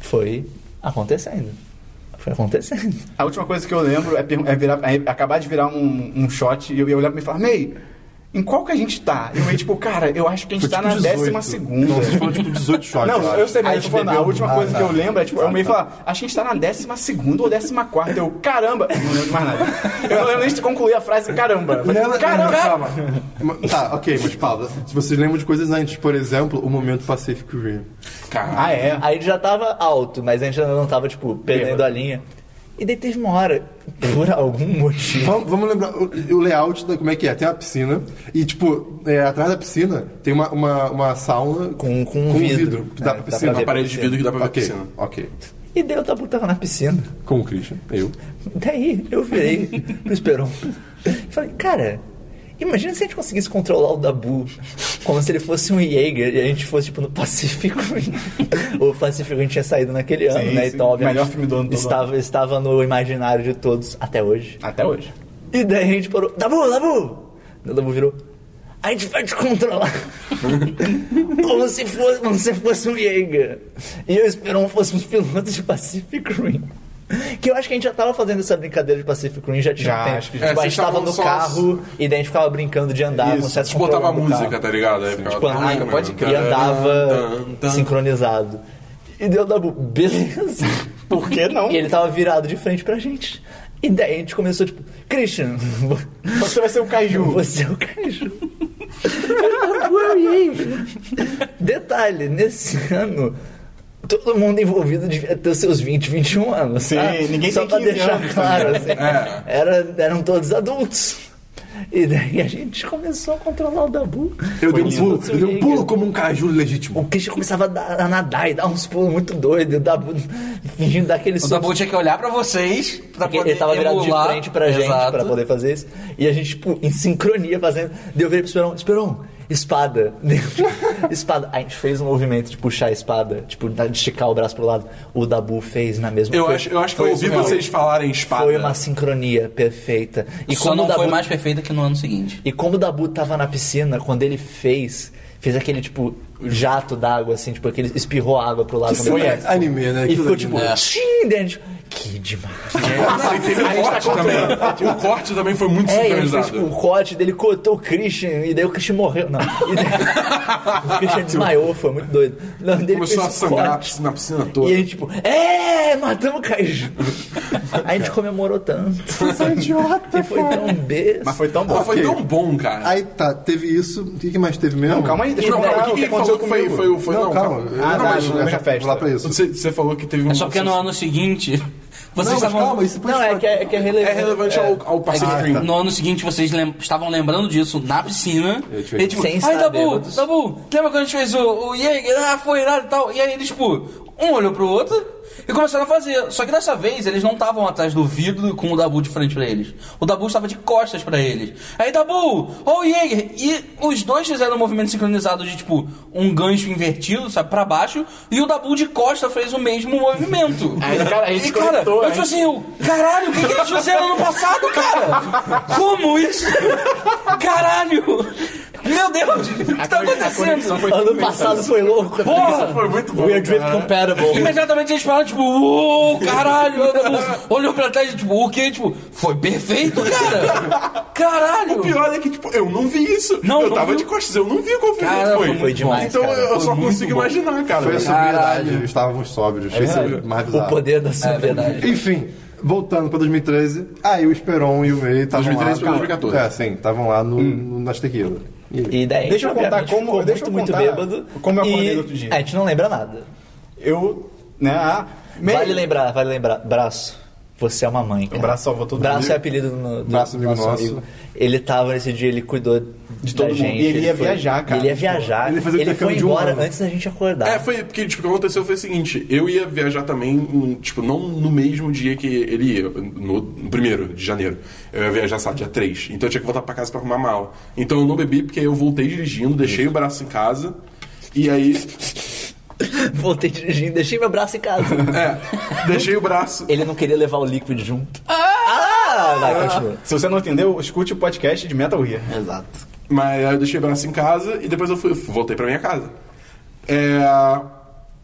foi acontecendo. Foi acontecendo. A última coisa que eu lembro é, pergun- é virar- é acabar de virar um, um shot e eu ia olhar pra mim e falar, May, em qual que a gente tá? E eu ia tipo, cara, eu acho que a gente Foi tá tipo na décima 18. Não, vocês segunda. foram tipo 18 shots. Não, acho. eu sei, A mas eu gente tô falando, a bebeu- última Ah, coisa tá. que eu lembro é, tipo, eu meio falar, acho que a gente tá na décima segunda ou décima quarta. Eu, caramba, eu não lembro de mais nada. Eu não lembro nem de concluir a frase, caramba. Eu falei, Não, não, caramba, não, calma. Ma- Tá, ok, mas Paulo, se vocês lembram de coisas antes, por exemplo, o momento Pacific Rim. Caralho. Ah, é? A gente já tava alto, mas a gente ainda não tava, tipo, perdendo a linha. E daí teve uma hora, por algum motivo. Vamos, vamos lembrar o, o layout da, como é que é. Tem uma piscina e, tipo, é, atrás da piscina tem uma, uma, uma sauna Com- com vidro. que dá É, pra dá piscina. pra Uma ver. parede de vidro que dá pra ver a Ok, piscina. ok. E daí eu tava, tava na piscina. Com o Christian, eu. Daí eu virei pro Esperon. E falei, cara, imagina se a gente conseguisse controlar o Dabu como se ele fosse um Jaeger e a gente fosse, tipo, no Pacífico. o Pacífico a gente tinha saído naquele ano, né? sim. Então, obviamente, Melhor filme do ano todo. estava, estava no imaginário de todos até hoje. Até hoje. E daí a gente parou, Dabu, Dabu! O Dabu virou, a gente vai te controlar. como, se fosse, como se fosse um Jaeger. E eu esperou fosse um piloto de Pacific Rim. Que eu acho que a gente já tava fazendo essa brincadeira de Pacific Rim já tinha Já, um tempo. acho que Tipo, já. É, a vocês gente tava estavam no só- carro e daí a gente ficava brincando de andar Ah, com A certos gente botava controles do música, carro. tá ligado? Aí ficava- Tipo, andava, Tan, pode tan, crer. E tan, andava tan, tan. sincronizado. E deu Dabu, beleza. Por que não? E ele tava virado de frente pra gente. E daí a gente começou, tipo, Christian, Você vai ser o Caju. você é o Caju. Ué, e aí? Detalhe, nesse ano, todo mundo envolvido devia ter os seus 20, 21 anos. Sim, tá? ninguém Só tem pra 15 deixar anos, claro, assim, era- eram todos adultos. E daí a gente começou a controlar o Dabu. Eu dei um Como se pulo, fosse eu dei um Jaeger. pulo como um caju legítimo. O Christian começava a, dar- a nadar e dar uns pulos muito doidos, e o Dabu fingindo dar aquele O susto. Dabu tinha que olhar pra vocês pra Porque poder ele tava virado de emular. frente pra gente Exato. pra poder fazer isso. E a gente, tipo, em sincronia fazendo. Deu virei pro Esperon, Esperon, espada. Deu- espada. Aí a gente fez um movimento de puxar a espada, tipo, de esticar o braço pro lado. O Dabu fez na mesma Eu foi- acho, eu acho que eu foi ouvi surreal. vocês falarem espada. Foi uma sincronia perfeita. E Só não o Dabu... foi mais perfeita que no ano seguinte. E como o Dabu tava na piscina, quando ele fez, fez aquele tipo jato d'água, assim, tipo, aquele espirrou água pro lado. Que quando ele cena fez. anime, né? E Aquilo ficou ali, tipo, né? tchim, dentro. Que demais. Nossa, e teve o corte também. O corte também foi muito É, e ele fez sincronizado. tipo, um corte dele, cortou o Christian, e daí o Christian morreu. Não. E daí- o Christian desmaiou, foi muito doido. Não, dele Começou a fez um sangrar corte, na piscina E toda. ele tipo, é, matamos o Caju. Aí a gente comemorou tanto. Sou idiota, E foi tão besta. Mas foi tão bom. Pô, Ah, foi Ok. tão bom, cara. Aí tá, teve isso. O que, que mais teve mesmo? Não, calma aí, deixa eu Não, calma, contar o que, que aconteceu que foi, foi, o- foi- Não, não, calma. calma. Ah, Eu- tá, eu- na eu- minha eu- vou lá pra isso. Você, você falou que teve um. É só porque no ano seguinte. Vocês Não, mas estavam. calma, isso Não, é que é, é que é É relevante. relevante ao, ao Pacific Ah, Rim. tá. No ano seguinte vocês lem- estavam lembrando disso na piscina. tive- E aí, tipo, Sem ai, estar Dabu, bêbados." Dabu, lembra quando a gente fez o, o Jaeger? Ah, foi irado e tal. E aí eles, tipo, um olhou pro outro e começaram a fazer. Só que dessa vez eles não estavam atrás do vidro com o Dabu de frente pra eles. O Dabu estava de costas pra eles. Aí, Dabu, ó o Jaeger. E os dois fizeram um movimento sincronizado de, tipo, um gancho invertido, sabe, pra baixo. E o Dabu de costas fez o mesmo movimento. Aí, cara, a gente e, cara, conectou, a eu, tipo gente- assim, eu, caralho, o que, que eles fizeram ano passado, cara? Como isso? Caralho! Meu Deus, o que tá acontecendo? Ano passado foi louco. Porra! Foi muito bom. We are drift compatible. Imediatamente eles falaram, tipo, uou, caralho! Olhou pra trás e, tipo, o quê? Tipo, foi perfeito, cara! Caralho! O pior é que, tipo, eu não vi isso. Não, eu não tava viu? de costas, eu não vi qual que Cara, foi foi. muito Foi demais, Então cara. eu eu só consigo imaginar, cara. Foi a Caralho. sobriedade, estávamos sóbrios. Isso é mais O bizarro. poder da sobriedade. Enfim, voltando pra 2013, aí o Esperon e o May estavam 2013 pra lá... 2014. É, sim, estavam lá no, no, nas tequilas. E daí, Deixa eu obviamente, contar como- ficou deixa eu muito, contar muito bêbado. como eu e acordei no outro dia. A gente não lembra nada. Eu, né, ah, meio- Vale lembrar, vale lembrar. Braço, você é uma mãe. cara. Braço salvou todo Braço mundo. é apelido do, no- do Braço amigo nosso nosso. amigo. Ele tava nesse dia, ele cuidou de todo da mundo. gente. E ele ia foi- viajar, cara. Ele ia viajar. Ele Ele, ia fazer o foi intercâmbio de um embora ano. antes da gente acordar. É, foi porque tipo, o que aconteceu foi o seguinte: eu ia viajar também, um, tipo, não no mesmo dia que ele ia, no, no primeiro de janeiro. Eu ia viajar, sabe, dia 3. Então eu tinha que voltar pra casa pra arrumar mal. Então eu não bebi, porque aí eu voltei dirigindo, deixei o braço em casa. E aí, Voltei dirigindo, deixei meu braço em casa. é, deixei o braço. ele não queria levar o líquido junto. Ah! Vai, continua. Se você não entendeu, escute o podcast de Metal Gear. Exato. Mas aí eu deixei o braço em casa e depois eu fui, voltei pra minha casa. É,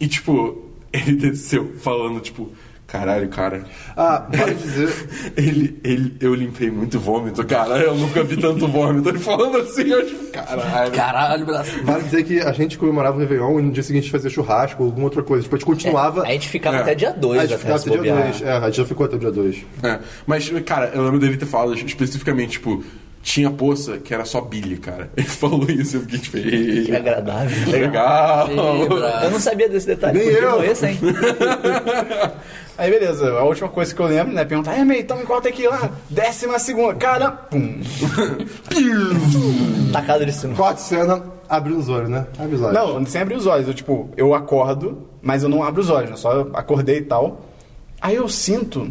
e tipo, ele desceu falando, tipo, caralho, cara. Ah, vale dizer... Ele, ele, eu limpei muito vômito, cara. Eu nunca vi tanto vômito. Ele falando assim, eu tipo, caralho. Caralho, braço. Vale dizer que a gente comemorava o Réveillon e no dia seguinte fazia churrasco ou alguma outra coisa. Tipo, a gente continuava. A gente ficava É. até dia a 2 gente até ficava se até dia bobear. 2. É, a gente já ficou até o dia 2. É, Mas, cara, eu lembro dele ter falado especificamente, tipo, Tinha poça que era só bile, cara. Ele falou isso, eu fiquei tipo, "Ei, Que agradável. legal. Eu não sabia desse detalhe. Nem Podia eu. morrer sem. Aí beleza, a última coisa que eu lembro, né? Perguntar, é, meio, então em qual tem que ir lá? Décima segunda, cara, pum. Tacado de cima. Corte cena, abriu os olhos, né? Abre os olhos. Não, sem abrir os olhos. Eu, tipo, eu acordo, mas eu não abro os olhos, né? Só eu acordei e tal. Aí eu sinto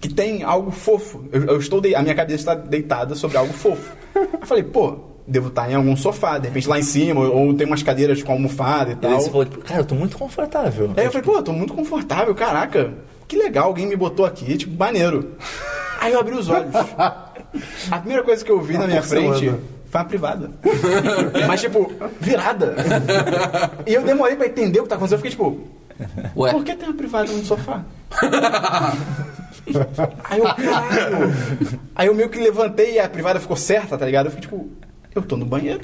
que tem algo fofo. Eu, eu estou dei- A minha cabeça está deitada sobre algo fofo. Eu falei, pô, devo estar em algum sofá, de repente lá em cima, ou, ou tem umas cadeiras com almofada e E tal. daí você falou, tipo, cara, eu tô muito confortável. Aí eu falei, pô, eu tô muito confortável, caraca. Que legal, alguém me botou aqui, tipo, maneiro. Aí eu abri os olhos. A primeira coisa que eu vi na minha Tá porcelana. frente foi uma privada. Mas, tipo, virada. E eu demorei pra entender o que tá acontecendo. Eu fiquei, tipo, Ué, por que tem uma privada no sofá? Aí eu, caralho. Aí eu meio que levantei e a privada ficou certa, tá ligado? Eu fiquei, tipo, eu tô no banheiro.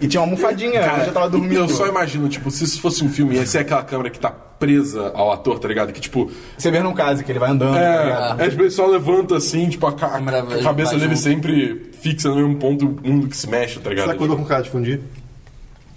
E tinha uma almofadinha, cara, eu já tava dormindo. Eu só imagino, tipo, se isso fosse um filme, ia ser aquela câmera que tá presa ao ator, tá ligado? Que, tipo, Você vê num caso que ele vai andando, tá ligado? é, é tipo, ele só levanta assim, tipo, a, ca- a Câmera vai- cabeça vai dele junto. sempre fixa no mesmo ponto, o mundo que se mexe, tá Você ligado? acordou com cara de fundir?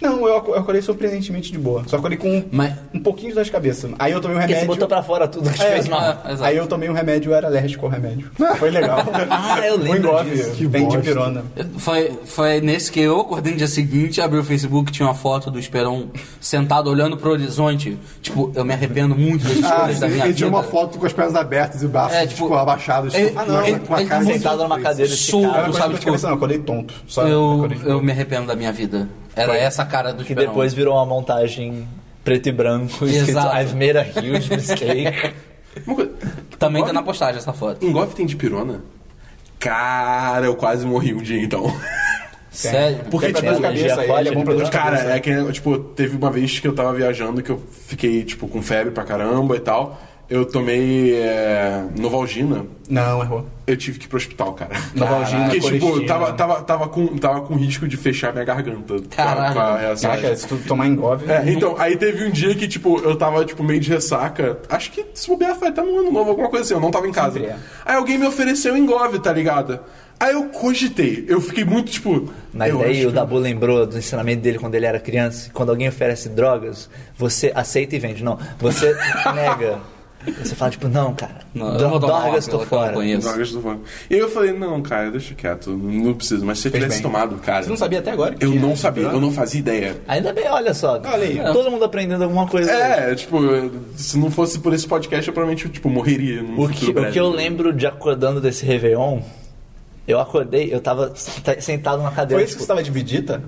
Não, eu, ac- eu acordei surpreendentemente de boa. Só acordei com um, Mas- um pouquinho de dor de cabeça. Aí eu tomei um Porque você remédio. botou pra fora tudo que te É, fez mal. Ah, exato. aí eu tomei um remédio, eu era alérgico ao remédio. Foi legal. Ah, eu o lembro disso. engove, Que bem de bosta. pirona. Foi, foi nesse que eu acordei no dia seguinte, abri o Facebook, tinha uma foto do Esperon sentado olhando pro horizonte. Tipo, eu me arrependo muito das Ah, escolhas da minha ele vida. tinha uma foto com as pernas abertas e o braço, É, tipo, tipo, abaixado, ele- tipo, ah, não, ele- com a ele cara assim. não Sentado numa cadeira Sou- Aí eu esticada. Tu acordei sabe, de tipo, cabeça, não, eu acordei tonto. Só Eu, acordei de eu boa. me arrependo da minha vida. Era essa a cara do Que Esperon. depois virou uma montagem preto e branco, escrito Exato. I've made a huge mistake. Uma coisa- Também tá Engove- na postagem essa foto. Engove Um tem de pirona? Cara, eu quase morri um dia então. Sério? Porque, Tem pra tipo, dor de alergia cabeça, aí, ele é bom pra dor de Cara, cabeça. é que, tipo, teve uma vez que eu tava viajando que eu fiquei, tipo, com febre pra caramba e tal. Eu tomei é, Novalgina. Não, é errou. Eu tive que ir pro hospital, cara. Novalgina, Porque, tipo, colistina. tava, tava, tava, com, tava com risco de fechar minha garganta. com a- Caralho. Com a reação. Caraca, se tu tomar engove. É, então, aí teve um dia que, tipo, eu tava, tipo, meio de ressaca. Acho que se bobear foi até no ano novo, alguma coisa assim, eu não tava em casa. Sempre é. Aí alguém me ofereceu engove, tá ligado? Aí eu cogitei. Eu fiquei muito, tipo. Mas eu daí acho o que- Dabu lembrou do ensinamento dele quando ele era criança. Quando alguém oferece drogas, você aceita e vende. Não, você nega. Você fala, tipo, não, cara. Não, eu não vou tomar uma drogas, tô pílula que eu não fora. conheço. Drogas do banco. E eu falei, não, cara, deixa quieto, não preciso. Mas se eu tivesse bem. tomado, cara. Você não sabia até agora? que Eu tinha não esse sabia, eu problema? não fazia ideia. Ainda bem, olha só. Olha aí. Todo mundo aprendendo alguma coisa. É, tipo, se não fosse por esse podcast, eu provavelmente tipo, morreria. num O futuro que, o breve. que eu lembro de acordando desse Réveillon, eu acordei, eu tava senta- sentado na cadeira. Foi isso tipo, que você tava de vidita?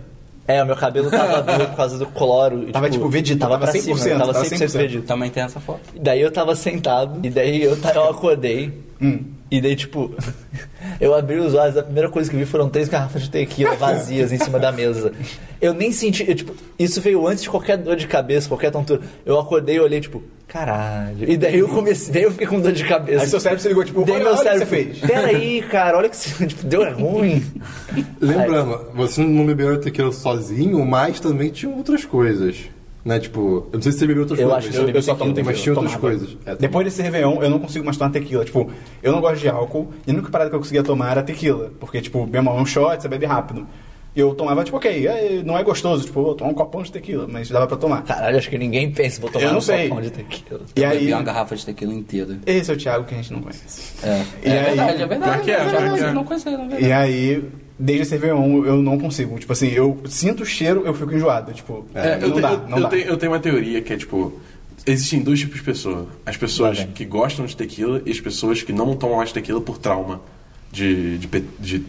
É, o meu cabelo tava duro por causa do cloro. e, Tava, tipo, vegeta, Tava, tava pra cima, 100%, tava tava 100%, 100%. vegeta. Também tem essa foto. E Daí eu tava sentado, e daí eu, ta- eu acordei. Hum. E daí, tipo, eu abri os olhos, a primeira coisa que eu vi foram três garrafas de tequila vazias em cima da mesa. Eu nem senti, eu, tipo, isso veio antes de qualquer dor de cabeça, qualquer tontura. Eu acordei e olhei, tipo, caralho. E daí eu comecei, daí eu fiquei com dor de cabeça. Aí seu cérebro se ligou, tipo, Daí olha, meu olha o que cérebro, você fez. peraí, cara, olha que você, tipo, deu ruim. Lembrando, você não bebeu tequila sozinho, mas também tinha outras coisas. Né, tipo, eu não sei se você bebeu outras Eu coisas. acho que Eu, eu só Bebi tomo tequila, tequila. mas tinha outras tomava. coisas. É, Depois desse Réveillon, eu não consigo mais tomar tequila. Tipo, eu não gosto de álcool e a única parada que eu conseguia tomar era tequila. Porque, tipo, bem mal, é um shot, você bebe rápido. E eu tomava, tipo, ok, é, não é gostoso. Tipo, eu tomo um copão de tequila, mas dava pra tomar. Caralho, acho que ninguém pensa, vou tomar Eu não um sei. copão de tequila. E Eu aí, bebi uma garrafa de tequila inteira. esse é o Thiago que a gente não conhece. É, E é aí- verdade, é verdade. Pior que é, é pior verdade, que é. eu não conhecia, não é E verdade. aí, desde esse Réveillon, eu não consigo. Tipo assim, eu sinto o cheiro, eu fico enjoado. Tipo, É, eu, não te- dá, eu- não eu dá. tenho, eu tenho uma teoria que é tipo. Existem dois tipos de pessoa. As pessoas Lá vem. que gostam de tequila e as pessoas que não tomam mais tequila por trauma. De. de, P- de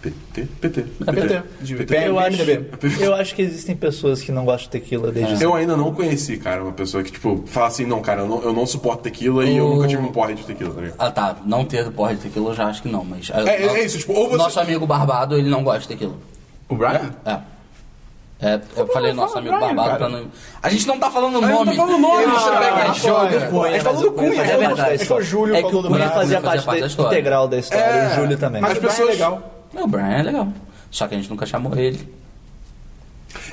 PT? É PT. PT, de PM. Eu acho, MDB. eu acho que existem pessoas que não gostam de tequila desde sempre. Eu ainda não conheci, cara, uma pessoa que, tipo, fala assim, não, cara, eu não, eu não suporto tequila e eu O- nunca tive um porre de tequila, tá ligado? Ah tá, não ter porra de tequila eu já acho que não, mas. ah, É, é isso, tipo, ou você- Nosso amigo barbado, ele não gosta de tequila. O Brian? É. É, eu falei nosso amigo Brian, barbado cara. pra não. A gente não tá falando o nome. não tá falando o Ele nome, é cara. não pega, Ah, joga. olha. A gente falou do Cunha, é falou do- verdade. a gente falou do Júlio, é que falou o do Cunha Braga, fazia ele fazia parte parte da de- história. integral da história, É. o Júlio também. Mas As o Brian pessoas- é legal. Não, o Brian é legal. Só que a gente nunca chamou ele.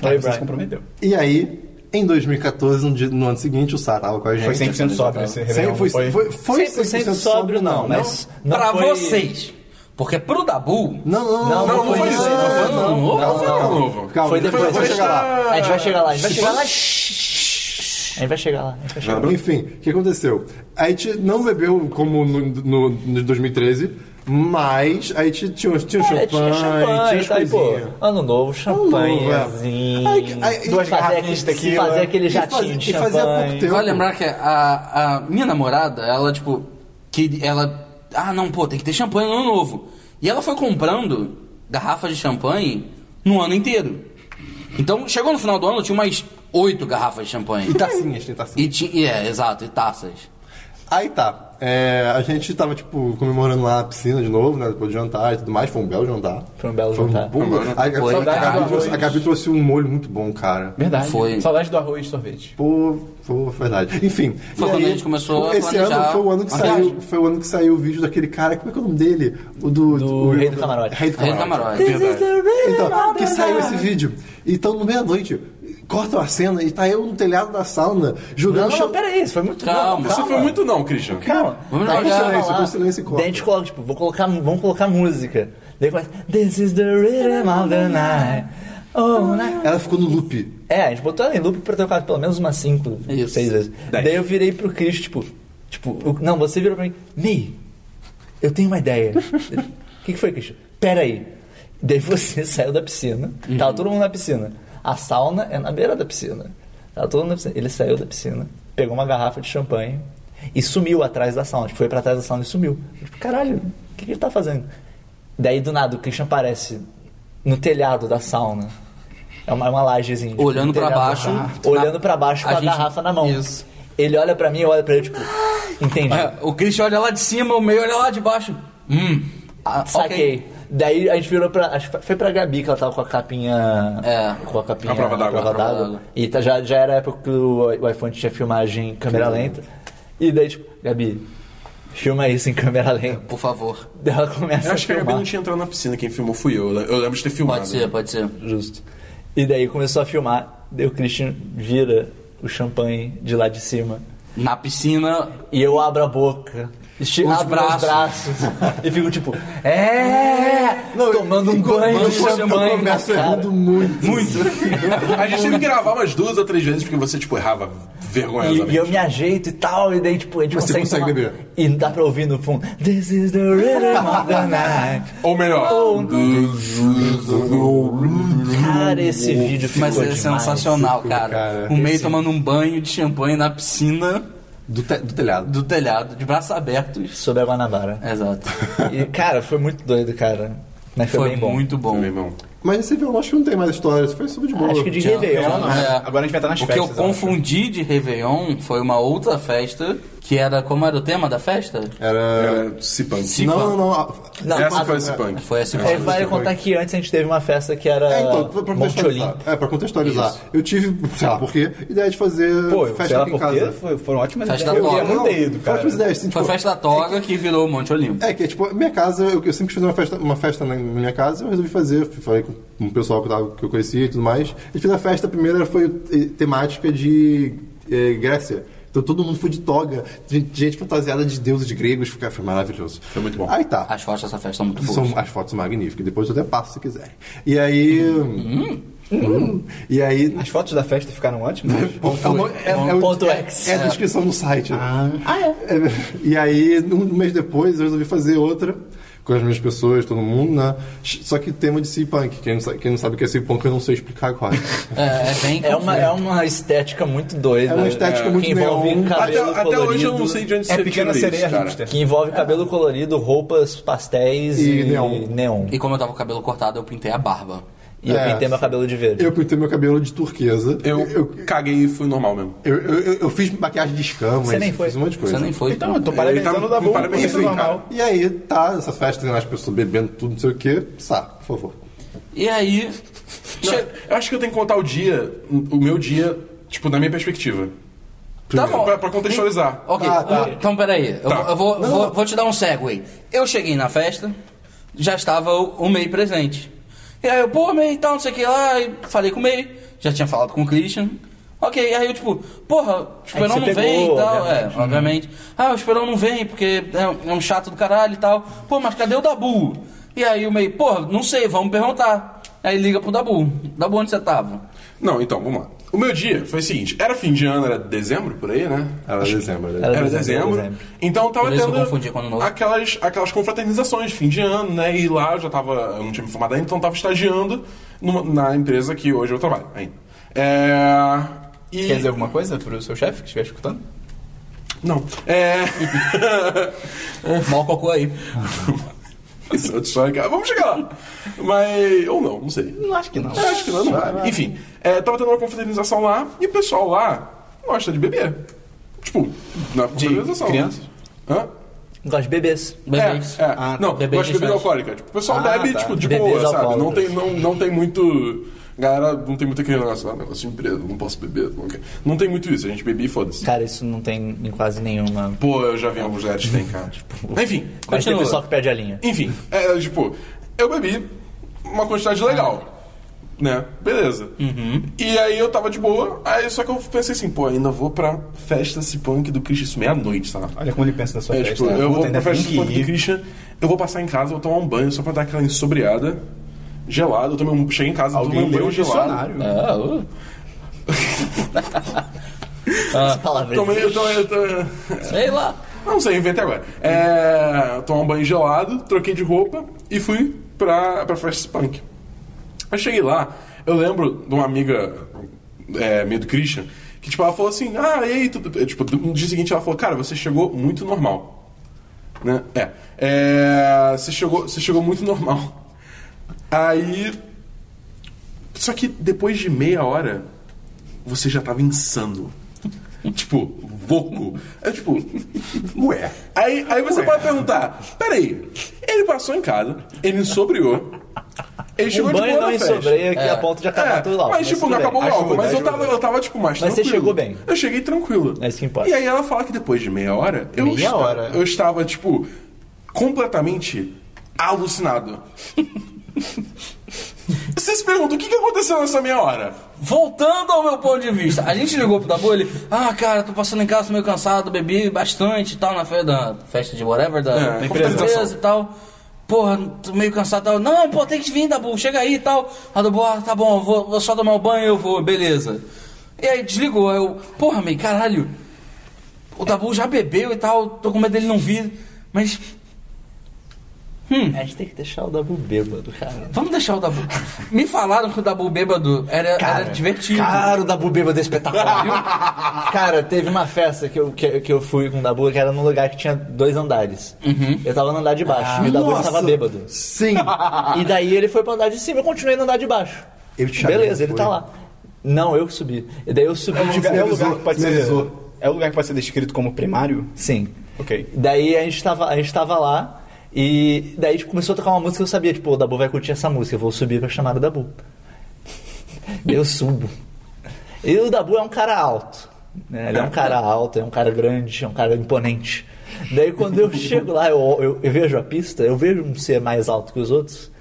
Aí Oi, você se Brian. comprometeu. E aí, em 2014, no, dia- no ano seguinte, o Sara tava com É, a Foi gente. 100% sóbrio esse Réveillon. Sempre foi, não foi, foi 100% sóbrio não, mas... não pra foi- vocês. Porque pro Dabu. Não, não, não. Não, não foi isso. Não foi não. Não foi não, novo. Calma, Foi depois, vai foi chegar lá. A gente vai chegar lá, a gente vai chegar lá. A gente vai chegar lá. a gente vai chegar lá. Enfim, o que aconteceu? A gente não bebeu como no, no, no 2013, mas a gente tinha, tinha É, champanhe, tinha champanhe, tinha tá aí, as pô. coisinhas. Ano novo, champanhezinho. Ai, que- ai, duas fazer garrafinhas aquele, de tequila. fazer aquele E jatinho fazia- de e fazia champanhe. pouco tempo. Vai lembrar que a, a minha namorada, ela, tipo, que ela. Ah, não, pô, tem que ter champanhe no ano novo. E ela foi comprando garrafas de champanhe no ano inteiro. Então, chegou no final do ano, tinha umas oito garrafas de champanhe. E tá- tacinhas, tem tacinhas. E tinha. É, exato, e taças. Aí tá. É, a gente tava, tipo, comemorando lá na piscina de novo, né? Depois de jantar e tudo mais. Foi um belo jantar. Foi um belo jantar. bom- A, a- a- a Gabi trouxe, a Gabi trouxe um molho muito bom, cara. Verdade. Foi. Saudade do arroz e sorvete. Pô, pô, é verdade. Enfim. Foi e quando a gente começou a Esse planejar ano foi o ano que uma saiu. viagem. Foi o ano que saiu o vídeo daquele cara. Como é que é o nome dele? O do. Do o- Rei do Camarote. Rei do Rei do Camarote. camarote. Então, que saiu esse vídeo. Então, no meia-noite, cortam a cena e tá eu no telhado da sauna Não, jogando. não, cham- não, pera aí, isso foi muito Calma. Isso foi muito não, Christian. Calma. Vamos Tá com jogar. silêncio, com silêncio e Daí a corta. gente coloca, tipo, vou colocar, vamos colocar música. Daí começa, This is the rhythm of the night. Oh, night. Ela ficou no loop. É, a gente botou ela em loop pra tocar pelo menos umas 5, Isso. 6 vezes. Daí eu virei pro Chris, tipo, tipo, o- não, você virou pra mim, Ney, eu tenho uma ideia. O que, que foi, Chris? Pera aí. Daí você saiu da piscina, tava Uhum. todo mundo na piscina. A sauna é na beira da piscina. Tava todo mundo na piscina. Ele saiu da piscina, pegou uma garrafa de champanhe e sumiu atrás da sauna. Tipo, foi pra trás da sauna e sumiu. Eu, Tipo, caralho, o que, que ele tá fazendo? Daí do nada o Christian aparece no telhado da sauna. É uma, é uma lajezinha. tipo, Olhando no pra telhado. baixo, Ah. na- Olhando pra baixo com a a, gente- garrafa na mão. Isso. Ele olha pra mim, eu olho pra ele, tipo, entendi. É, o Christian olha lá de cima, o meio olha lá de baixo. Hum. Ah, Saquei. ok. Daí a gente virou pra. Acho que foi pra Gabi que ela tava com a capinha. É. Com a capinha. A prova d'água. a prova A prova d'água. d'água. E tá- já, já era a época que o, o iPhone tinha filmagem em câmera lenta. E daí, tipo, Gabi, filma isso em câmera lenta. Por favor. Daí ela começa Eu a acho que é a Gabi filmar. não tinha entrado na piscina, quem filmou fui eu. Eu lembro de ter filmado. Pode ser, pode ser. Justo. E daí começou a filmar. Daí o Christian vira o champanhe de lá de cima. Na piscina, E eu abro a boca, estiro Os abro meus braços. braços e fico tipo, é! tomando um banho de Enquanto eu champanhe. na começo cara. errando muito. Muito. a gente teve que gravar umas duas ou três vezes porque você, tipo, errava vergonhosamente. E, e eu me ajeito e tal, e daí tipo, a gente Mas você consegue, consegue tomar- beber. E dá pra ouvir no fundo, This is the rhythm of the night. Ou melhor. Cara, esse vídeo ficou Mas é demais. sensacional, cara. cara. O meio tomando um banho de champanhe na piscina Do, te- do telhado. do telhado, de braços abertos. Sobre a Guanabara. Exato. E, cara, foi muito doido, cara. Mas foi, Foi bem bom. muito bom. Meu irmão. Mas esse filme eu acho que não tem mais história. Isso foi super de boa. Acho que de Réveillon, não, é. Agora a gente vai estar nas festas, o que eu eu acho. confundi de Réveillon foi uma outra festa, que era... Como era o tema da festa? É. Era. Era Cipans. Sim, Não, não, não. a- Não, é Essa a- foi a Cipunk. Foi assim. É, vale contar que antes a gente teve uma festa que era É, então, pra Monte contextualizar. Olimpo. É, pra contextualizar. Eu tive, sei lá por quê, ideia de fazer Pô, festa sei lá aqui em por casa. quê, foi- foram ótimas Festa ideias. Eu nova. queria muito ter ido, Foi cara. ótimas ideias, assim, Foi tipo, festa da toga que virou o Monte Olimpo. É, que é tipo, minha casa, eu, eu sempre quis fazer uma festa, uma festa na na minha casa, eu resolvi fazer, fui- falei com um pessoal que eu, tava- que eu conhecia e tudo mais. E fiz a festa, a primeira foi eh, temática de eh, Grécia. Então todo mundo foi de toga, gente, gente fantasiada de deuses gregos, foi, cara, foi maravilhoso. Foi muito bom. Aí tá. As fotos dessa festa são muito boas. São, as fotos são magníficas, depois eu até passo se quiser. E aí. Hum. E aí. As fotos da festa ficaram ótimas. É o nome- é- é o- Ponto é- X. É a descrição no site. Ah, é. E aí, um mês depois, eu resolvi fazer outra com as mesmas pessoas, todo mundo, né? Só que tema de C-Punk. Quem não sabe, quem não sabe o que é C-Punk, eu não sei explicar agora. É, é bem... É uma, é uma estética muito doida. É uma estética muito que envolve neon. Até, cabelo até colorido, hoje eu não sei de onde É você pequena tira sereia isso, cara. hipster. Que envolve cabelo colorido, roupas, pastéis É. E e, neon. neon. E como eu tava com o cabelo cortado, eu pintei a barba. E eu É. pintei meu cabelo de verde. eu pintei meu cabelo de turquesa. Eu, eu, caguei e fui normal mesmo. eu, eu- eu fiz maquiagem de escamas. Você nem foi. Fiz um monte de coisa. Você nem foi. Então, pô. eu tô parabenizando tá tava- o Dabu, parabéns, isso é cara. normal. E aí, tá, essa festa, né, as pessoas bebendo tudo, não sei o quê. Sá, por favor. E aí... Não, che- eu acho que eu tenho que contar o dia, o meu dia, tipo, na minha perspectiva. Tá bom. Pra, pra contextualizar. Ok, Ah, tá. então peraí, eu, Tá. vou- eu vou, vou, vou te dar um segue. Eu cheguei na festa, já estava o, o May presente. E aí eu, pô, May, tal, não sei o que lá, e falei com o May, já tinha falado com o Christian. Ó, Ok, aí eu tipo, porra, o Esperão você não pegou, vem e tal. É, obviamente. obviamente. Ah, o Esperão não vem porque é um, é um chato do caralho e tal. Pô, mas cadê o Dabu? E aí o meio, porra, não sei, vamos perguntar. Aí liga pro Dabu. Dabu, onde você tava? Não, então, vamos lá. O meu dia foi o seguinte, era fim de ano, era dezembro, por aí, né? Era dezembro, né? Era Era dezembro, dezembro. dezembro. Então tava Por isso que eu tendo confundi com Ano Novo. aquelas, aquelas confraternizações de fim de ano, né? E lá eu já tava. Eu não tinha me formado ainda, então tava estagiando numa- na empresa que hoje eu trabalho ainda. É. E... Quer dizer alguma coisa pro seu chefe que estiver escutando? Não. É. Mal cocô aí. Isso é outra história, cara. Vamos chegar lá. Mas. Ou não, não sei. Não acho que não. Eu acho que não, não vai. Enfim, é, tava tendo uma confraternização lá e o pessoal lá gosta de beber. Tipo, na confraternização. crianças? Hã? Gosto de bebês. tá. Bebês. É, é. Ah, não, bebês gosta de distantes. bebida alcoólica. Tipo, o pessoal Ah, bebe, tá. tipo, de Bebês boa, sabe? Não alcoólatras. tem, não, não tem muito. Galera, não tem muita criança. Ah, negócio de empresa, não posso beber. Não, quero. Não tem muito isso, a gente bebia e foda-se. Cara, isso não tem em quase nenhuma. Pô, eu já vi em alguns lugares que tem, cara. Enfim, Tipo, Mas tem Continua. pessoal que perde a linha. enfim, é, tipo, eu bebi uma quantidade legal. Né? Beleza. Uhum. E aí eu tava de boa, aí só que eu pensei assim, pô, ainda vou pra festa cipunk do Christian, isso meia-noite, tá? Olha como ele pensa na sua É, festa. tipo, né? eu Puta, vou ainda pra festa tem do que ir. Christian, eu vou passar em casa, vou tomar um banho só pra dar aquela ensobriada, gelado. Eu tomei um, cheguei em casa, Alguém tomei um leu banho o gelado. dicionário. Ah, uh. Ah. Essa palavra Tomei, eu tomei, eu tomei. Sei lá. Não sei, inventei agora. É, tomar um banho gelado, troquei de roupa e fui pra, pra festa punk. Eu cheguei lá, eu lembro de uma amiga é, minha do Christian, que tipo, ela falou assim, ah, e aí, tudo... é, tipo, no dia seguinte ela falou, cara, você chegou muito normal. Né? É. É, Você chegou, você chegou muito normal. Aí. Só que depois de meia hora, você já tava insano. Tipo, louco. É tipo, ué. Aí, aí você pode perguntar: peraí, ele passou em casa, ele sobriou, ele O chegou de banho boa não na festa. ensobreia que É. a ponto de acabar É, Tá, tudo lá. mas, tipo, tudo não bem. acabou o álcool. Mas eu ajuda, tava, eu tava, tipo, mais Mas você tranquilo. chegou bem. Eu cheguei tranquilo. É isso que importa. E aí ela fala que depois de meia hora... Eu Meia esta- hora. Eu estava, tipo, completamente alucinado. Vocês perguntam, o que que aconteceu nessa meia hora? Voltando ao meu ponto de vista, a gente ligou pro Dabu ele, ah, cara, tô passando em casa meio cansado, bebi bastante e tal, na festa, da, festa de whatever, da, É, da empresa. empresa e tal. Porra, tô meio cansado e tal. Não, pô, tem que vir, Dabu, chega aí e tal. A Dabu, ah, tá bom, eu vou, vou só tomar um banho, eu vou, beleza. E aí desligou, aí eu, porra, meio caralho, o Dabu já bebeu e tal, tô com medo dele não vir, mas A gente tem que deixar o Dabu bêbado, cara. vamos deixar o Dabu. Me falaram que o Dabu bêbado era, era divertido. Cara, É o Dabu bêbado é espetacular, viu? cara, teve uma festa que eu, que, que eu fui com o Dabu, que era num lugar que tinha dois andares. Uhum. Eu tava no andar de baixo, e o Dabu estava bêbado. Sim! E daí ele foi pro andar de cima, eu continuei no andar de baixo. Eu te chamei, Beleza, ele foi. tá lá. Não, eu que subi. E daí eu subi É um de lugar, é um lugar que pode ser. Sinalizou. É um lugar que pode ser descrito como primário? Sim. Ok. Daí a gente tava, a gente tava lá e daí tipo, começou a tocar uma música que eu sabia, tipo, o Dabu vai curtir essa música, eu vou subir pra chamar o Dabu. eu subo. E o Dabu é um cara alto. né? Ele é um cara alto, é um cara grande, é um cara imponente. Daí quando eu chego lá, eu, eu- eu vejo a pista, eu vejo um ser mais alto que os outros.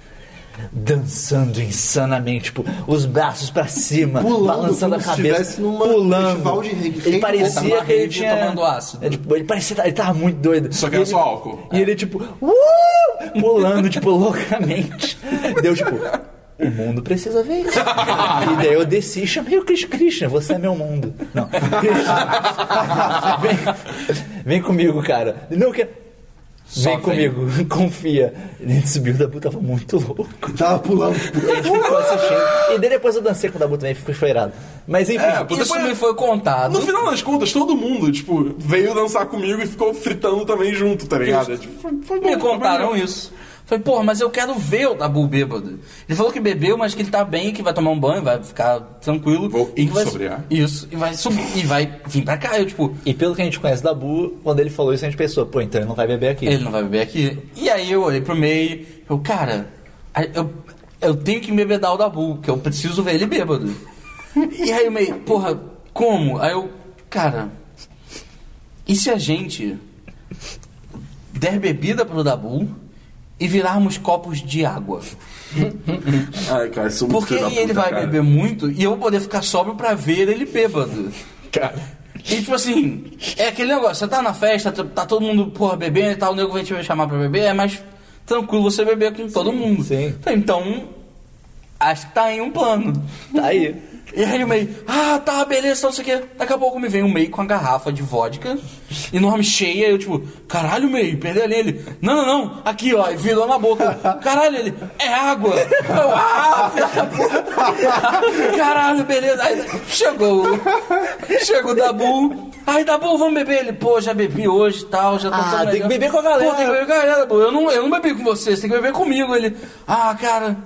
Dançando insanamente, tipo, os braços pra cima, Pulando, balançando a como se cabeça, estivesse numa pulando. festival de rave. ele Quem tá parecia tava que ele rave tinha tomando ácido? É, tipo, ele parecia, ele tava muito doido. Só que E era ele- só álcool. E ele, tipo, uh, pulando, tipo, loucamente. Deu, tipo, o mundo precisa ver isso. E daí eu desci e chamei o Chris Christian, você é meu mundo. Não, Christian, vem, vem comigo, cara. Não, que... Vem vem. comigo, confia. Ele subiu, o Dabu tava muito louco. Tava pulando. E a gente ficou assistindo. E daí depois eu dancei com o Dabu também, ficou feirado. Mas enfim, É, pô, Isso depois- me foi contado. No final das contas, todo mundo, tipo, veio dançar comigo e ficou fritando também junto, tá ligado? É, tipo, foi, foi bom, Me foi contaram maneiro. isso. Falei, porra, mas eu quero ver o Dabu bêbado. Ele falou que bebeu, mas que ele tá bem, que vai tomar um banho, vai ficar tranquilo. Vou e que vai ensobriar. Isso, e vai subir, e vai vir pra cá. Eu, tipo, E pelo que a gente conhece da Bu, quando ele falou isso, a gente pensou, pô, então ele não vai beber aqui. ele não vai beber aqui. E aí eu olhei pro meio, eu, cara, aí eu, eu tenho que embebedar o Dabu, que eu preciso ver ele bêbado. E aí o meio, porra, como? Aí eu, cara, e se a gente der bebida pro Dabu e virarmos copos de água. Ai, cara, isso é muito Porque tá filho da aí ele puta, vai cara. beber muito e eu vou poder ficar sóbrio pra ver ele bêbado. E tipo assim, é aquele negócio, você tá na festa, tá- tá todo mundo, porra, bebendo e tal, o nego vai te chamar pra beber, é mais tranquilo você beber com todo mundo. sim. Então, acho que tá em um plano. Tá aí. E aí o meio, ah, tá, beleza, não sei o quê. Daqui a pouco me vem o meio com a garrafa de vodka, enorme, cheia, eu tipo, caralho, meio, perdeu ali ele. Não, não, não, aqui, ó, e virou na boca. Caralho, ele, é água. Eu, ah, filha da puta. caralho, beleza. Aí chegou, o- chegou o Dabu. Aí, Dabu, vamos beber? Ele, pô, já bebi hoje e tal, já tô Ah, tão tem legal. que beber com a galera. Pô, tem que beber com a galera, Dabu. Eu não, eu não bebi com você, você tem que beber comigo. Ele, ah, cara,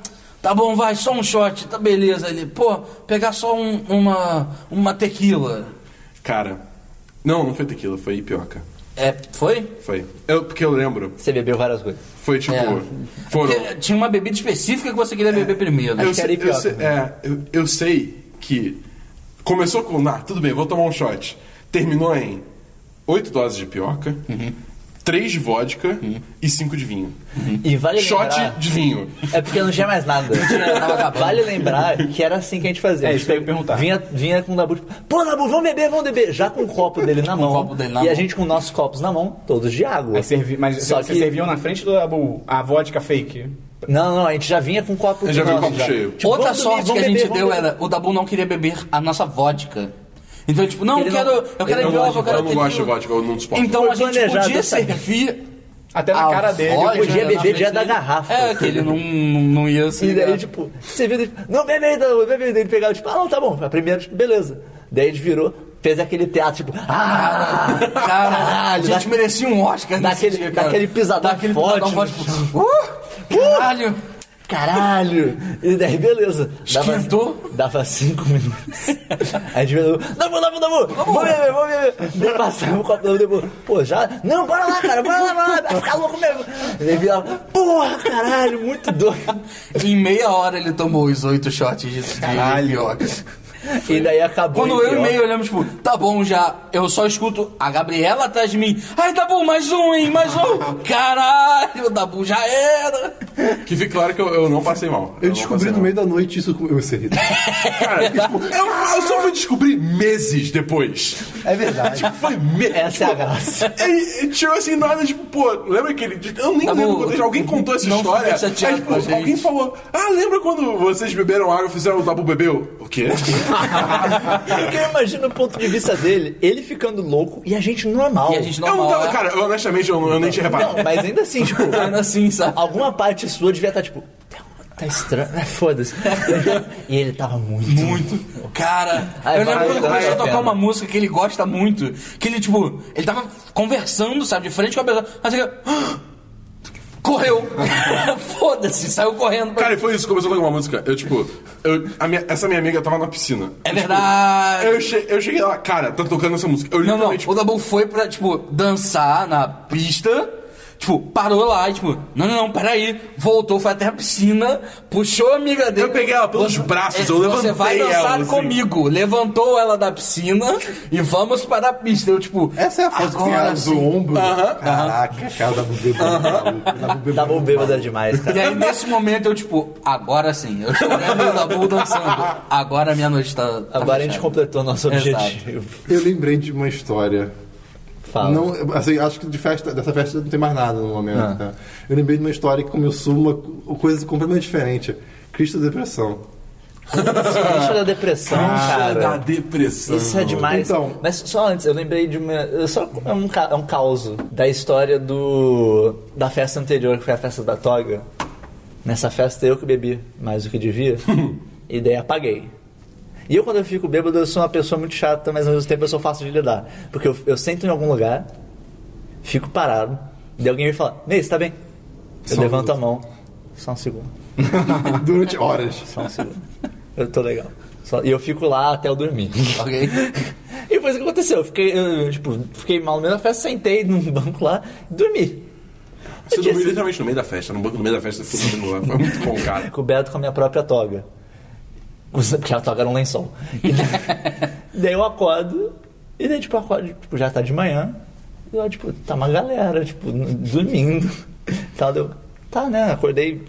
tá bom, vai, só um shot, tá beleza. Ele, pô, pegar só um- uma, uma tequila. Cara, não, não foi tequila, foi ipioca. É, foi? Foi. Eu, porque eu lembro, Você bebeu várias coisas. foi tipo. É. Foram. Porque tinha uma bebida específica que você queria beber É. primeiro. Eu que era né? sei, eu, ipioca. sei, é, eu, eu sei que começou com, ah, tudo bem, vou tomar um shot. Terminou em oito doses de pioca, Uhum. três de vodka e cinco de vinho. E vale Shot lembrar... de vinho. É porque não tinha mais nada. tava acabando. vale lembrar que era assim que a gente fazia. É, A gente isso que eu ia pegou- perguntar. Vinha, vinha com o Dabu, tipo, pô, Dabu, vamos beber, vamos beber. Já com o copo dele na mão. copo dele na e mão. a gente com nossos copos na mão, todos de água. Aí servi, mas Só vocês que- serviam na frente do Dabu a vodka fake. Não, não, a gente já vinha com o copo Eu já vi nosso, copo cheio. Tipo, Outra vamos dormir, sorte que vamos a gente beber, deu vamos era o Dabu não queria beber a nossa vodka. Então, tipo, não, Ele eu quero, não- eu ele quero não vodka, gosta eu quero Eu não gosto de tequila. vodka, eu não suporto. Então a gente planejado podia essa- servir Até na a cara dele. vodka Podia na beber frente dia da dele. garrafa. É, que ele não, não, não ia se E ligar. daí, tipo, você viu, tipo, não, bebe aí, não, bebe aí. Daí ele pegava, tipo, ah, não, tá bom. A primeira, tipo, beleza. Daí ele virou, fez aquele teatro, tipo, ah, Caralho, a gente dá- merecia um Oscar nesse daquele- dia, cara. daquele pisadão Daquele forte, pisadão forte. né? tipo, uh, caralho. caralho. E daí, beleza. Dava- Esquentou. Dava cinco minutos. Aí a gente virou, Dabu, Dabu, Dabu, vamos beber, vamos beber. Daí passava o copo Dabu, Dabu, pô, já, não, bora lá, cara, bora lá, bora lá, vai ficar louco mesmo. Daí virava, porra, caralho, muito doido. Em meia hora ele tomou os oito shots de- de Caralho. E daí acabou. Quando em eu e pior. meio olhamos, tipo, tá bom já, eu só escuto a Gabriela atrás de mim. Ai, tá bom, mais um, hein, mais um. Caralho, o Dabu já era. Que fique claro que eu, eu não passei mal. Eu descobri no meio da noite isso com eu sei. Cara, eu, eu só fui descobrir meses depois. É verdade. Foi meses. Essa é a graça. E, e tirou assim, nada, tipo, pô, lembra aquele. dia? Eu nem Tá lembro bom. quando já alguém contou essa Não história. fica chateado Aí, tipo, com a gente. alguém falou: Ah, lembra quando vocês beberam água e fizeram o tabu bebeu? O quê? Porque eu imagino o ponto de vista dele, ele ficando louco e a gente normal. E a gente eu não normal. tava, né? cara, eu, honestamente, eu, eu nem tinha reparado. Não, mas ainda assim, tipo, Ainda assim, sabe? alguma parte sua devia estar tipo, "Tá- tá estranho, né? Foda-se. E ele tava muito. Muito. Cara, Ai, eu lembro vai, quando vai, começou a vai, tocar vai. uma música que ele gosta muito. Que ele, tipo, ele tava conversando, sabe, de frente com a pessoa. Mas ele. "Ah!" Correu! Foda-se, saiu correndo. Cara, e foi isso, começou a tocar uma música. Eu, tipo, eu- a minha- essa minha amiga tava na piscina. é verdade. Eu, che- eu cheguei lá, cara, tá tocando essa música. Eu Não, não. literalmente. O Dabu foi pra, tipo, dançar na pista. Tipo, parou lá e, tipo, não, não, não, peraí. Voltou, foi até a piscina, puxou a amiga dele. Eu peguei ela pelos Você- braços, é, eu Você levantei vai dançar ela, assim. comigo. Levantou ela da piscina e vamos para a pista. Eu, tipo, Essa é a foto que tem agora a sim. do ombro. Caraca, cara, dá pro bêbado. Tava um bêbado demais, E cara. aí, nesse momento, eu, tipo, agora sim. Eu estou vendo o Dabu dançando. Agora a minha noite tá. tá Agora a gente fechada. completou nosso Exato. objetivo. Eu lembrei de uma história. Fala. Não, assim, acho que de festa, dessa festa não tem mais nada no momento. tá? Eu lembrei de uma história que começou uma co- coisa completamente diferente. Cristo da depressão. Isso da depressão, da cara. depressão. Isso é demais. Então. Mas só antes, eu lembrei de uma. eu Só é um, ca- é um caos da história do. da festa anterior, que foi a festa da toga. Nessa festa eu que bebi mais do que devia. e daí apaguei. E eu, quando eu fico bêbado, eu sou uma pessoa muito chata, mas ao mesmo tempo eu sou fácil de lidar. Porque eu, eu sento em algum lugar, fico parado, e alguém me fala: Ney, você tá bem? Eu Só um levanto a mão. Só um segundo. Durante horas. Só um segundo. Eu tô legal. Só- E eu fico lá até eu dormir. Ok? E foi isso que aconteceu. Eu fiquei, eu, tipo, fiquei mal no meio da festa, sentei num banco lá e dormi. Você dormiu literalmente no meio da festa, no banco no meio da festa, ficou dormindo lá. Foi muito bom, cara. Coberto com a minha própria toga. Usa- Porque a toga era um lençol. E daí, daí eu acordo, e daí, tipo, eu acordo, tipo, já tá de manhã. E eu, tipo, tá uma galera, tipo, n- dormindo. Tal, daí eu, Tá, né? Acordei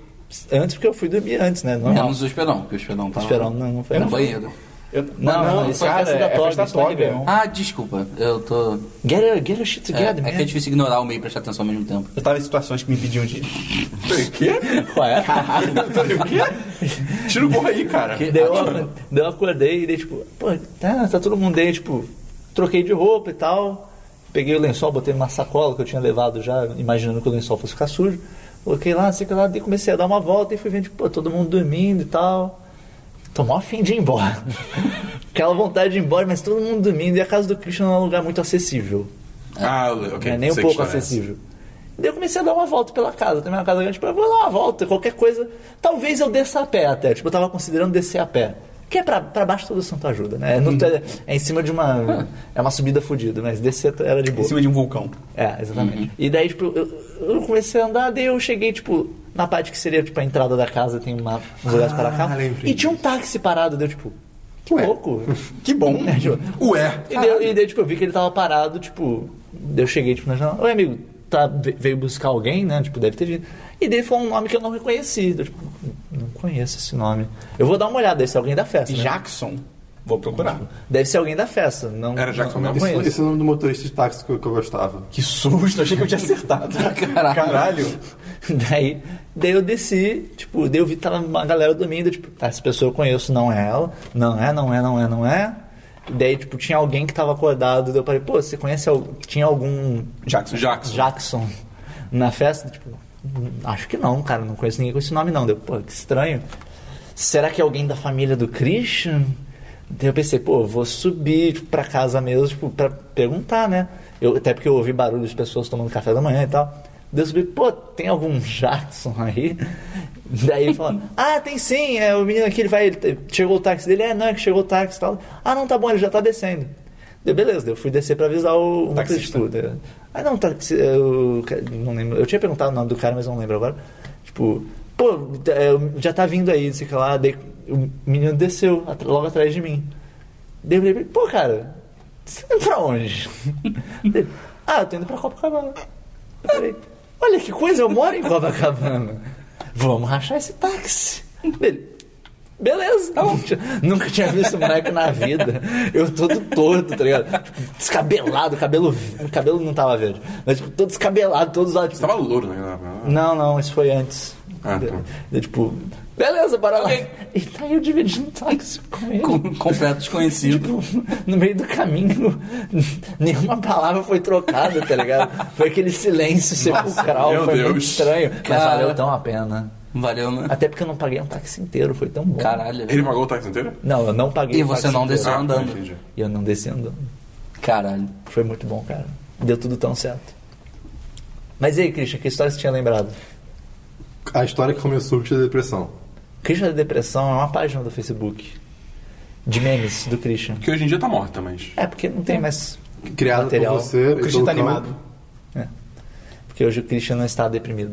antes porque eu fui dormir antes, né? Normal. Menos o Esperão, que o Esperão tá Esperão, não, não foi. no não. banheiro. Eu- Não, não, isso é festa da é Toga, festa isso não é Toga. Réveillon. Ah, desculpa, eu tô... Get your, get your shit É, together, é que é difícil ignorar o meio e prestar atenção ao mesmo tempo. Eu tava em situações que me pediam de. man. Ué? Tira o porra aí, cara. Daí eu, daí eu acordei e dei tipo, pô, tá, tá todo mundo aí, tipo, troquei de roupa e tal. Peguei o lençol, botei numa sacola que eu tinha levado já, imaginando que o lençol fosse ficar sujo. Coloquei lá, sei que lá, daí comecei a dar uma volta e fui vendo, tipo, pô, todo mundo dormindo e tal. Tô mó afim de ir embora. Aquela vontade de ir embora, mas todo mundo dormindo. E a casa do Christian não é um lugar muito acessível. Ah, ok. não é nem um sei pouco que né? história é essa. acessível. Daí eu comecei a dar uma volta pela casa. Também uma casa grande, tipo, eu vou dar uma volta, qualquer coisa. Talvez eu desça a pé até. Tipo, eu tava considerando descer a pé. Que é pra, pra baixo todo santo ajuda, né? Uhum. Não tem- é em cima de uma. É uma subida fodida, mas descer era de boa. Em cima de Uhum. um vulcão. É, exatamente. E daí, tipo, eu, eu comecei a andar, daí eu cheguei, tipo, na parte que seria, tipo, a entrada da casa, tem uma, uns Ah, lugares para cá. E tinha um táxi parado, deu, tipo, que louco. Que bom. É, tipo, Ué. e daí, e daí, tipo, eu vi que ele tava parado, tipo. Daí eu cheguei, tipo, na janela. Oi, amigo, tá, ve- veio buscar alguém, né? Tipo, deve ter vindo. E daí foi um nome que eu não reconheci. Eu, tipo, não conheço esse nome. Eu vou dar uma olhada, deve ser alguém da festa. né? Jackson. Vou procurar. Deve ser alguém da festa. Não, Era Jackson não, não mesmo? conheço. Esse, esse é o nome do motorista de táxi que eu, que eu gostava. Que susto, achei que eu tinha acertado. Caralho. daí, daí eu desci, tipo, daí eu vi que tava uma galera dormindo, eu, tipo, tá, essa pessoa eu conheço, não é ela, não é, não é, não é, não é. Daí, tipo, tinha alguém que tava acordado, daí eu falei, pô, você conhece, al- tinha algum Jackson. Jackson. Jackson na festa? Tipo, "Hum, acho que não, cara, não conheço ninguém com esse nome não. Deu, pô, que estranho. Será que é alguém da família do Christian? Daí eu pensei, pô, vou subir tipo, pra casa mesmo, tipo, pra perguntar, né? Eu, até porque eu ouvi barulho de pessoas tomando café da manhã e tal. Daí eu subi, pô, tem algum Jackson aí? Daí ele falou, ah, tem sim, é o menino aqui, ele vai, ele- chegou o táxi dele, é, não, é que chegou o táxi e tal. Ah, não, tá bom, ele já tá descendo. Daí, beleza, daí eu fui descer pra avisar o, o Taxista. motorista. Daí, Ah, não, táxi, eu não lembro, eu tinha perguntado o nome do cara, mas não lembro agora. Tipo, pô, é, já tá vindo aí, não sei o que lá. Daí o menino desceu at- logo atrás de mim. Daí eu falei, pra ele, pô, cara, você tá indo pra onde? Daí, ah, eu tô indo pra Copacabana. Eu falei, olha que coisa, eu moro em Copacabana. Vamos rachar esse táxi. Ele, Beleza, Nunca tinha visto um moleque na vida. Eu todo torto, tá ligado? Tipo, Descabelado, cabelo. O cabelo não tava verde. Mas tipo, todo descabelado, todos os olhos. Tava louro, né? Não, não, isso foi antes. Ah, tá. Eu, tipo, beleza, bora lá. Ok. E tá eu dividindo táxi com ele. Com- completo desconhecido. Tipo, no meio do caminho, nenhuma palavra foi trocada, tá ligado? Foi aquele silêncio sepulcral, meu foi muito Deus. estranho. Mas Cara. valeu tão a pena. Valeu, né? Até porque eu não paguei um táxi inteiro, foi tão bom. Caralho. Ele pagou o táxi inteiro? Ah, Não, eu não paguei E um você táxi não inteiro. desceu andando. entendi. E eu não desci andando. Caralho. Foi muito bom, cara. Deu tudo tão certo. Mas e aí, Christian, que história você tinha lembrado? A história que começou com a depressão. Christian da Depressão é uma página do Facebook de memes do Christian. Que hoje em dia tá morta, mas. É, porque não tem mais. Criada Material. por você. O Christian e pelo tá cão. animado. É. Porque hoje o Christian não está deprimido.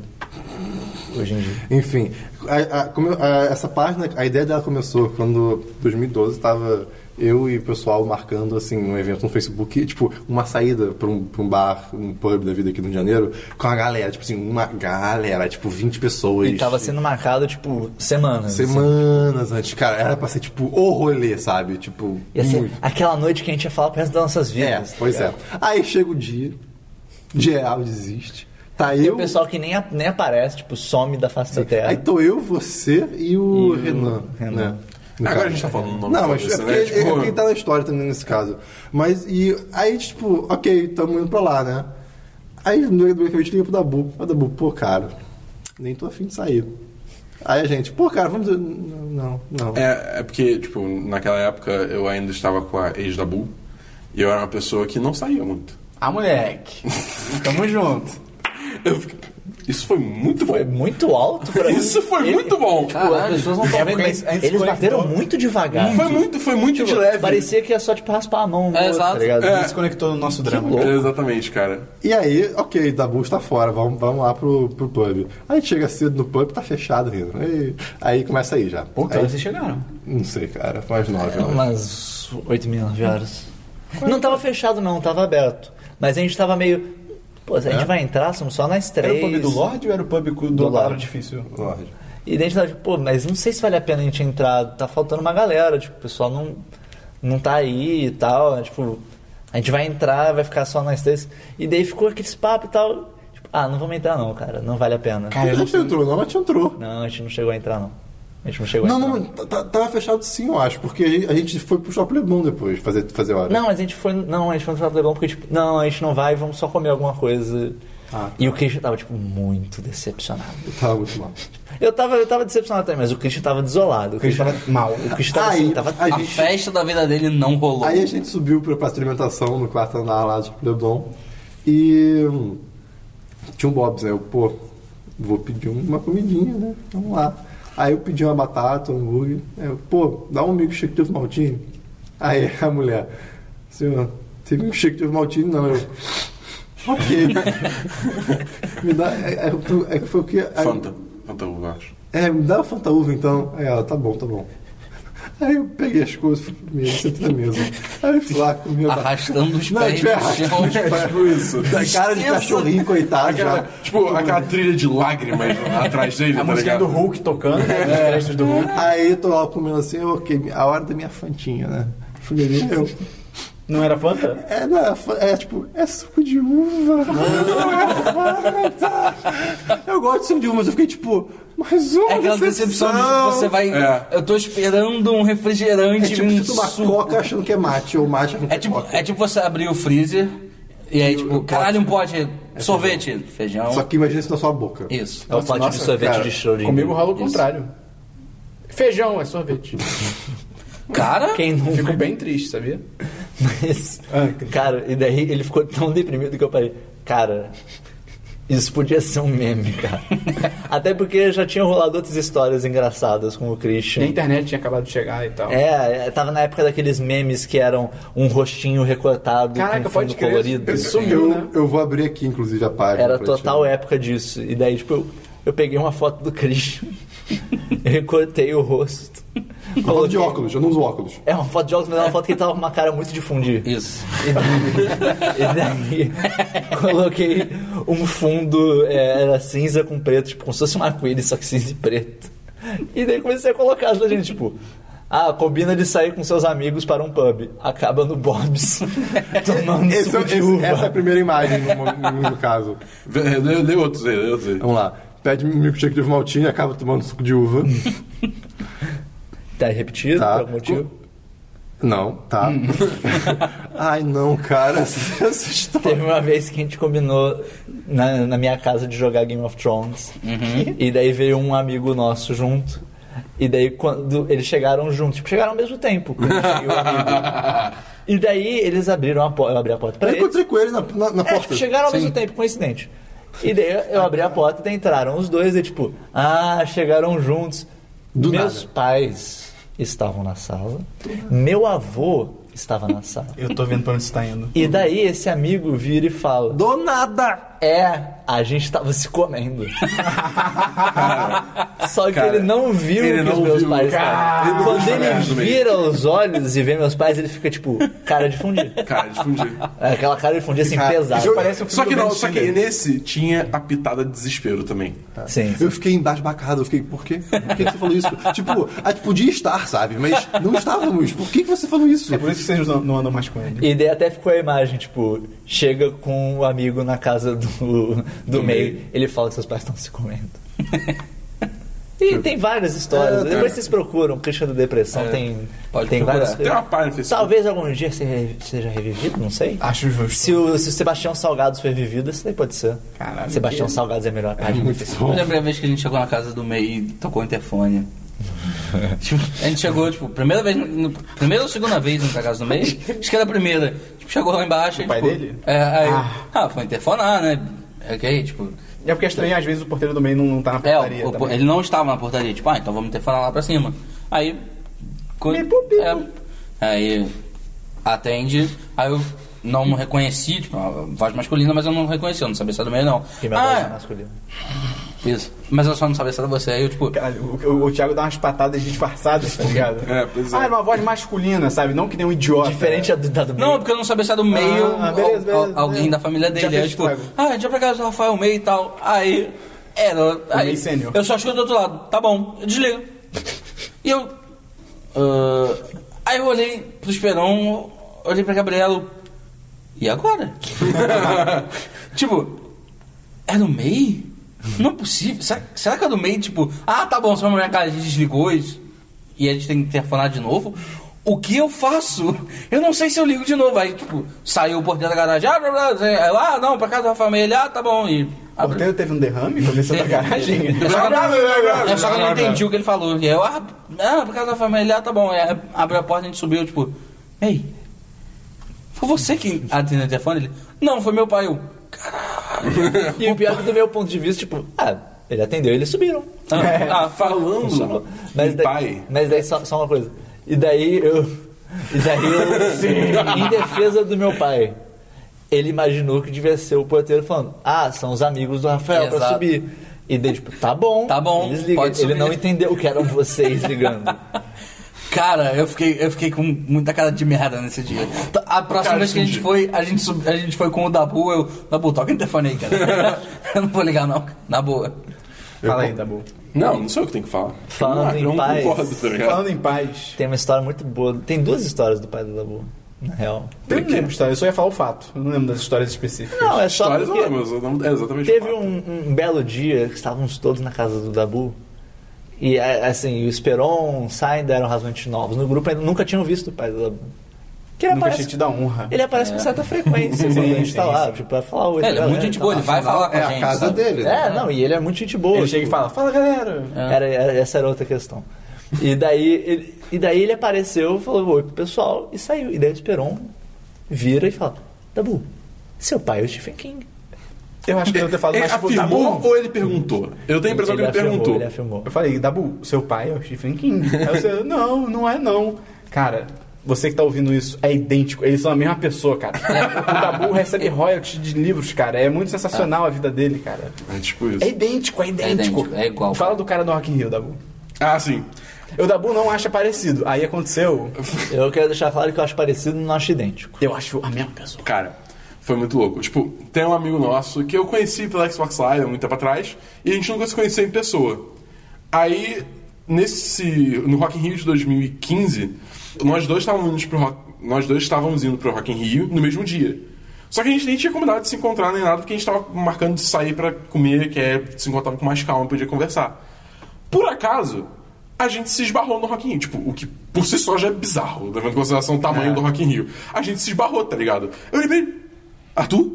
Hoje em dia. Enfim, a- a- como eu- a- essa página, a ideia dela começou quando 2012 estava eu e o pessoal marcando assim um evento no Facebook, e, tipo, uma saída para um, pra um bar, um pub da vida aqui no Rio de Janeiro, com a galera, tipo assim, uma galera, tipo 20 pessoas. E tava sendo assim. marcado, tipo, semanas. assim. semanas antes, cara, era pra ser tipo o rolê, sabe? Tipo, Ia ser muito. assim, aquela noite que a gente ia falar pro resto das nossas É, vidas. tá pois é. ligado? Aí chega o dia, geral desiste. Tá Tem eu. o pessoal que nem, a- nem aparece, tipo, some da face da terra. Aí tô eu, você e o Renan. Renan. né? No Agora a caso. gente tá falando o nome Não, mas foda-se, é porque né? ele- Tipo, é quem tá na história também nesse caso. Mas e aí, tipo, ok, tamo indo pra lá, né? Aí no meio do meio que a gente liga pro Dabu. Aí o Dabu, pô, cara, nem tô afim de sair. Aí a gente, pô, cara, vamos. Não, não. não. É, é porque, tipo, naquela época eu ainda estava com a ex da Bull. E eu era uma pessoa que não saía muito. Ah, moleque. Tamo junto. Eu fiquei... Isso foi muito Foi bom. muito alto pra mim. Isso foi Ele- muito bom. Pô, as pessoas não estão É, vendo, porque mas a gente se eles bateram conectou. muito devagar. Foi muito, foi muito de Tipo, leve. Parecia que ia só, tipo, raspar a mão. no É, outro, exato. Tá ligado? É. Ele se conectou no nosso drama. É, Exatamente, cara. E aí, ok, Dabu está fora, vamos, vamos lá pro, pro pub. Aí a gente chega cedo no pub, tá fechado, Renan. Aí, aí começa aí já. Pô, que Aí- hora vocês chegaram? Não sei, cara, mais nove. Então, eu acho. Umas 8 mil, 9 horas. Não tava fechado, não, tava aberto. Mas a gente tava meio. Pô, se a gente vai entrar, somos só nós Era três. o pub do Lorde ou era o pub do, do Lorde. Palavra Difícil? Lorde. E daí a gente tava tipo, pô, mas não sei se vale a pena a gente entrar, tá faltando uma galera, tipo, o pessoal não, não tá aí e tal, né? tipo, a gente vai entrar, vai ficar só nós três. E daí ficou aquele papo e tal, tipo, ah, não vamos entrar não, cara, não vale a pena. a gente não entrou, não, a gente entrou. Não, a gente não chegou a entrar não. A gente não chegou Não, a entrar. não, tá- tá- tava fechado sim, eu acho, porque a gente foi pro Shopping Leblon depois fazer, fazer hora. Não, mas a gente foi. Não, a gente foi no Shopping Leblon porque, tipo, não, a gente não vai, vamos só comer alguma coisa. Ah, tá. E o Christian tava, tipo, muito decepcionado. Tava muito mal. Eu tava, eu tava decepcionado também, mas o Christian tava desolado. O Christian tava mal. O Christian tava, assim, Aí, tava a A gente- festa da vida dele não rolou. Aí a gente subiu pra parte de alimentação no quarto andar lá de Leblon e hum, tinha um Bob's, né? Eu, pô, vou pedir uma comidinha, né? Vamos lá. Aí eu pedi uma batata, um hambúrguer. Aí eu, pô, dá um milkshake de ovo maltine. Aí a mulher, senhor, tem milkshake de ovo maltine? Não, eu... Ok. né?" me dá... É, é, é, foi o que... Fanta. Fanta, eu acho. É, me dá o Fanta Uva então. Aí ela, tá bom, tá bom. Aí eu peguei as coisas e fui comer, sentei na mesa. Aí eu fui lá comi a Arrastando os Não, pés tipo, no arrastando chão. É os pés. Tipo isso. Da cara de cachorrinho, coitado. Aquela, já. tipo, aquela trilha de lágrimas atrás dele, A tá música do ligado? Hulk tocando, né? As É, festas do Hulk. Aí eu tô lá comendo assim, ok, a hora da minha fantinha, né? Fui beber, eu. Não era Fanta? É, não, é, fa- é tipo, é suco de uva. Não é Fanta. Eu gosto de suco de uva, mas eu fiquei tipo, mais uma É aquela decepção de tipo, você vai. É. Eu tô esperando um É refrigerante, tipo, um você toma suco. coca achando que é mate, ou mate achando que É é tipo, coca. é tipo você abrir o freezer e aí, tipo, caralho, um pote, sorvete, feijão. É Só que imagina isso na sua boca. Isso. É o pote de nossa, sorvete cara, de Schrödinger. Comigo rola o Isso. contrário. Feijão é sorvete. Cara, Quem não Fico bem triste, sabia? Mas, Ah, cara, e daí ele ficou tão deprimido que eu parei, cara, isso podia ser um meme, cara. Até porque já tinha rolado outras histórias engraçadas com o E a Christian. internet tinha acabado de chegar e Então. tal. É, é, tava na época daqueles memes que eram um rostinho recortado Caraca, com fundo pode crer. colorido. Isso sumiu, né? Eu, eu vou abrir aqui, inclusive, a página. Era pra total te- época disso. E daí, tipo, eu, eu peguei uma foto do Christian, recortei o rosto. Eu falo de óculos, eu não uso óculos. É uma foto de jogos, mas é uma foto que ele tava com uma cara muito de fundir. isso. E daí coloquei um fundo, é, era cinza com preto, tipo, como se fosse um arco-íris, só que cinza e preto. E daí comecei a colocar as legenda, tipo. Ah, combina de sair com seus amigos para um pub. Acaba no Bob's. Tomando Esse- suco de esse- uva. essa é a primeira imagem, no, no- no caso. Vê- Lê, lê outros aí, lê outros aí. Vamos lá. Pede um milkshake de uva maltinha, acaba tomando suco de uva. Tá repetido Tá. por algum motivo? Não, tá. Ai, não, cara. Essa, essa história... Teve uma vez que a gente combinou na, na minha casa de jogar Game of Thrones. Uhum. E daí veio um amigo nosso junto. E daí quando eles chegaram juntos, tipo, chegaram ao mesmo tempo. quando cheguei, o amigo. E daí eles abriram a porta. Eu abri a porta pra Eu eles. encontrei com ele na, na, na É, porta. tipo, chegaram ao mesmo tempo, coincidente. E daí eu- eu abri a porta e daí entraram os dois e tipo, ah, chegaram juntos. Do Meus nada. pais estavam na sala. Meu avô estava na sala. Eu tô vendo pra onde você tá indo. E daí esse amigo vira e fala: Do nada! é, a gente tava se comendo. Só que cara, ele não viu ele que não os meus viu, pais cara. estavam. Ele não Quando viu nada ele também. vira os olhos e vê meus pais, ele fica tipo, cara de fundir. Cara, difundir. É Aquela cara de fundir assim, pesada. Parece um Só que filme do não, Ben só que Stiller. nesse tinha a pitada de desespero também. Sim. Eu fiquei embasbacado, eu fiquei, por quê? Por que, que você falou isso? tipo, a gente podia estar, sabe? Mas não estávamos. Por que, que você falou isso? É por isso que vocês não, não andam mais com ele. E daí até ficou a imagem, tipo, chega com o amigo na casa do, do, meio, ele fala que seus pais estão se comendo. E tem várias É, histórias. Depois vocês procuram, Christian da Depressão tem, Pode tem procurar. várias Tem uma página no Facebook. Talvez algum dia se re- seja revivido, não sei. Acho justo. Se o, se o Sebastião Salgados foi revivido, isso daí pode ser. Caralho, Sebastião que- Salgados é a melhor página. do Facebook. Eu lembrei a vez que a gente chegou na casa do MEI e tocou o interfone. Tipo, a gente chegou, tipo, primeira vez. no- primeira ou segunda vez na casa do MEI? Acho que era a primeira. Tipo, chegou lá embaixo. O pai dele? É, aí. Ah. Ah. foi interfonar, né? Ok, tipo. É porque é estranho, às vezes o porteiro do meio não, não tá na É, portaria. o- o- também. ele não estava na portaria, tipo, ah, então vamos interfonar lá pra cima. Aí. Quando, é, aí atende, aí eu não né? reconheci, tipo, a voz masculina, mas eu não reconheci, eu não sabia se era do meio, não. E minha ah, voz é masculina. Isso. Mas eu só não sabia se era você. Aí eu, tipo, Caralho, o, o- o Thiago dá umas patadas disfarçadas, tá ligado? É, pois é. Ah, era uma voz masculina, sabe? Não que nem um idiota. Diferente da do, da do Não, é porque eu não sabia se era do meio Ah, beleza, al- beleza, al- beleza. alguém da família dele. Já fez Aí, tipo, estrago. ah, a gente vai pra casa do Rafael Meio e tal. Aí, era. Aí, meio sênior. eu só escuto do outro lado, tá bom, eu desligo. E eu. ah, aí eu olhei pro Esperão, olhei pra Gabriela. E agora? tipo, é do MEI? Não é possível. Será, será que é do MEI? Tipo, ah, tá bom, só uma minha cara, a gente desligou isso. E a gente tem que interfonar de novo. O que eu faço? Eu não sei se eu ligo de novo. Aí, tipo, saiu o porteiro da garagem. Ah, blá, blá, blá. Aí eu, ah não, pra casa da família. Ah, tá bom. E O porteiro teve um derrame, começou na garagem. é só que eu- é só que eu não entendi o que ele falou. E eu, ah, ah, por causa da família, ah, tá bom. Aí abriu a porta, a gente subiu, tipo, ei, foi você que atendeu o telefone? Ele, não, foi meu pai. Eu, E o pior é que do meu ponto de vista, tipo, ah, ele atendeu, eles subiram. ah, ah, falou. Falando Mas em um daí, pai. Mas daí só, só uma coisa. E daí eu. E daí eu. em defesa do meu pai. Ele imaginou que devia ser o porteiro falando: Ah, são os amigos do Rafael pra Exato. subir. E daí, tipo, tá bom. Tá bom, Eles ligam. pode Ele subir. não entendeu que eram vocês ligando. Cara, eu fiquei, eu fiquei com muita cara de merda nesse dia. Tá, A próxima vez que a gente foi, a gente, sub- a gente foi com o Dabu, eu, Dabu, toca o interfone aí, cara. eu não vou ligar, não, na boa. Fala aí, tá bom. Não, não sei o que tem que falar. Falando não, em não paz. concordo, tá ligado? Falando em paz. Tem uma história muito boa. Tem duas histórias do pai do Dabu, na real. Eu não lembro história, eu só ia falar o fato. Eu não lembro das histórias específicas. Não, é só. Histórias Porque... não, mas eu não- é exatamente Teve o fato. um, um belo dia que estávamos todos na casa do Dabu. E a- assim, o Esperon, Sainz eram razoavelmente novos. No grupo ainda nunca tinham visto o pai do Dabu. É. Que ele Nunca aparece, tinha te dado honra. ele aparece com certa frequência quando a gente tá lá, tipo, pra falar oi. É, ele é pra muito galera gente e boa, ele tal. vai falar com É a a gente. casa sabe? dele, né? É, não, e ele é muito gente boa. Ele chega e tipo, fala, fala galera. era, era- essa era outra questão. E daí, ele, e daí ele apareceu, falou oi pro pessoal e saiu. E daí o Esperon vira e fala: Dabu, seu pai é o Stephen King. Eu acho que eu devo ter falado Ele mais tipo, afirmou Dabu. ou ele perguntou? Eu tenho a impressão que ele afirmou, perguntou. Ele afirmou. Eu falei, Dabu, seu pai é o Stephen King. Aí você, não, não é não. Cara, você que tá ouvindo isso é idêntico. Eles são a mesma pessoa, cara. O Dabu recebe royalties de livros, cara. É muito sensacional a vida dele, cara. É tipo isso. É idêntico, é idêntico. idêntico, é igual, Fala cara. do cara do Rock in Rio, Dabu. Ah, sim. O Dabu não acha parecido. Aí aconteceu, Eu quero deixar claro que eu acho parecido, não acho idêntico. eu acho a mesma pessoa. Cara, foi muito louco. Tipo, tem um amigo nosso que eu conheci pela Xbox Live há muito tempo atrás e a gente nunca se conheceu em pessoa. Aí, nesse no Rock in Rio de 2015, nós dois estávamos indo pro Rock, nós dois estávamos indo pro Rock in Rio no mesmo dia. Só que a gente nem tinha combinado de se encontrar nem nada, porque a gente estava marcando de sair pra comer, que é se encontrava com mais calma, podia conversar. Por acaso, a gente se esbarrou no Rock in Rio. Tipo, o que por si só já é bizarro, levando em consideração o tamanho do Rock in Rio. A gente se esbarrou, tá ligado? Eu lembrei, Arthur?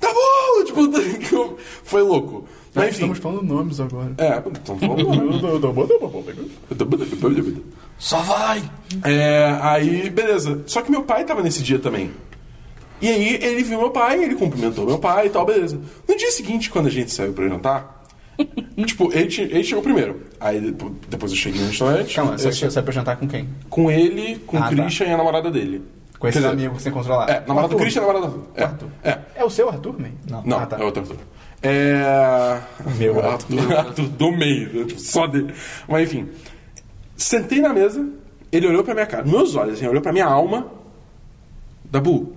Tá bom! Tipo, foi louco. Mas enfim. Estamos falando nomes agora. É, então vamos lá. Só vai! É, aí, beleza. Só que meu pai tava nesse dia também. E aí ele viu meu pai, ele cumprimentou meu pai e tal, beleza. No dia seguinte, quando a gente saiu pra jantar, tipo, ele, che- ele chegou primeiro. Aí depo- depois eu cheguei no restaurante. Calma, eu você saí- você vai pra jantar com quem? com ele, com o Ah, tá. Christian e a namorada dele. Com esses Quer dizer, amigos que você encontrou lá. É, namorada do Arthur. Christian e a namorada do Arthur. É, é. É o seu Arthur, man? Não, Ah, tá. é outro Arthur. É. Meu Arthur. Arthur do meio, né? Tipo, só dele. Mas enfim. Sentei na mesa, ele olhou pra minha cara, meus olhos, assim, olhou pra minha alma. Dabu,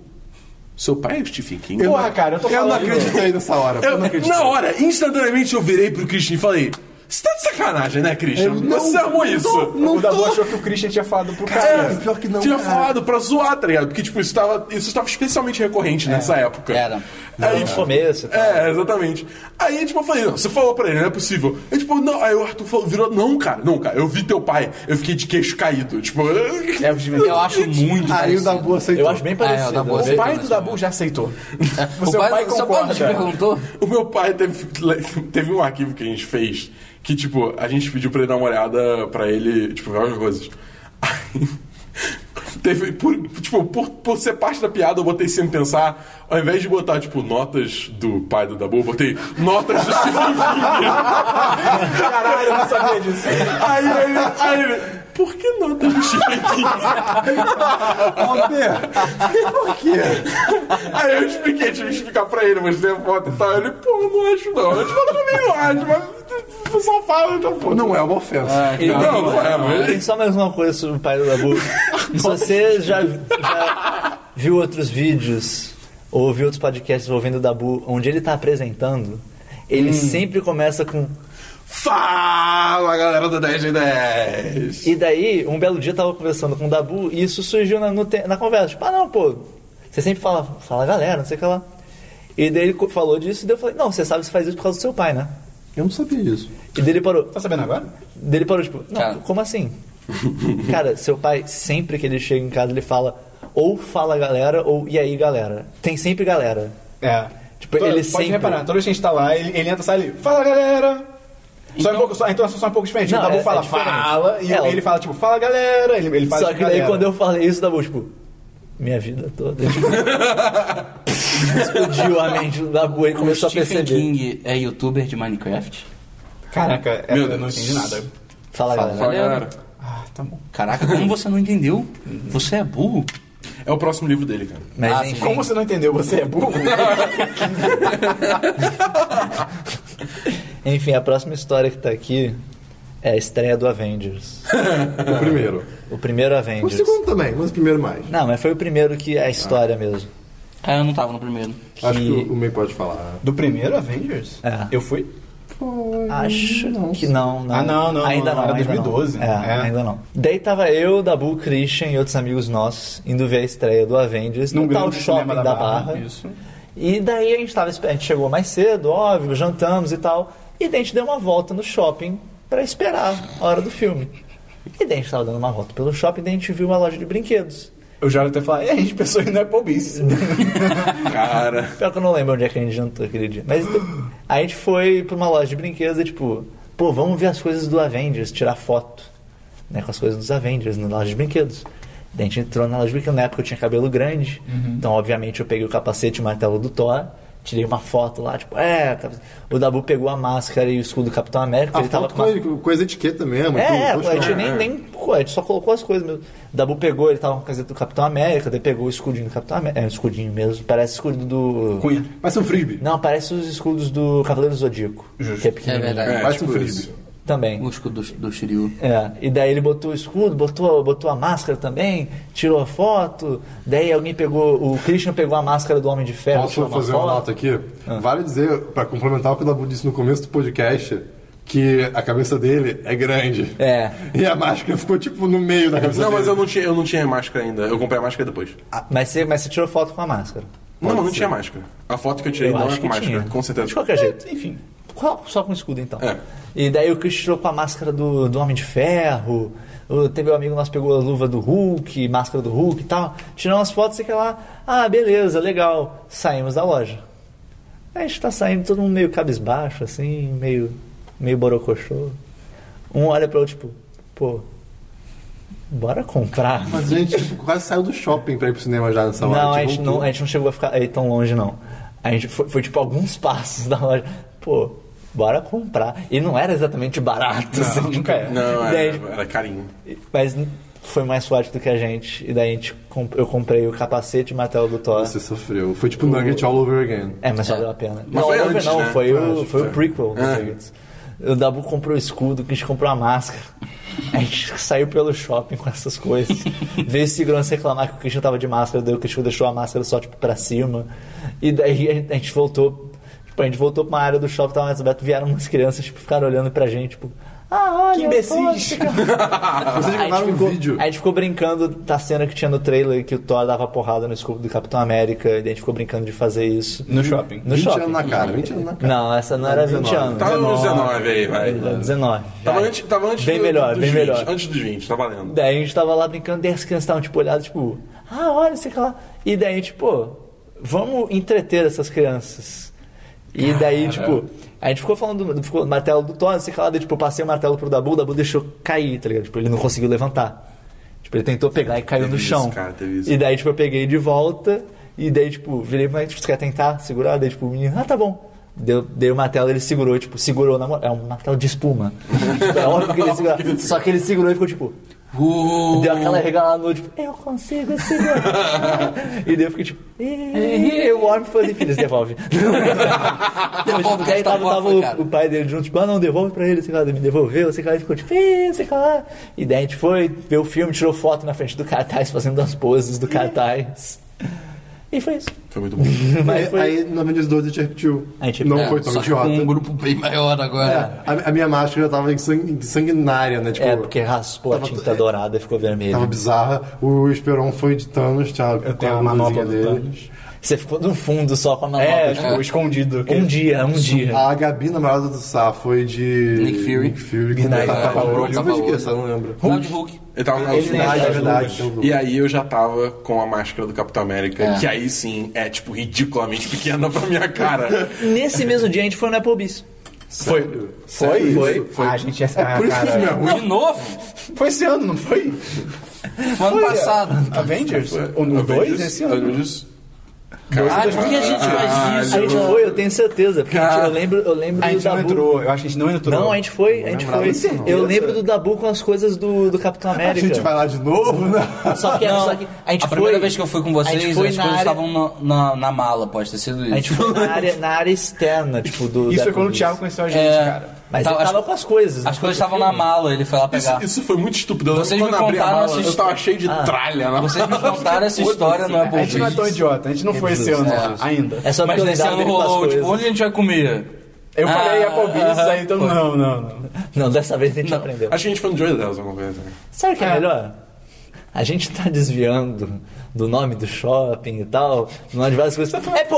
seu pai é o Stephen King? Porra, cara, eu tô Eu falando. não acreditei nessa hora. Eu- Eu não acreditei. na hora, instantaneamente eu virei pro Christian e falei: Você tá de sacanagem, né, Christian? Você armou isso? o Dabu achou que o Christian tinha falado pro cara. É, pior que não, Tinha cara. falado pra zoar, tá ligado? Porque, tipo, isso estava isso tava especialmente recorrente nessa época. Era. Aí, No tipo, começo e Tá tal. É, exatamente. Aí, tipo, eu falei, não, você falou pra ele, não é possível. Aí, tipo, não, aí o Arthur falou, virou, não, cara, não, cara, eu vi teu pai, eu fiquei de queixo caído. Tipo, É, o Steven Eu acho muito Aí o parecido. Dabu aceitou. Eu acho bem Ah, é, o parecido. da O eu boa vejo. aceita, pai mas do não Dabu é. já aceitou. É. O seu pai só quando te concorda. perguntou, o meu pai teve, teve um arquivo que a gente fez que, tipo, a gente pediu pra ele dar uma olhada pra ele, tipo, ver algumas coisas. Aí, teve, por, tipo, por, por ser parte da piada, eu botei sem pensar, ao invés de botar, tipo, notas do pai do Dabu, eu botei notas do Stephen Caralho, eu não sabia disso. Aí ele, aí ele, por que notas do Stephen King? Aí eu expliquei, tive que explicar pra ele, mas a foto e tal. Ele, pô, não acho não. Eu, tipo, eu também não acho, mas só fala, então, pô. Não é uma ofensa. Não, não é, mas... Tem só mais uma coisa sobre o pai do Dabu. Se você já, já viu outros vídeos ou ouviu outros podcasts envolvendo o Dabu, onde ele tá apresentando, ele sempre começa com. Ah, Fala, galera do 10 de 10! E daí, um belo dia eu tava conversando com o Dabu e isso surgiu na, no te- na conversa. Tipo, ah, não, pô, você sempre fala, fala galera, não sei o que lá. E daí ele co- falou disso e daí eu falei, não, você sabe que você faz isso por causa do seu pai, né? Eu não sabia disso. E daí ele parou, Tá sabendo agora? Dele parou, tipo, não, Cara. como assim? Cara, seu pai, sempre que ele chega em casa, ele fala ou fala galera ou e aí galera. Tem sempre galera. É. Tipo, ele pode sempre- reparar, toda vez que a gente tá lá, ele, ele entra e sai ali. Fala, galera! Só um pouco, só, a entonação só um pouco diferente. Então- Não, o Dabu é- é fala, diferente. fala, e É, ele o- fala, tipo, fala, galera! Ele, ele faz Só que daí galera. quando eu falei isso, Dabu, tipo, minha vida toda. Tipo, explodiu a mente do Dabu, ele começou O a perceber. Stephen King é youtuber de Minecraft? Caraca, é, Meu eu não Deus. entendi nada. Fala galera. Fala, galera. Ah, tá bom. Caraca, como você não entendeu? Você é burro. É o próximo livro dele, cara. Mas Ah, enfim, sim. Como você não entendeu? Você é burro? enfim, a próxima história que tá aqui é a estreia do Avengers. O primeiro. O primeiro O Avengers. segundo também, mas o primeiro mais. Não, mas foi o primeiro que é a história mesmo. Ah, É, eu não tava no primeiro. Acho que que- o, o meio pode falar. Do primeiro Avengers? É. Eu fui? Acho que não, não. Ah, não, não, Ainda não, não. era ainda 2012, não. É, né? É. ainda não. Daí tava eu, Dabu, Christian e outros amigos nossos indo ver a estreia do Avengers Num no tal grande shopping cinema da da, Barra, Barra. isso. E daí a gente, tava, espe- a gente chegou mais cedo, óbvio, jantamos e tal. E daí a gente deu uma volta no shopping pra esperar a hora do filme. E daí a gente tava dando uma volta pelo shopping e daí a gente viu uma loja de brinquedos. Eu já até falar, e a gente pensou em é Applebee's. Cara. Pior que eu não lembro onde é que a gente jantou aquele dia. Mas então, a gente foi pra uma loja de brinquedos e tipo, pô, vamos ver as coisas do Avengers, tirar foto né, com as coisas dos Avengers na loja de brinquedos. Daí a gente entrou na loja de brinquedos, na época eu tinha cabelo grande, Uhum. então obviamente eu peguei o capacete e o martelo do Thor, tirei uma foto lá, tipo, é, cap- o Dabu pegou a máscara e o escudo do Capitão América, A ele tava Ah, com foto uma com, com as etiquetas mesmo. tudo, é, é, poxa, a gente não. nem, nem pô, a gente só colocou as coisas mesmo. Dabu pegou, ele tava com a camiseta do Capitão América, daí pegou o escudinho do Capitão América. É, o escudinho mesmo, parece escudo do. Cunha. Parece um frisbee. Não, parece os escudos do Cavaleiro Zodíaco. Que é pequeno. É verdade. É, Parece um tipo frisbee. isso. Também. O escudo do, do Shiryu. É, e daí ele botou o escudo, botou, botou a máscara também, tirou a foto. Daí alguém pegou, o Christian pegou a máscara do Homem de Ferro. Posso tirou fazer uma foto. Ah. nota aqui? Vale dizer, pra complementar o que o Dabu disse no começo do podcast, que a cabeça dele é grande. É. E a máscara ficou tipo no meio da cabeça Não, dele. mas eu não tinha, eu não tinha máscara ainda. Eu comprei a máscara depois. Mas você, mas você tirou foto com a máscara. não, mas não tinha máscara. A foto que eu tirei Eu não acho é com que máscara, tinha. com certeza. De qualquer jeito. Enfim. Qual- Só com escudo, então. É. E daí o Chris tirou com a máscara do, do Homem de Ferro. O- teve um amigo nosso que pegou a luva do Hulk, máscara do Hulk e tal. Tirou umas fotos e que lá. Ah, beleza, legal. Saímos da loja. Aí a gente tá saindo, todo mundo meio cabisbaixo, assim, meio, meio borocochô. Um olha pro outro, tipo, pô, bora comprar. Mas a gente tipo, quase saiu do shopping pra ir pro cinema já nessa hora. Não, a tipo, gente não, voltou. a gente não chegou a ficar aí tão longe, não. A gente foi, foi, tipo alguns passos da loja. Pô, bora comprar. E não era exatamente barato. assim, Não, tipo, nunca é. Não, Daí, era, tipo, era carinho. Mas foi mais forte do que a gente. E daí a gente, comp- eu comprei o capacete e o martelo do Thor. Você sofreu. Foi tipo Nugget all over again. É, mas valeu a pena. Mas não, foi não, antes, não, né? foi, Foi o, antes, foi foi. o prequel do É. Nuggets. O Dabu comprou o escudo, o Chris comprou a máscara. A gente saiu pelo shopping com essas coisas. Veio o segurança reclamar que o Christian tava de máscara, daí o Christian deixou a máscara só tipo pra cima. E daí a gente- a gente voltou. Tipo, a gente voltou pra uma área do shopping, tava mais aberto, vieram umas crianças, tipo, ficaram olhando pra gente, tipo, ah, olha, Que eu imbecis." posso ficar Vocês Ah, a gente, gravaram um ficou, vídeo. a gente ficou brincando da cena que tinha no trailer que o Thor dava porrada no escudo do Capitão América. E a gente ficou brincando de fazer isso. No shopping. Tá No 20 shopping. anos na cara, 20 anos na cara. Não, essa não era 20 anos. Tava nos 19 aí, vai. Era 19. Tava antes, tava antes Bem do- melhor, dos bem 20, melhor. Antes dos 20, tá valendo. Daí a gente tava lá brincando, daí as crianças estavam tipo olhadas, tipo, ah, olha, sei lá. E daí a gente, pô, vamos entreter essas crianças. E daí, tipo, a gente ficou falando do, ficou, do martelo do Thor, sei lá, daí, tipo, eu passei o martelo pro Dabu, o Dabu deixou cair, tá ligado? Tipo, ele não conseguiu levantar. Tipo, ele tentou pegar e caiu Teve no isso, chão. cara, teve isso. E daí, tipo, eu peguei de volta, e daí, tipo, virei pra ele, tipo, você quer tentar segurar? Daí, tipo, o menino, ah, tá bom. Deu, deu o martelo, ele segurou, tipo, segurou na mão. É um martelo de espuma. Tipo, é óbvio que ele segurou. Só que ele segurou e ficou tipo. Uh, Deu aquela regalada no olho, tipo, eu consigo segurar. e daí eu fiquei tipo, "Ih, eu amo fazer filhos, devolve. Ah, Devolve que Daí esta tava, porra tava tá foi o, cara. o pai dele junto, tipo, ah não, devolve pra ele, sei lá, daí me devolveu, sei lá, ele ficou tipo, "Ih", sei lá. E daí a gente foi ver o filme, tirou foto na frente do cartaz, fazendo as poses do cartaz. E foi isso. Foi muito bom. Mas Aí- foi- Aí, em 2012, a gente repetiu. A gente- tipo, não é, foi tão só que com idiota. É, um grupo bem maior agora. A, a minha máscara já tava ensang- ensanguinária, né? Tipo, É, porque raspou a tava- tinta dourada e ficou vermelha. Tava bizarra. O Esperon foi de Thanos, tinha tem a manopla dele. Você ficou no fundo só com a manopla. É, tipo, tipo, escondido. que- um dia, um dia. A Gabi, namorada do Sá, foi de. Nick Fury. Nick Fury. tá com Midnight Hum. tapa-olho. Tapa-olho. Foi de quê? Só não lembro. Não, de Hulk. Eu tava na Ele última. é verdade. E aí eu já tava com a máscara do Capitão América, que aí sim é, tipo, ridiculamente pequena pra minha cara. Nesse mesmo dia a gente foi no Applebee's. Foi. Foi? Foi. Ah, a gente ia ser. Por isso que o filme é ruim. De novo? Foi esse ano, não foi? Foi ano passado. Avengers? Ou no Avengers- 2 esse ano? Avengers- Ah, por que a gente faz A gente isso? foi, Ah, eu tenho certeza. Porque a gente- eu lembro, eu lembro A gente do não Dabu. entrou, eu acho que a gente não entrou. Não, a gente foi, a gente lembrava foi. disso, não. Eu lembro do Dabu com as coisas do, do Capitão A América. gente vai lá de novo, né? Só que, é, Não, só que a gente a primeira foi- vez que eu fui com a vocês, gente as foi coisas na área- estavam no- na, na mala, pode ter sido isso. A gente foi na área, na área externa, tipo, do. Isso da foi quando o Applebee's. Thiago conheceu a gente, É, cara. Mas tá- ele as, tava com as coisas. as né? coisas estavam na mala, ele foi lá Isso, pegar. isso foi muito estúpido. Eu Vocês quando me abri a contaram mala, essa Ah. Eu história. tava cheio de tralha na Vocês me contaram essa história no A gente não é tão Applebee's. idiota, a gente não foi esse ano lá, ainda. É só porque eu Mas nesse lembrava ano dele com as rolou, coisas. tipo, onde a gente vai comer? Eu Ah, falei Applebee's, ah, aí então foi. não, não, não. Não, dessa vez a gente Não, aprendeu. Acho que a gente foi no Joy Delas alguma coisa. Sabe o que é, melhor? A gente tá desviando do nome do shopping e tal, do nome de várias coisas.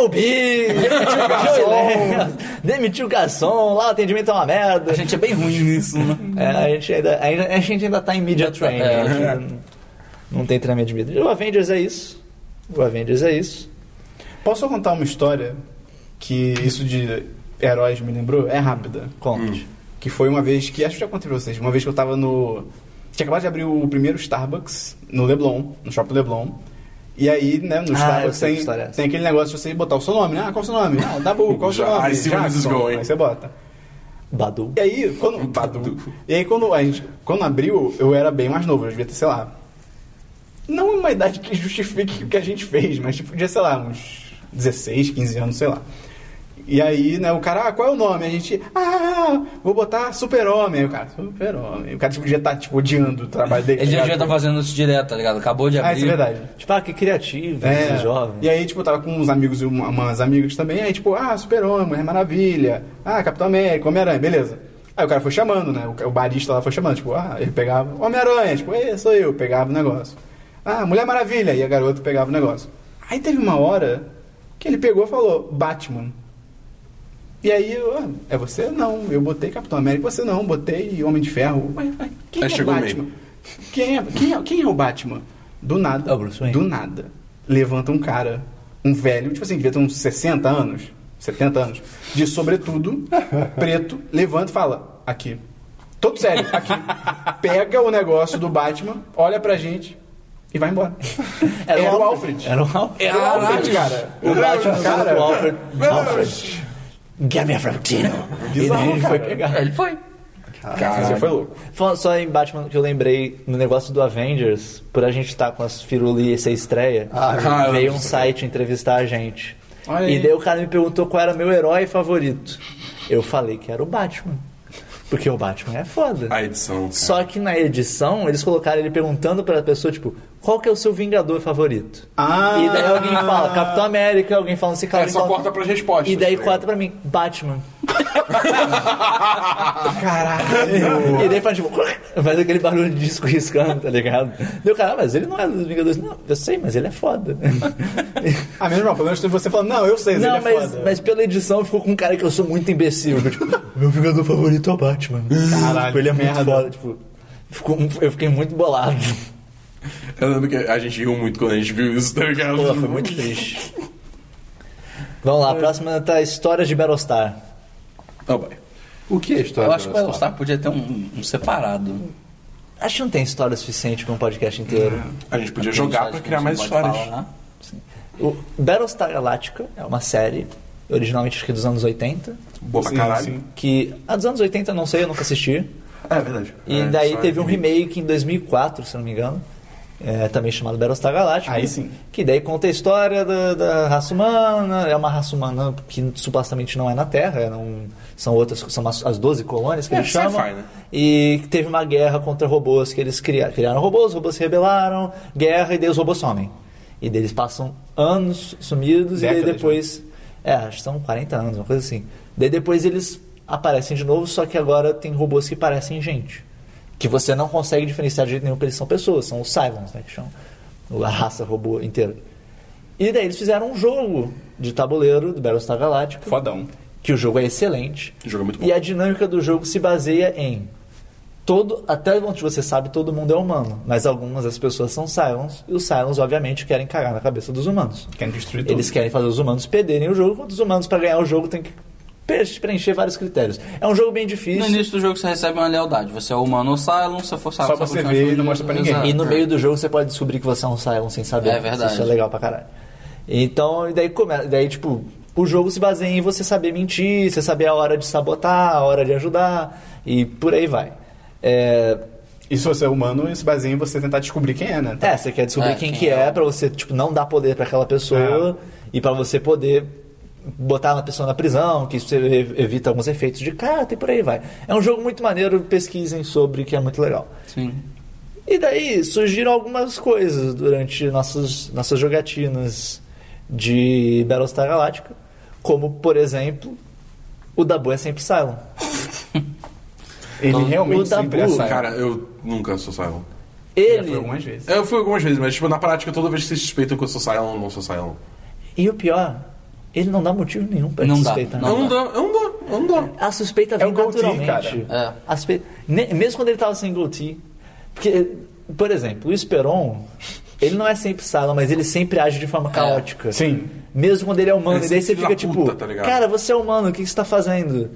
Applebee's! Demitiu o garçom! Demitiu o garçom, lá o atendimento é uma merda. A gente é bem ruim nisso, né? É, a, gente ainda, ainda- a gente ainda tá em media train. É. a gente não- Não tem treinamento de mídia. O Avengers é isso. O Avengers é isso. Posso eu contar uma história que isso de heróis me lembrou? É rápida. Conte. Que foi uma vez que, acho que já contei pra vocês, uma vez que eu tava no. Tinha acabado de abrir o primeiro Starbucks no Leblon, no shopping Leblon. E aí, né, no Ah, eu Starbucks sei que tem, história é essa. tem aquele negócio de você botar o seu nome, né? Ah, qual é o seu nome? Ah, Dabu, qual é o seu Já, nome? I see where this is Jackson. going. Aí você bota. Badu. E aí, quando. assim. Um E aí, quando, a gente, quando abriu, eu era bem mais novo, eu devia ter, sei lá. Não uma idade que justifique o que a gente fez, mas tipo, podia, sei lá, uns 16, 15 anos, sei lá. E aí, né, o cara, ah, qual é o nome? A gente, ah, vou botar Super-Homem. Aí o cara, Super-Homem. O cara, tipo, devia estar, tipo, odiando o trabalho dele. Ele já ligado? devia estar fazendo isso direto, tá ligado? Acabou de abrir. Ah, isso é verdade. Tipo, ah, que criativo, É. esse jovem. E aí, tipo, eu tava com uns amigos e uma- umas amigas também. Aí, tipo, ah, Super-Homem, Mulher Maravilha, ah, Capitão América, Homem-Aranha, beleza. Aí o cara foi chamando, né? O, ca- o barista lá foi chamando, tipo, ah, ele pegava Homem-Aranha, tipo, ei, sou eu, pegava o negócio. Ah, Mulher Maravilha, e a garota pegava o negócio. Aí teve uma hora que ele pegou e falou, Batman. E aí, eu, ah, é você? Não, eu botei Capitão América, você não, botei Homem de Ferro. Ué, ué, quem Aí é o chegou o Batman? meio. Quem é, quem, é, quem é o Batman? Do nada. É o Bruce Wayne. Do nada. Levanta um cara, um velho, tipo assim, devia ter uns 60 anos, 70 anos, de sobretudo, preto, levanta e fala: aqui. Todo sério, aqui. Pega o negócio do Batman, olha pra gente e vai embora. Era, o Alfred. Era o Alfred. Era o Alfred, cara. O Batman cara. cara. o Alfred. Alfred. Get me a Frappuccino. E daí ele foi pegar. É, Ele foi. Cara, foi louco. Falando só em Batman, que eu lembrei no negócio do Avengers, por a gente estar com as firuli e ser estreia, Ah, eu veio um lembro. site entrevistar a gente. Olha e aí. daí o cara me perguntou qual era meu herói favorito. Eu falei que era o Batman. Porque o Batman é foda. A edição. cara. Só que na edição, eles colocaram ele perguntando pra pessoa, tipo, qual que é o seu Vingador favorito? Ah. E daí alguém fala, Capitão América, alguém fala assim, cara. É, então- só corta pras respostas. E daí tá corta pra mim, Batman. Caralho. E daí faz tipo, faz aquele barulho de disco riscando, tá ligado? Deu cara, ah, mas ele não é dos Vingadores. Não, eu sei, mas ele é foda. Ah, menos mal, pelo menos você falando, não, eu sei, ele não, é mas, foda. mas pela edição ficou com um cara que eu sou muito imbecil. que eu, tipo, meu Vingador favorito é o Batman. Caralho, Tipo, ele é muito merda. foda, tipo. ficou- eu fiquei muito bolado. ligado? Eu lembro que a gente riu muito quando a gente viu isso, tá ligado? Pô, foi muito triste. Vamos lá, a próxima tá Histórias de Battlestar. Tá bom. O que é a história? Eu acho que o dessa Battlestar podia ter um, um separado. Acho que não tem história suficiente pra um podcast inteiro. A gente podia jogar pra criar mais Não pode histórias. falar. né? O Battlestar Galactica é uma série, originalmente acho que dos anos 80. Boa pra Sim, caralho. sim. ah, que a dos anos 80 eu não sei, eu nunca assisti. É verdade. E É, daí só teve um remake. remake em 2004, se não me engano. é, também chamado Battlestar Galactica. Aí sim. Que daí conta a história da, da raça humana. É uma raça humana que supostamente não é na Terra. é um- são outras, são as, as 12 colônias que É, eles chamam. sci-fi, né? E teve uma guerra contra robôs que eles criaram. Criaram robôs, os robôs se rebelaram, guerra, e daí os robôs somem. E daí eles passam anos sumidos, e daí né? Décadas, depois. É, acho que são 40 anos, uma coisa assim. Daí depois eles aparecem de novo, só que agora tem robôs que parecem gente. Que você não consegue diferenciar de jeito nenhum, porque eles são pessoas, são os Cylons, né, que chamam. A raça robô inteira. E daí eles fizeram um jogo de tabuleiro do Battlestar Galactica Fodão. que o jogo é excelente. O jogo é muito bom. E a dinâmica do jogo se baseia em todo, até onde você sabe, todo mundo é humano, mas algumas das pessoas são Cylons e os Cylons obviamente querem cagar na cabeça dos humanos. Querem destruir tudo. Eles querem fazer os humanos perderem o jogo, enquanto os humanos para ganhar o jogo têm que pre- preencher vários critérios. É um jogo bem No difícil. início do jogo você recebe uma lealdade. Você é humano ou Cylon, se for Cylon... Só você vê continua e não mostra pra ninguém. Exato. E no meio do jogo você pode descobrir que você é um Cylon sem saber. É verdade. Isso é legal pra caralho. Então, e daí, come- daí tipo, o jogo se baseia em você saber mentir, você saber a hora de sabotar, a hora de ajudar, e por aí vai. É, E se você é humano, isso baseia em você tentar descobrir quem é, né? é, você quer descobrir É, quem, quem que é, é. pra você, tipo, não dar poder pra aquela pessoa e pra você poder botar a pessoa na prisão, que isso ev- evita alguns efeitos de carta e por aí vai. É um jogo muito maneiro, pesquisem sobre, que é muito legal. Sim. E daí surgiram algumas coisas durante nossos, nossas jogatinas de Battlestar Galactica, como, por exemplo, o Dabu é sempre Cylon. Ele realmente o sempre Dabu, é Cara, eu nunca sou Cylon. Ele, Foi algumas vezes. Eu fui algumas vezes, mas tipo, na prática, toda vez que vocês suspeitam que eu sou Cylon, eu não sou Cylon. e o pior, ele não dá motivo nenhum pra te Não dá, suspeitar. não. Eu não dou, eu não dou, eu não dou. A suspeita É vem o goatee, naturalmente. cara. É. A suspe- ne- Mesmo quando ele tava sem goatee. Porque, por exemplo, o Esperon, ele não é sempre Cylon, mas ele sempre age de É. forma caótica. Sim. Mesmo quando ele é humano. Ele e daí você sempre fica filho tipo, da puta, tá ligado? cara, você é humano, o que que você tá fazendo?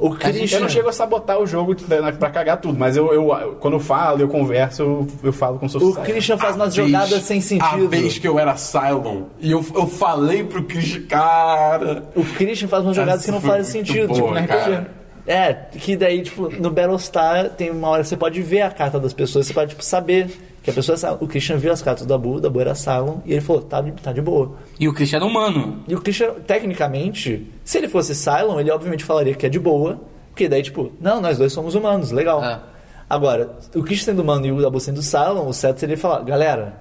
O gente- Eu Christian... não chego a sabotar o jogo pra pra cagar tudo, mas eu, eu- quando eu falo, eu converso, eu, eu falo com O social. Christian faz umas Vez- jogadas sem A sentido. vez que eu era Cylon, e eu, eu falei pro Chris, cara... O Christian faz umas jogadas que não foi fazem muito sentido, boa, tipo, na RPG. cara. É, que daí, tipo, no Battlestar tem uma hora que você pode ver a carta das pessoas, você pode, tipo, saber que a pessoa é Cylon. O Christian viu as cartas do Dabu, o Dabu era Cylon, e ele falou, tá, de- tá de boa. E o Christian era humano. E o Christian, tecnicamente, se ele fosse Cylon, ele obviamente falaria que é de boa, porque daí, tipo, não, nós dois somos humanos, legal. É. Agora, o Christian sendo humano e o Dabu sendo Cylon, o certo seria falar, galera,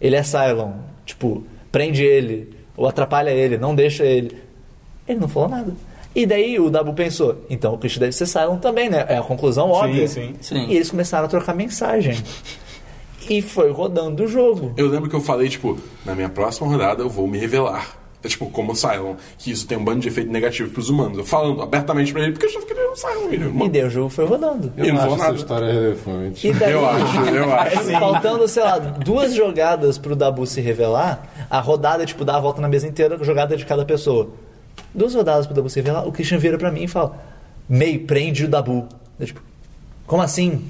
ele é Cylon, tipo, prende ele, ou atrapalha ele, não deixa ele. Ele não falou nada. E daí o Dabu pensou, então o Christian deve ser Cylon também, né? É a conclusão óbvia. sim. Sim. E eles começaram a trocar mensagem. E foi rodando o jogo. Eu lembro que eu falei, tipo, na minha próxima rodada eu vou me revelar. É, tipo, como Cylon, que isso tem um bando de efeito negativo pros humanos. Eu falando abertamente pra ele, porque eu achava que ele era um Cylon, ele era E humano. daí o jogo foi rodando. Eu não acho vou essa nada. história relevante. E daí, Eu acho, eu acho. Faltando, sei lá, duas jogadas pro Dabu se revelar, a rodada, tipo, dá a volta na mesa inteira, jogada de cada pessoa. Duas rodadas pro Dabu se revelar, o Christian vira pra mim e fala: Mei, prende o Dabu. Eu, tipo, como assim?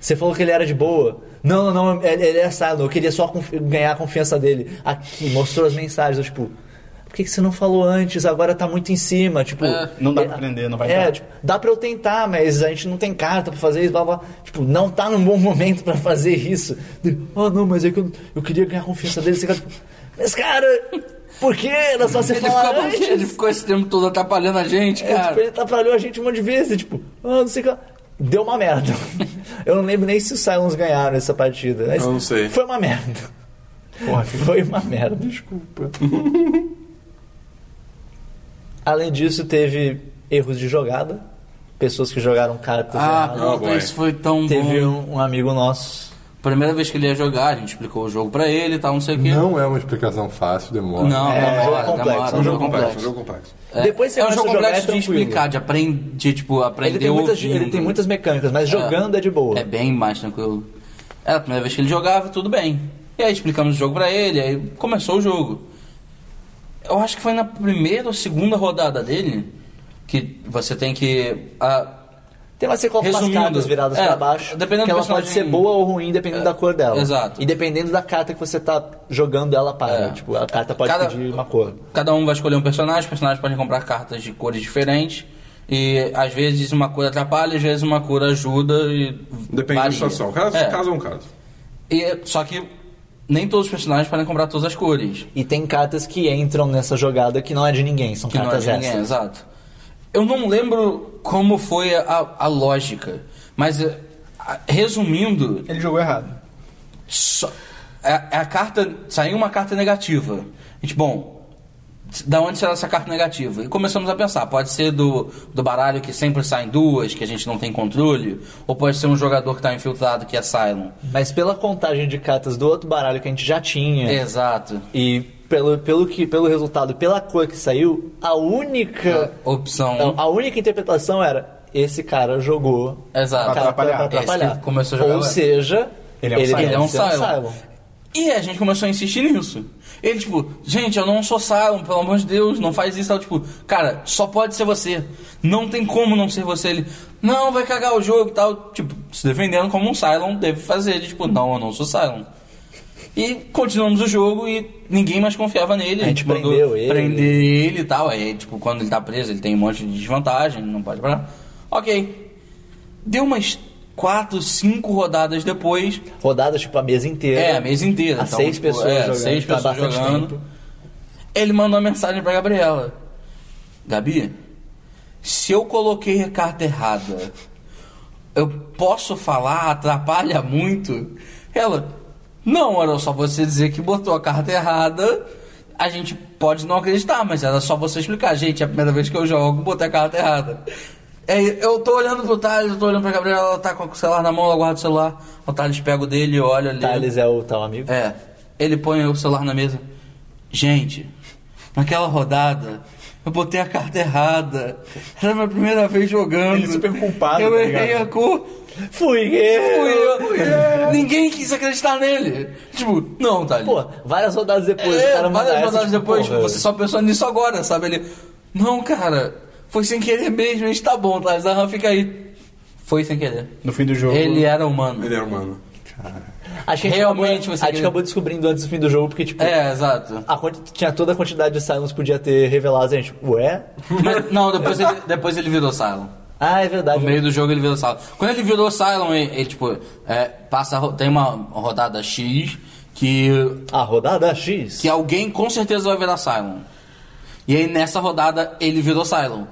Você falou que ele era de boa. Não, não, não, ele, ele é Cylon, eu queria só confi- ganhar a confiança dele. Aqui, mostrou as mensagens, eu, tipo. Por que, que você não falou antes? Agora tá muito em cima, tipo... É, não dá pra aprender, não vai é, dar. tipo, dá pra eu tentar, mas a gente não tem carta pra fazer isso, blá blá. Tipo, não tá num bom momento pra fazer isso. Ah, não, mas é que eu, eu queria ganhar a confiança dele. Você fica, tipo, mas, cara, por que? Era só você Ele falar ficou, antes. ele ficou esse tempo todo atrapalhando a gente, É, tipo, cara. ele atrapalhou a gente um monte de vezes. Tipo, ah, não sei o que. lá. Deu uma merda. Eu não lembro nem se os Cylons ganharam essa partida. mas Eu não sei. Foi uma merda. Porra, Foi uma merda. Desculpa. Além disso, teve erros de jogada. Pessoas que jogaram cartas Ah, erradas. não, puta, boy. isso foi tão Teve bom. um, um amigo nosso. Primeira vez que ele ia jogar, a gente explicou o jogo pra ele e tal, não sei o quê. Não é uma explicação fácil, demora. Não, não, É, um jogo demora, complexo, é demora, um Um jogo jogo complexo, um jogo complexo. É, Depois você é um começa jogo a jogar, complexo é de tranquilo. explicar, de aprender, de, tipo, aprender Ele tem, muitas, ouvindo. ele tem muitas mecânicas, mas jogando é de boa. É bem mais tranquilo. Era a primeira vez que ele jogava, tudo bem. E aí explicamos o jogo pra ele, aí começou o jogo. Eu acho que foi na primeira ou segunda rodada dele que você tem que. ah, Tem uma sequência com umas Resumindo, cartas viradas é, pra baixo. dependendo que do ela personagem- pode ser boa ou ruim, dependendo É, da cor dela. exato. E dependendo da carta que você tá jogando, ela para. É. Tipo, a carta pode Cada- pedir uma cor. Cada um vai escolher um personagem, os personagens podem comprar cartas de cores diferentes. E às vezes uma cura atrapalha, às vezes uma cura ajuda e. Depende varia. da situação. Cada É. caso é um caso. E, é, só que nem todos os personagens podem comprar todas as cores. E tem cartas que entram nessa jogada que não é de ninguém, são Que não é cartas de ninguém, extras. exato. Eu não lembro como foi a, a lógica, mas eh, a- resumindo, Ele jogou errado. só- é, a, a carta saiu uma carta negativa. A gente, bom, da onde será essa carta negativa? E começamos a pensar, pode ser do, do baralho que sempre saem duas, que a gente não tem controle, ou pode ser um jogador que está infiltrado que é Cylon. Mas pela contagem de cartas do outro baralho que a gente já tinha. Exato. E pelo, pelo, que, pelo resultado, pela cor que saiu, a única. Opção. A única interpretação era. Esse cara jogou um. Exato. a carta pra Atrapalhar. atrapalhar. Esse que começou a jogar- Ou seja, Ele é um Cylon. deve Ele é um ser Cylon. E a gente começou a insistir nisso. Ele, tipo, gente, eu não sou Cylon, pelo amor de Deus, não faz isso. Ela, tipo, cara, só pode ser você. Não tem como não ser você. Ele, não, vai cagar o jogo e tal. Tipo, se defendendo como um Cylon deve fazer. Ele, tipo, não, eu não sou Cylon. E continuamos o jogo e ninguém mais confiava nele. tipo, A gente prendeu ele. prender ele e tal. Aí, tipo, quando ele tá preso, ele tem um monte de desvantagem, não pode parar. Ok. Deu umas quatro, cinco rodadas depois. Rodadas tipo a mesa inteira. É, a mesa inteira. Há seis pessoas é, jogando, seis tá pessoas bastante jogando. tempo. Ele mandou uma mensagem pra Gabriela. Gabi, se eu coloquei a carta errada, eu posso falar, atrapalha muito? Ela, não, era só você dizer que botou a carta errada. A gente pode não acreditar, mas era só você explicar. Gente, é a primeira vez que eu jogo, botei a carta errada. É, eu tô olhando pro Thales, eu tô olhando pra Gabriela, ela tá com o celular na mão, ela guarda o celular. O Thales pega o dele, olha ali. Thales é o tal amigo. É. Ele põe o celular na mesa. Gente, naquela rodada, eu botei a carta errada. Era a minha primeira vez jogando. é Ele super culpado, Eu tá errei ligado? a cor. Fui eu! Fui eu. Ninguém quis acreditar nele. Tipo, não, Thales. Pô, várias rodadas depois, É, o cara manda várias essa, rodadas tipo, depois, porra. tipo, você só pensou nisso agora, sabe? Ele, não, cara, foi sem querer mesmo, a gente tá bom, Thales. Aham, fica aí. Foi sem querer. No fim do jogo. Ele era humano. Ele é humano. A gente Realmente acabou, você A gente queria- acabou descobrindo antes do fim do jogo, porque, tipo, É, exato. a quanti- tinha toda a quantidade de Silence que podia ter revelado, a gente, ué? Mas, não, depois ele, depois ele virou Silent. Ah, é No verdade. meio do jogo ele virou Cylon. Quando ele virou Cylon, ele, ele, tipo, é, passa, a ro- tem uma rodada X que, A rodada X. que alguém com certeza vai virar Cylon. E aí nessa rodada ele virou Cylon.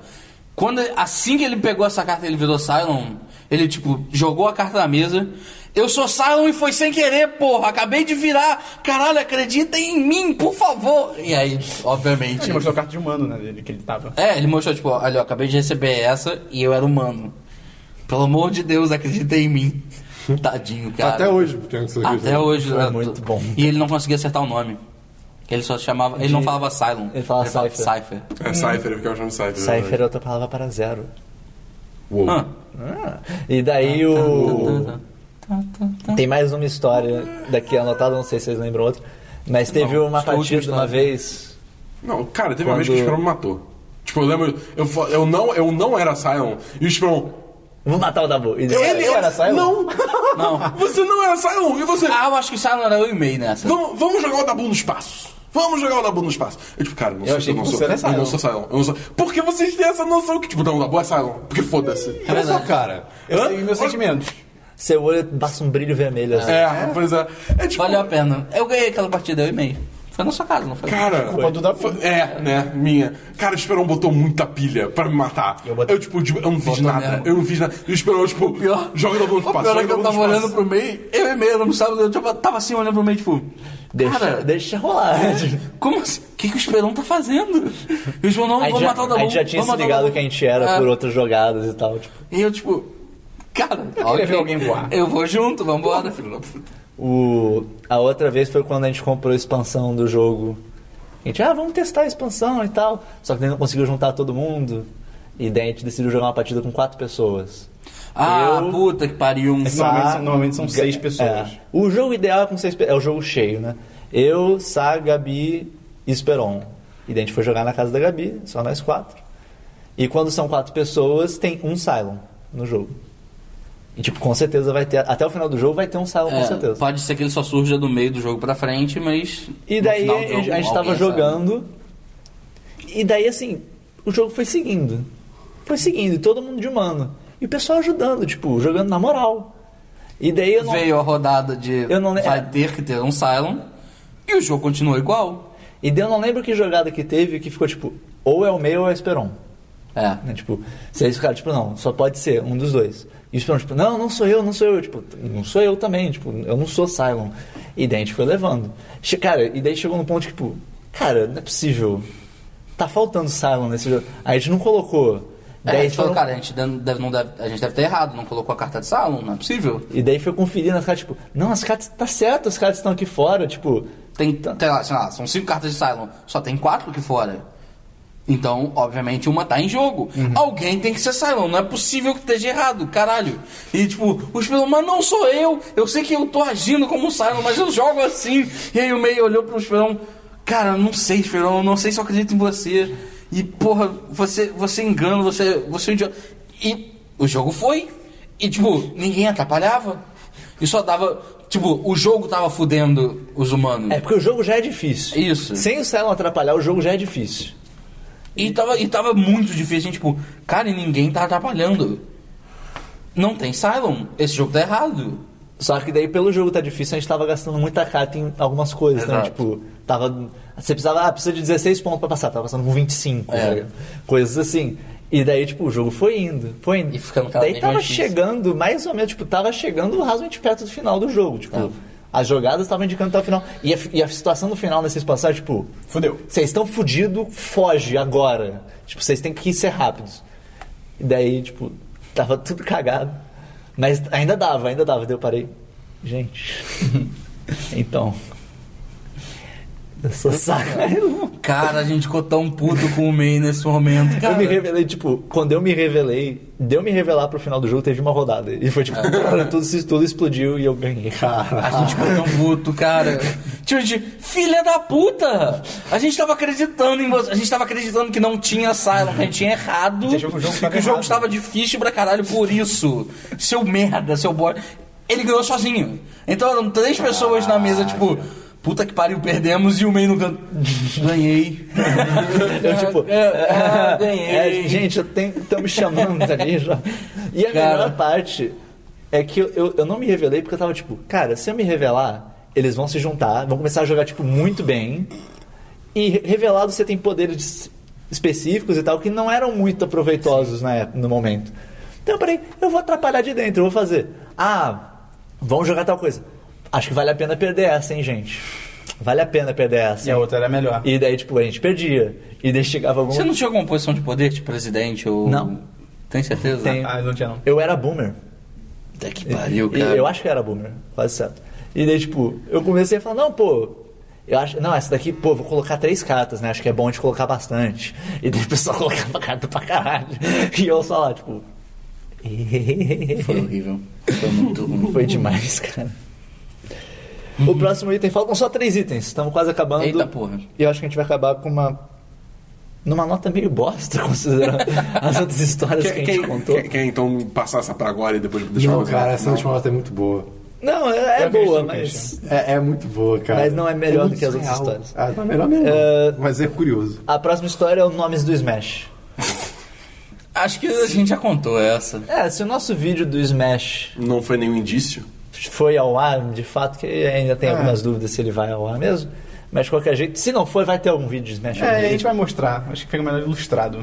Quando, assim que ele pegou essa carta ele virou Cylon, ele tipo jogou a carta na mesa. Eu sou Cylon e foi sem querer, porra. Acabei de virar. Caralho, acredita em mim, por favor. E aí, obviamente. É, é Ele mostrou a carta de humano, né? Dele, que ele tava. É, ele mostrou, tipo, olha, eu acabei de receber essa e eu era humano. Pelo amor de Deus, acredita em mim. Tadinho, cara. Até hoje, um porque antes eu Até hoje. Foi né, muito tu- bom. E ele não conseguia acertar o nome. Ele só chamava... Ele não falava Cylon. Ele falava Cypher. Cypher. É Cypher, porque eu chamo de Cypher. Hum. né? Cypher é outra palavra para zero. Uou. Ah. Ah, E daí o. Tem mais uma história daqui anotada, não sei se vocês lembram outra. Mas teve Não, uma acho que a última partida uma história. vez. Não, cara, teve uma vez que o Quando- Esperon me matou. Tipo, eu lembro. Eu, fa- eu, não, eu não era Cylon. E o Esperon. Vou matar o Dabu. E daí- Ele era Cylon? Não! Não. Você não era Cylon! E você. Ah, eu acho que Cylon era eu e meio nessa. Vamos, vamos jogar o Dabu no espaço! Vamos jogar o Dabu no espaço! Eu, tipo, cara, eu não sou, achei eu não que sou, você era eu não Cylon. sou Cylon. Eu não sou... Por que vocês têm essa noção que, tipo, não, o Dabu é Cylon? Porque foda-se. Olha só, cara. Eu Hã? sei meus sentimentos. Seu olho passa um brilho vermelho assim. É, pois é. É tipo. Valeu a pena. Eu ganhei aquela partida, eu e meio. Foi na sua casa, não foi? Cara, Culpa do Dabu. foi- é, né? Minha. Cara, o Esperon botou muita pilha pra me matar. Eu, tipo, tipo, eu não fiz Botou nada. mesmo. Eu não fiz nada. E o Esperon, tipo, pior- joga o Dabu no O espaço. pior é joga que eu o Dabu tava no espaço. olhando pro meio, eu e meio, eu não sabe, eu tava- tava assim olhando pro meio, tipo. Deixa, cara, deixa rolar. Como assim? O que, que o Esperão tá fazendo? E o João, não, A gente, vamos já, matar o Dabu. a gente já tinha se vamos matar o ligado Dabu. que a gente era É. por outras jogadas e tal. Tipo, E eu, tipo, cara, eu queria ver alguém voar. Eu vou junto, vambora. o, a outra vez foi quando a gente comprou a expansão do jogo. A gente, ah, vamos testar a expansão e tal. Só que a gente não conseguiu juntar todo mundo. E daí a gente decidiu jogar uma partida com quatro pessoas. Ah, Eu- puta que pariu. Um... Essa- Normalmente são- normalmente são seis pessoas. É. O jogo ideal é com seis pe- É o jogo cheio, né? Eu, Sá, Gabi e Esperon. E daí a gente foi jogar na casa da Gabi, só nós quatro. E quando são quatro pessoas, tem um Cylon no jogo. E tipo, com certeza vai ter. Até o final do jogo vai ter um Cylon, É, com certeza. pode ser que ele só surja do meio do jogo pra frente, mas. E no daí final do a gente jogo tava alguém jogando. E daí assim, o jogo foi seguindo. perseguindo, e todo mundo de humano. E o pessoal ajudando, tipo, jogando na moral. E daí eu não. Veio a rodada de Eu não le- vai é. ter que ter um Cylon e o jogo continua igual. E daí eu não lembro que jogada que teve que ficou tipo, ou é o meio ou é o Esperon. É. Né? Tipo, se eles ficaram, tipo, não, só pode ser um dos dois. E o Esperon, tipo, não, não sou eu, não sou eu. Tipo, não sou eu também, tipo, eu não sou Cylon. E daí a gente foi levando. Che- Cara, e daí chegou no ponto, tipo, cara, não é possível. Tá faltando Cylon nesse jogo. Aí a gente não colocou. É, a gente falou, foram- cara, a gente deve, não deve, a gente deve ter errado, não colocou a carta de Cylon, não é possível. E daí foi conferindo as cartas, tipo, não, as cartas tá certo, as cartas estão aqui fora, tipo. Tem, tem lá, sei lá, são cinco cartas de Cylon, só tem quatro aqui fora. Então, obviamente, uma tá em jogo. Alguém tem que ser Cylon, não é possível que esteja errado, caralho. E tipo, os Spilon, mas não sou eu, eu sei que eu tô agindo como um Cylon, mas eu jogo assim. E aí o meio olhou pro Spilon, cara, eu não sei, Spilon, eu não sei se eu acredito em você. E porra, você, você engana, você, você é um idiota. E o jogo foi. E tipo, ninguém atrapalhava. E só dava. Tipo, o jogo tava fudendo os humanos. É porque o jogo já é difícil. Isso. Sem o Cylon atrapalhar, o jogo já é difícil. E tava, e tava muito difícil, tipo, cara, e ninguém tá atrapalhando. Não tem Cylon, esse jogo tá errado. Só que daí, pelo jogo tá difícil, a gente tava gastando muita carta em algumas coisas, né? Exato. Tipo, tava. Você precisava, ah, precisa de 16 pontos pra passar, tava passando com 25, É. tá ligado? coisas assim. E daí, tipo, o jogo foi indo, foi indo. E ficando cada daí vez tava mais difícil. chegando, mais ou menos, tipo, tava chegando razoavelmente perto do final do jogo, tipo. Tá. As jogadas estavam indicando até o final. E a, e a situação do final nessa expansão é, tipo, Fudeu. vocês estão fudido, foge agora. Tipo, vocês têm que ser rápidos. E daí, tipo, tava tudo cagado. Mas ainda dava, ainda dava. Daí eu parei. Gente. então. Eu sou saca. Eu Cara, a gente ficou tão puto com o May nesse momento, cara. me revelei, tipo, quando eu me revelei, deu me revelar pro final do jogo, teve uma rodada. E foi tipo, tudo, se- tudo explodiu e eu ganhei. A gente ficou tão puto, cara. Tipo, de filha da puta! A gente tava acreditando em você. A gente tava acreditando que não tinha Cylon, que a gente tinha errado. Você achou que o jogo e tava que o jogo errado. estava difícil pra caralho por isso. Seu merda, seu boy. Ele ganhou sozinho. Então eram três pessoas na mesa, tipo. Puta que pariu, perdemos e o meio no canto. Ganhei. Eu, tipo, Ah, ganhei. é, gente, eu tenho, tão me chamando ali já. E a Cara. melhor parte é que eu, eu, eu não me revelei porque eu tava tipo, cara, se eu me revelar, eles vão se juntar, vão começar a jogar, tipo, muito bem. E re- revelado você tem poderes específicos e tal que não eram muito proveitosos na época- no momento. Então eu parei, eu vou atrapalhar de dentro, eu vou fazer. Ah, vamos jogar tal coisa. Acho que vale a pena perder essa, hein, gente? Vale a pena perder essa. E a outra era melhor. E daí, tipo, a gente perdia. E daí chegava algum. Você não tinha alguma posição de poder, tipo presidente ou. Não. Tem certeza? Tenho. Ah, não tinha não. Eu era boomer. Puta que pariu, E- cara. Eu acho que eu era boomer, quase certo. E daí, tipo, eu comecei a falar, não, pô. Eu acho, não, essa daqui, pô, vou colocar três cartas, né? Acho que é bom a gente colocar bastante. E daí o pessoal colocava carta pra caralho. E eu só lá, tipo. Foi horrível. Foi muito ruim. Foi demais, cara. O próximo item, faltam só três itens. Estamos quase acabando. Uhum. Eita porra. E eu acho que a gente vai acabar com uma. Numa nota meio bosta, considerando as outras histórias que, Quer, a gente quer- contou. quer- quer, então passar essa pra agora e depois deixar Não, você- cara, essa última nota é muito boa. Não, é, é acredito boa, no mas. É, é muito boa, cara. Mas não é melhor muito do que as outras surreal. histórias. Ah, não é melhor mesmo. É. Mas é curioso. A próxima história é o Nomes do Smash. Acho que a gente já contou essa. É, se o nosso vídeo do Smash Não foi nenhum indício? foi ao ar, de fato, que ainda É. tem algumas dúvidas se ele vai ao ar mesmo. Mas de qualquer jeito, se não for, vai ter algum vídeo de Smash. É, algum a gente dia. vai mostrar. Acho que fica melhor ilustrado.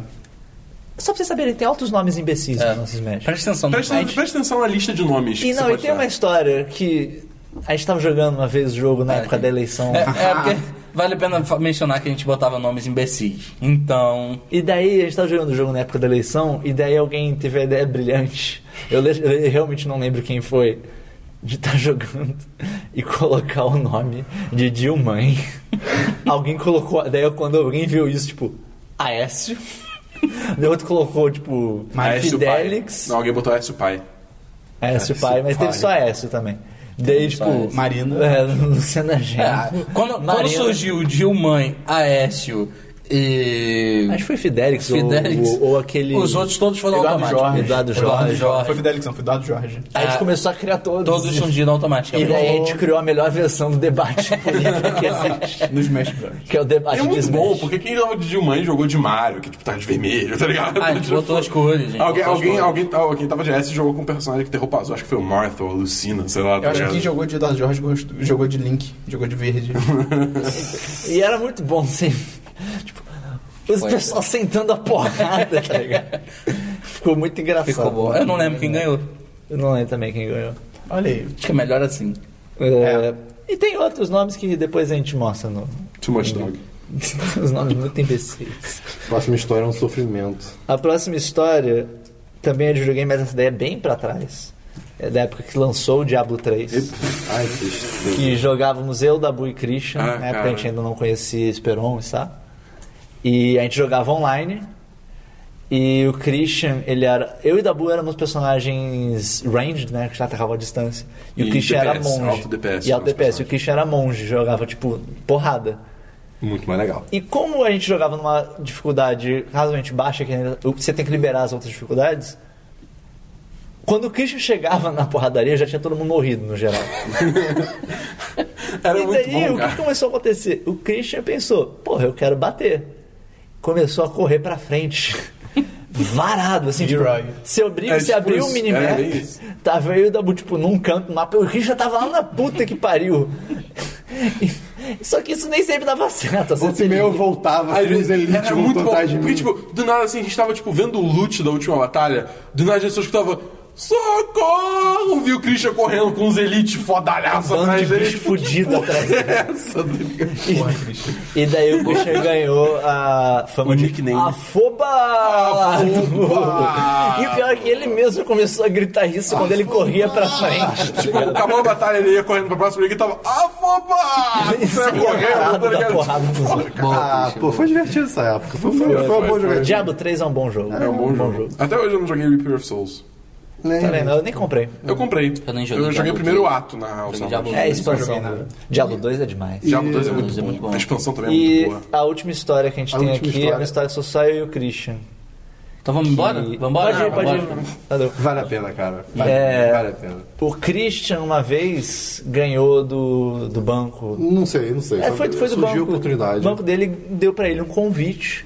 Só pra vocês saberem, tem altos nomes imbecis É. no nosso Smash. Presta atenção, Presta, a gente- presta atenção na lista de nomes. que E não, você e pode tem dar. uma história que a gente tava jogando uma vez o jogo na época tem. da eleição. É, é porque vale a pena fa- mencionar que a gente botava nomes imbecis. Então. E daí a gente tava jogando o jogo na época da eleição, e daí alguém teve a ideia brilhante. Eu, le- eu realmente não lembro quem foi. De estar jogando e colocar o nome de Dilmãe. alguém colocou. Daí quando alguém viu isso, tipo, Aécio. Daí outro colocou, tipo, Aécio Pai. Fidelix. Não, alguém botou Aécio Pai. Aécio Pai, mas teve só Aécio também. Daí, só tipo. Aécio. Marina. É, Luciana Genro. É, quando, quando Marina. surgiu Dilmãe, Aécio E. Acho que foi Fidelix, ou- Fidelix. Ou, ou aquele. Os outros todos foram Eduardo automáticos. Jorge. Eduardo Eduardo Jorge. Jorge. Foi Fidelix, não, foi Eduardo Jorge. A gente Ah, começou a criar todos. Todos um e- surgiram automáticos. E daí a gente criou a melhor versão do debate político que existe. Nos Smash Bros. Que é o debate É muito de Smash. bom, porque quem jogou de Gilman jogou de Mario, que tipo, tava de vermelho, tá ligado? Ah, a gente botou as cores, gente. botou Alguém, as alguém, cores. alguém, tá- alguém tava de S e jogou com um personagem que tem roupa azul. Acho que foi o Martha ou a Lucina, sei lá. tá Eu acho que quem jogou de Eduardo Jorge gostou- jogou de Link, jogou de verde. E era muito bom, assim. Tipo, os Foi. pessoal sentando a porrada, tá ligado? Ficou muito engraçado. Ficou bom. Eu não lembro quem ganhou. Acho Eu não lembro também quem ganhou. Olha aí. que é melhor assim. É, E tem outros nomes que depois a gente mostra no. Too much dog. Os nomes muito imbecis. Próxima história é um sofrimento. A próxima história também é de videogame, mas essa daí é bem pra trás. É da época que lançou o Diablo 3. Ai, que que jogávamos eu, Dabu e Christian. Ah, na época cara. a gente ainda não conhecia Esperon, sabe? E a gente jogava online. E o Christian, ele era. Eu e Dabu éramos personagens ranged, né? Que já atacava a distância. E, E o Christian era DPS, monge. alto DPS, e alto os DPS. E o personagens. Christian era monge, jogava tipo porrada. Muito mais legal. E como a gente jogava numa dificuldade razoavelmente baixa, que ainda- você tem que liberar as outras dificuldades. Quando o Christian chegava na porradaria, já tinha todo mundo morrido, no geral. Era e muito daí, bom, o que cara. começou a acontecer? O Christian pensou, porra, eu quero bater. Começou a correr pra frente. Varado, assim, tipo, Herói. se abriu, É, se tipo abriu isso. o É, minimap, bem isso. tava eu e o Dabu, tipo, num canto, no mapa, e o Christian tava lá na puta que pariu. E- Só que isso nem sempre dava certo. às vezes Esse ele- meu voltava, Aí, Cris Elite era muito voltou bom. atrás de Porque, mim. tipo, do nada assim, a gente tava, tipo, vendo o loot da última batalha, do nada a gente só escutava. Socorro! Viu o Christian correndo com os elite fodalhaço Bando de atrás dele. bicho Tipo, que fudido porra atrás dele. é essa, tá ligado? E daí o Christian ganhou a fama O de nickname. Afoba! Afoba! E o pior é que ele mesmo começou a gritar isso quando ele corria pra frente. Tipo, acabou a batalha, ele ia correndo pra próxima liga e tava. Afobado! Você ia correndo, tá Parado é da ligado? porrada dos outros. Ah, pô, foi divertido essa época. Foi, foi, foi, foi, uma boa jogadinha. Diablo 3 é um bom jogo. É um bom jogo. Até hoje eu não joguei Reaper of Souls. Nem- Tá vendo? Eu nem comprei. Eu comprei. Eu nem joguei Eu joguei Diablo primeiro o dois. ato na real. Joguei Diablo É a dois. expansão. nada. Diablo 2 é demais. Diablo 2 é muito Dois é muito bom. bom. A expansão também é E muito boa. a última história que a gente A tem aqui última é uma história. história que sou só eu e o Christian. Então vamos embora? E- Vamos embora? Pode ir, pode Vambora. ir. Valeu. Vale a pena, cara. Vale, É. vale a pena. O Christian uma vez ganhou do, do banco Não sei, não sei. É, Só foi, foi do surgiu banco. a oportunidade. O banco dele deu pra ele um convite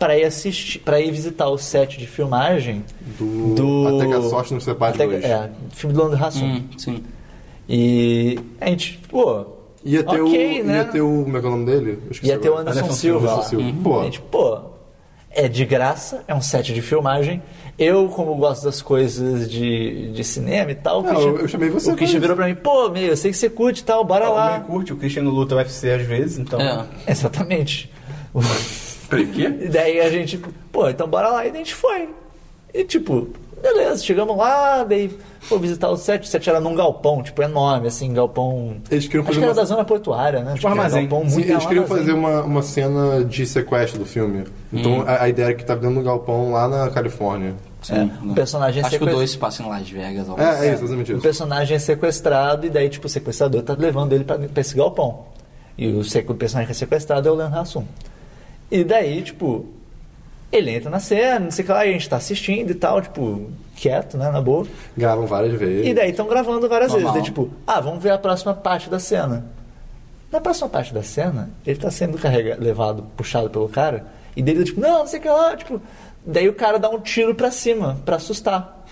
pra ir assistir, para ir visitar o set de filmagem do... do Até que a sorte nos separe Até que- dois. É, filme do Leandro Hassum. Hum, sim. E a gente, pô, Ia ter ok, o... né? Ia ter o... Como é que é o nome dele? Eu esqueci Ia ter o agora. Anderson, Silva. lá. Uhum. Anderson Silva. Pô. A gente, pô, é de graça, é um set de filmagem. Eu, como gosto das coisas de, de cinema e tal, o Não, eu- eu chamei você O pra Christian isso. virou pra mim, pô, meu, eu sei que você curte e tal, bora O lá. meio curte, o Cristiano luta UFC às vezes, então. Tá É. Exatamente. Peraí, o quê? E daí a gente, pô, então bora lá. E daí a gente foi. E tipo, beleza, chegamos lá, daí foi visitar o set. O set era num galpão, tipo, enorme, assim, galpão. Eles queriam Acho fazer que era uma- da zona portuária, né? Tipo, era armazém. galpão Sim, muito né? assim. eles queriam armazém. fazer um- uma, uma cena de sequestro do filme. Então Uhum. a, a ideia é que tava dentro de um galpão lá na Califórnia. É, um o personagem Acho que o sequestra- 2 se passa em Las Vegas. algo assim. É, é isso, O exatamente isso. personagem é sequestrado, e daí, tipo, o sequestrador tá levando ele pra, pra esse galpão. E o, sequ- o personagem que é sequestrado é o Leandro Hassum. E daí, tipo, ele entra na cena, não sei o que lá, e a gente tá assistindo e tal, tipo, quieto, né, na boa. Gravam várias vezes. E daí estão gravando várias Normal. vezes. Daí, tipo, ah, vamos ver a próxima parte da cena. Na próxima parte da cena, ele tá sendo carregado, levado, puxado pelo cara, e dele tipo, não, não sei o que lá, tipo. Daí o cara dá um tiro pra cima, pra assustar.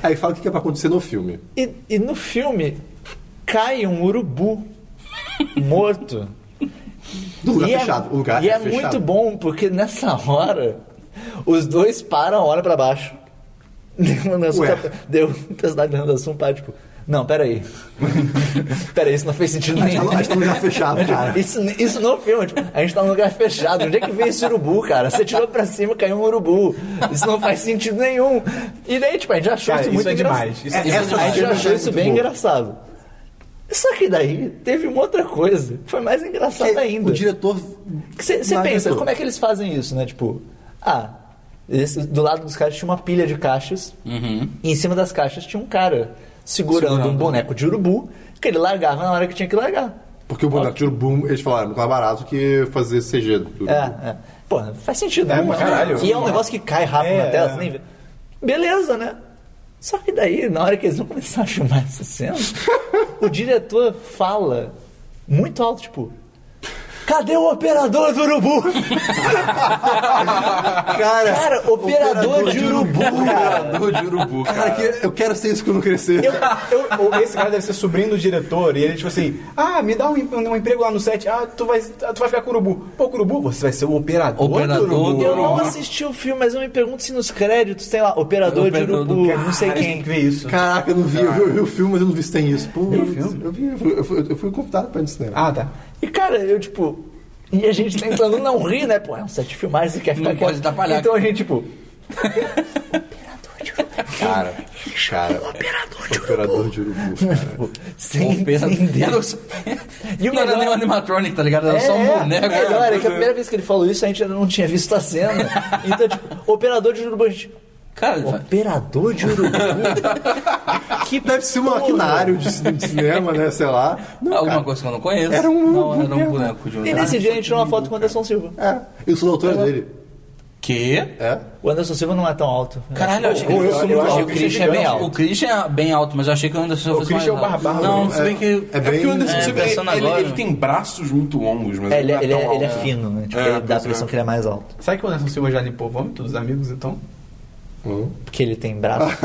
Aí fala o que que é pra acontecer no filme. E, e no filme cai um urubu morto. Do lugar e é- fechado. O lugar e é, fechado. muito bom, porque nessa hora, os dois param, olham pra baixo. Ué. Deu intensidade do Anderson para, tipo, não, peraí. peraí, isso não fez sentido A gente tá- a nenhum. gente tá no lugar fechado, cara. Isso, isso não filma, tipo, a gente tá num lugar fechado. Onde é que veio esse urubu, cara? Você tirou pra cima caiu um urubu. Isso não faz sentido nenhum. E daí, tipo, a gente achou Cara, isso isso muito é engraçado. demais. Isso- É, isso é essa- a demais. gente achou isso Muito bem bom. engraçado. Só que daí teve uma outra coisa que foi mais engraçada ainda. É, O diretor. Você Não pensa, tipo, adiantou. como é que eles fazem isso, né? Tipo, ah, esse- do lado dos caras tinha uma pilha de caixas, e em cima das caixas tinha um cara segurando, um boneco de urubu que ele largava na hora que tinha que largar. Porque o boneco de urubu, eles falaram, é muito mais barato que fazer CG. do urubu. É, é. Pô, faz sentido, Uhum. É, né? pra caralho. E é um negócio que cai rápido É, na tela, é. você nem vê. Beleza, né? Só que daí, na hora que eles vão começar a filmar essa cena, o diretor fala muito alto, tipo. Cadê o operador do urubu? cara, operador, de urubu, cara. Operador de urubu, cara. que- eu quero ser isso quando crescer. Eu- eu- Ou esse cara deve ser sobrinho do diretor e ele, tipo assim, ah, me dá um, em- um emprego lá no set, ah, tu vai, tu vai ficar com o urubu. Pô, com o urubu, você vai ser o operador, Operador do urubu. do Eu não Urubu. assisti o filme, mas eu me pergunto se nos créditos tem lá, operador, de Operador do- urubu, não sei Cara, tem quem. é que ver isso. Caraca, eu não vi. Eu vi, eu vi o filme, mas eu não vi se tem isso. Pô, eu, filme? vi, eu, fui, eu fui- eu fui convidado pra ir no cinema. Ah, tá. E cara, eu tipo. E a gente tentando não rir, né? Pô, é um set de filmagens e quer ficar Não quieto. pode atrapalhar. Então a gente, tipo. cara, cara. Operador de urubu, cara. Sem Pera- entender. Era o- E o Não era melhor- nem o animatronic, tá ligado? Era só um boneco. o melhor é que a primeira vez que ele falou isso, a gente ainda não tinha visto a cena. Então, tipo, operador de urubu, a gente. Cara, ah, ele fala, Operador de urubu? que Deve ser um maquinário de, cin- de cinema, né? Sei lá. Não, alguma cara. coisa que eu não conheço. Era um- Não, era um boneco de um. E nesse dia a gente tirou uma foto com o Anderson Silva. É, eu sou da autora dele. Que? É. O Anderson Silva não é tão alto. Caralho, eu achei que Eu sou muito achei alto, o Christian é bem alto. O Christian é bem alto, mas eu achei que o Anderson fosse Christian mais é o alto. barbado, Não, né? se bem que... É É porque o bem. Anderson É, Silva, pensando ele, agora. ele tem braços muito longos, mas É, ele, não ele tão é, ele é alto. fino, né? Tipo, É, ele dá a pois impressão é. que ele é mais alto. Será que o Anderson Silva já limpou o vômito dos amigos, então? Hum. Porque ele tem braço.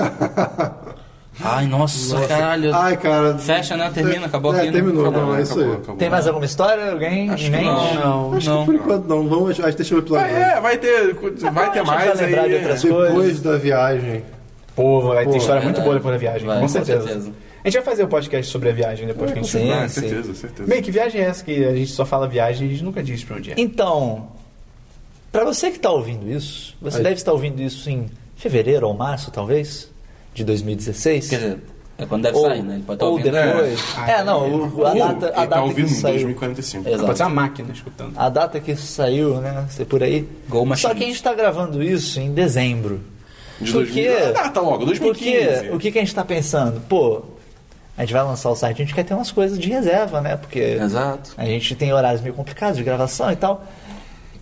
Ai, nossa, caralho. Ai, cara. Fecha, né? Termina, acabou é, aqui. né? Terminou, Acabou. não, é isso aí. Acabou, Tem acabou. mais alguma história? Alguém? Acho que Mente? não. Não. Acho Não. que por enquanto não. Vamos, acho que deixa o episódio. Vai, é, vai ter, vai ter Deixa eu mais aí. lembrar de outras coisas. Depois da viagem. Pô, vai ter história muito verdade. boa depois da viagem, é. Vai, com, com certeza. certeza. A gente vai fazer o podcast sobre a viagem depois que a gente Sim, Ah, sim. certeza, certeza. Bem, que viagem é essa que a gente só fala viagem e a gente nunca diz pra onde é? Então, pra você que tá ouvindo isso, você Aí. deve estar ouvindo isso em fevereiro ou março, talvez, de 2016. Quer dizer, é quando deve ou, sair, né? Ele pode estar ou ouvindo. depois. Ah, É, é. não, o- a Ou data, a ele data tá que ouvindo em isso saiu. 2045. Pode ser Exato. uma máquina escutando. A data que isso saiu, né? Sei Por aí. Gol Machine. Só que a gente tá gravando isso em dezembro. De Por 2000. quê? Ah, tá, tá logo, 2015. Porque o que, que a gente tá pensando? Pô, a gente vai lançar o site, a gente quer ter umas coisas de reserva, né? Porque É. Exato. a gente tem horários meio complicados de gravação e tal.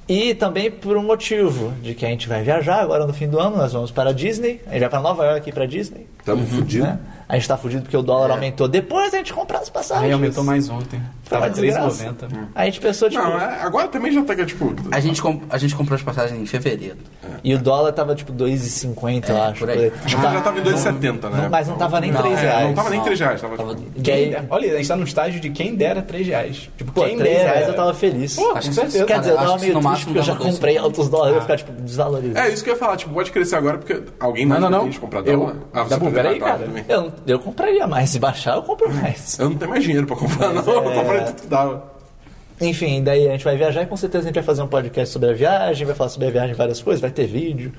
E também por um motivo de que a gente vai viajar agora no fim do ano, nós vamos para a Disney, a gente vai para Nova York e para Disney. Tamo fudido. né? A gente tá fudido porque o dólar aumentou. Depois a gente comprar as passagens. Aí aumentou mais ontem. Foi uma Ah, Tava Hum. desgraça. 3,90. A gente pensou, tipo, Não, é- agora também já tá, tipo... A gente, comp- a gente comprou as passagens em fevereiro. e o dólar tava tipo 2,50, eu É, acho. por aí. Já, tá, já tava em 2,70, né? Tá. Não, mas não tava nem Não, 3 é, É, reais. não tava nem Não. 3 reais, tava... tipo, Tava- E aí, Olha, a gente tá no estágio de quem dera 3 reais. Tipo, pô, quem 3 dera. reais eu tava feliz. Pô, Acho com que- certeza. Quer dizer, eu Cara, tava acho que meio no triste máximo porque eu já dava dois. comprei altos dólares, eu ia ficar, tipo, desvalorizado. É, isso que eu ia falar, tipo, pode crescer agora porque alguém mais Não, não, vai não. ter de comprar Eu- dólar. Ah, Tá bom, pode- peraí, ah, tá, cara. tudo bem. Eu, não- eu compraria mais, se baixar eu compro mais. Eu não tenho mais dinheiro pra comprar, não. é. Eu comprei tudo que dava. Enfim, daí a gente vai viajar e com certeza a gente vai fazer um podcast sobre a viagem, vai falar sobre a viagem várias coisas, vai ter vídeo,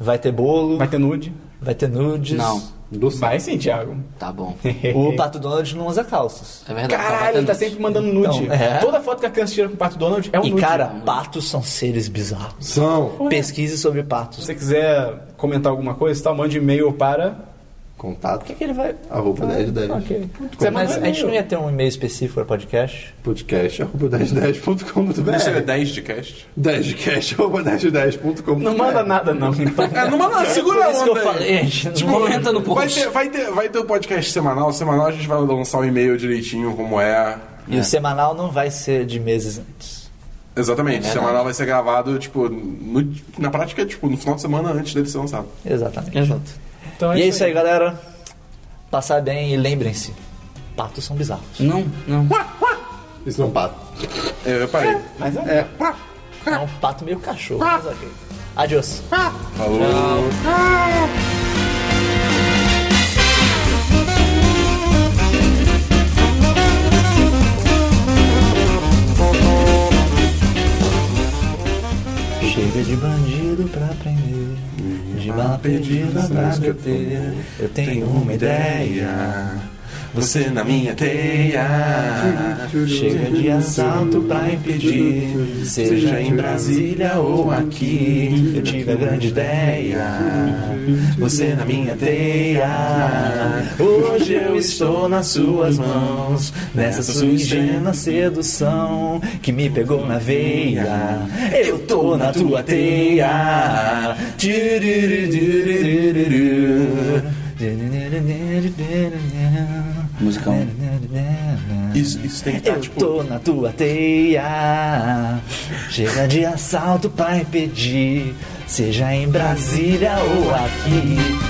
vai ter bolo, Vai vai, ter nude? ter nudes. Não, Doce. Vai sim, É, Thiago. tá bom. O Pato Donald não usa calças. É verdade. Caralho, ele tá sempre mandando nude. Então, é. Toda foto que a criança tira com o Pato Donald é um E nude. cara, nude. patos são seres bizarros. São. Pesquise sobre patos. se você quiser comentar alguma coisa, e tal, mande e-mail para... Contato. Por que ele vai. Arroba 1010. Ok. Você Mas manda a gente e-mail. não ia ter um e-mail específico para podcast. Podcast. Arroba 1010.com.br. Isso é 10 de cast. 10cast. Arroba 1010.com.br. Não manda nada não, então. É, não, mas não, segura Por a isso que eu onda aí. falei, a gente. não- Comenta no Vai post. ter, vai, ter, vai ter um podcast semanal. Semanal a gente vai lançar o e-mail direitinho, como é. E o semanal não vai ser de meses antes. Exatamente. semanal vai ser gravado, tipo, no- na prática, tipo, no final de semana antes dele ser lançado. Exatamente. Exato. Então E é isso aí, galera. Passar bem e lembrem-se: patos são bizarros. Não, não. Isso não é um pato. Eu, eu parei. Mas é. É um pato meio cachorro, mas ok. Adiós. Falou. Chega de bandido pra prender, de bala perdida pra meter. Eu tenho uma ideia. Você na minha teia. Chega de assalto pra impedir, seja em Brasília ou aqui. Eu tive a grande ideia. você na minha teia. Hoje eu estou nas suas mãos, nessa sua ingênua sedução que me pegou na veia. Eu tô na tua teia. Musicão. Isso, isso tem que estar, Eu tipo. tô na tua teia. Chega de assalto pra impedir, seja em Brasília ou aqui.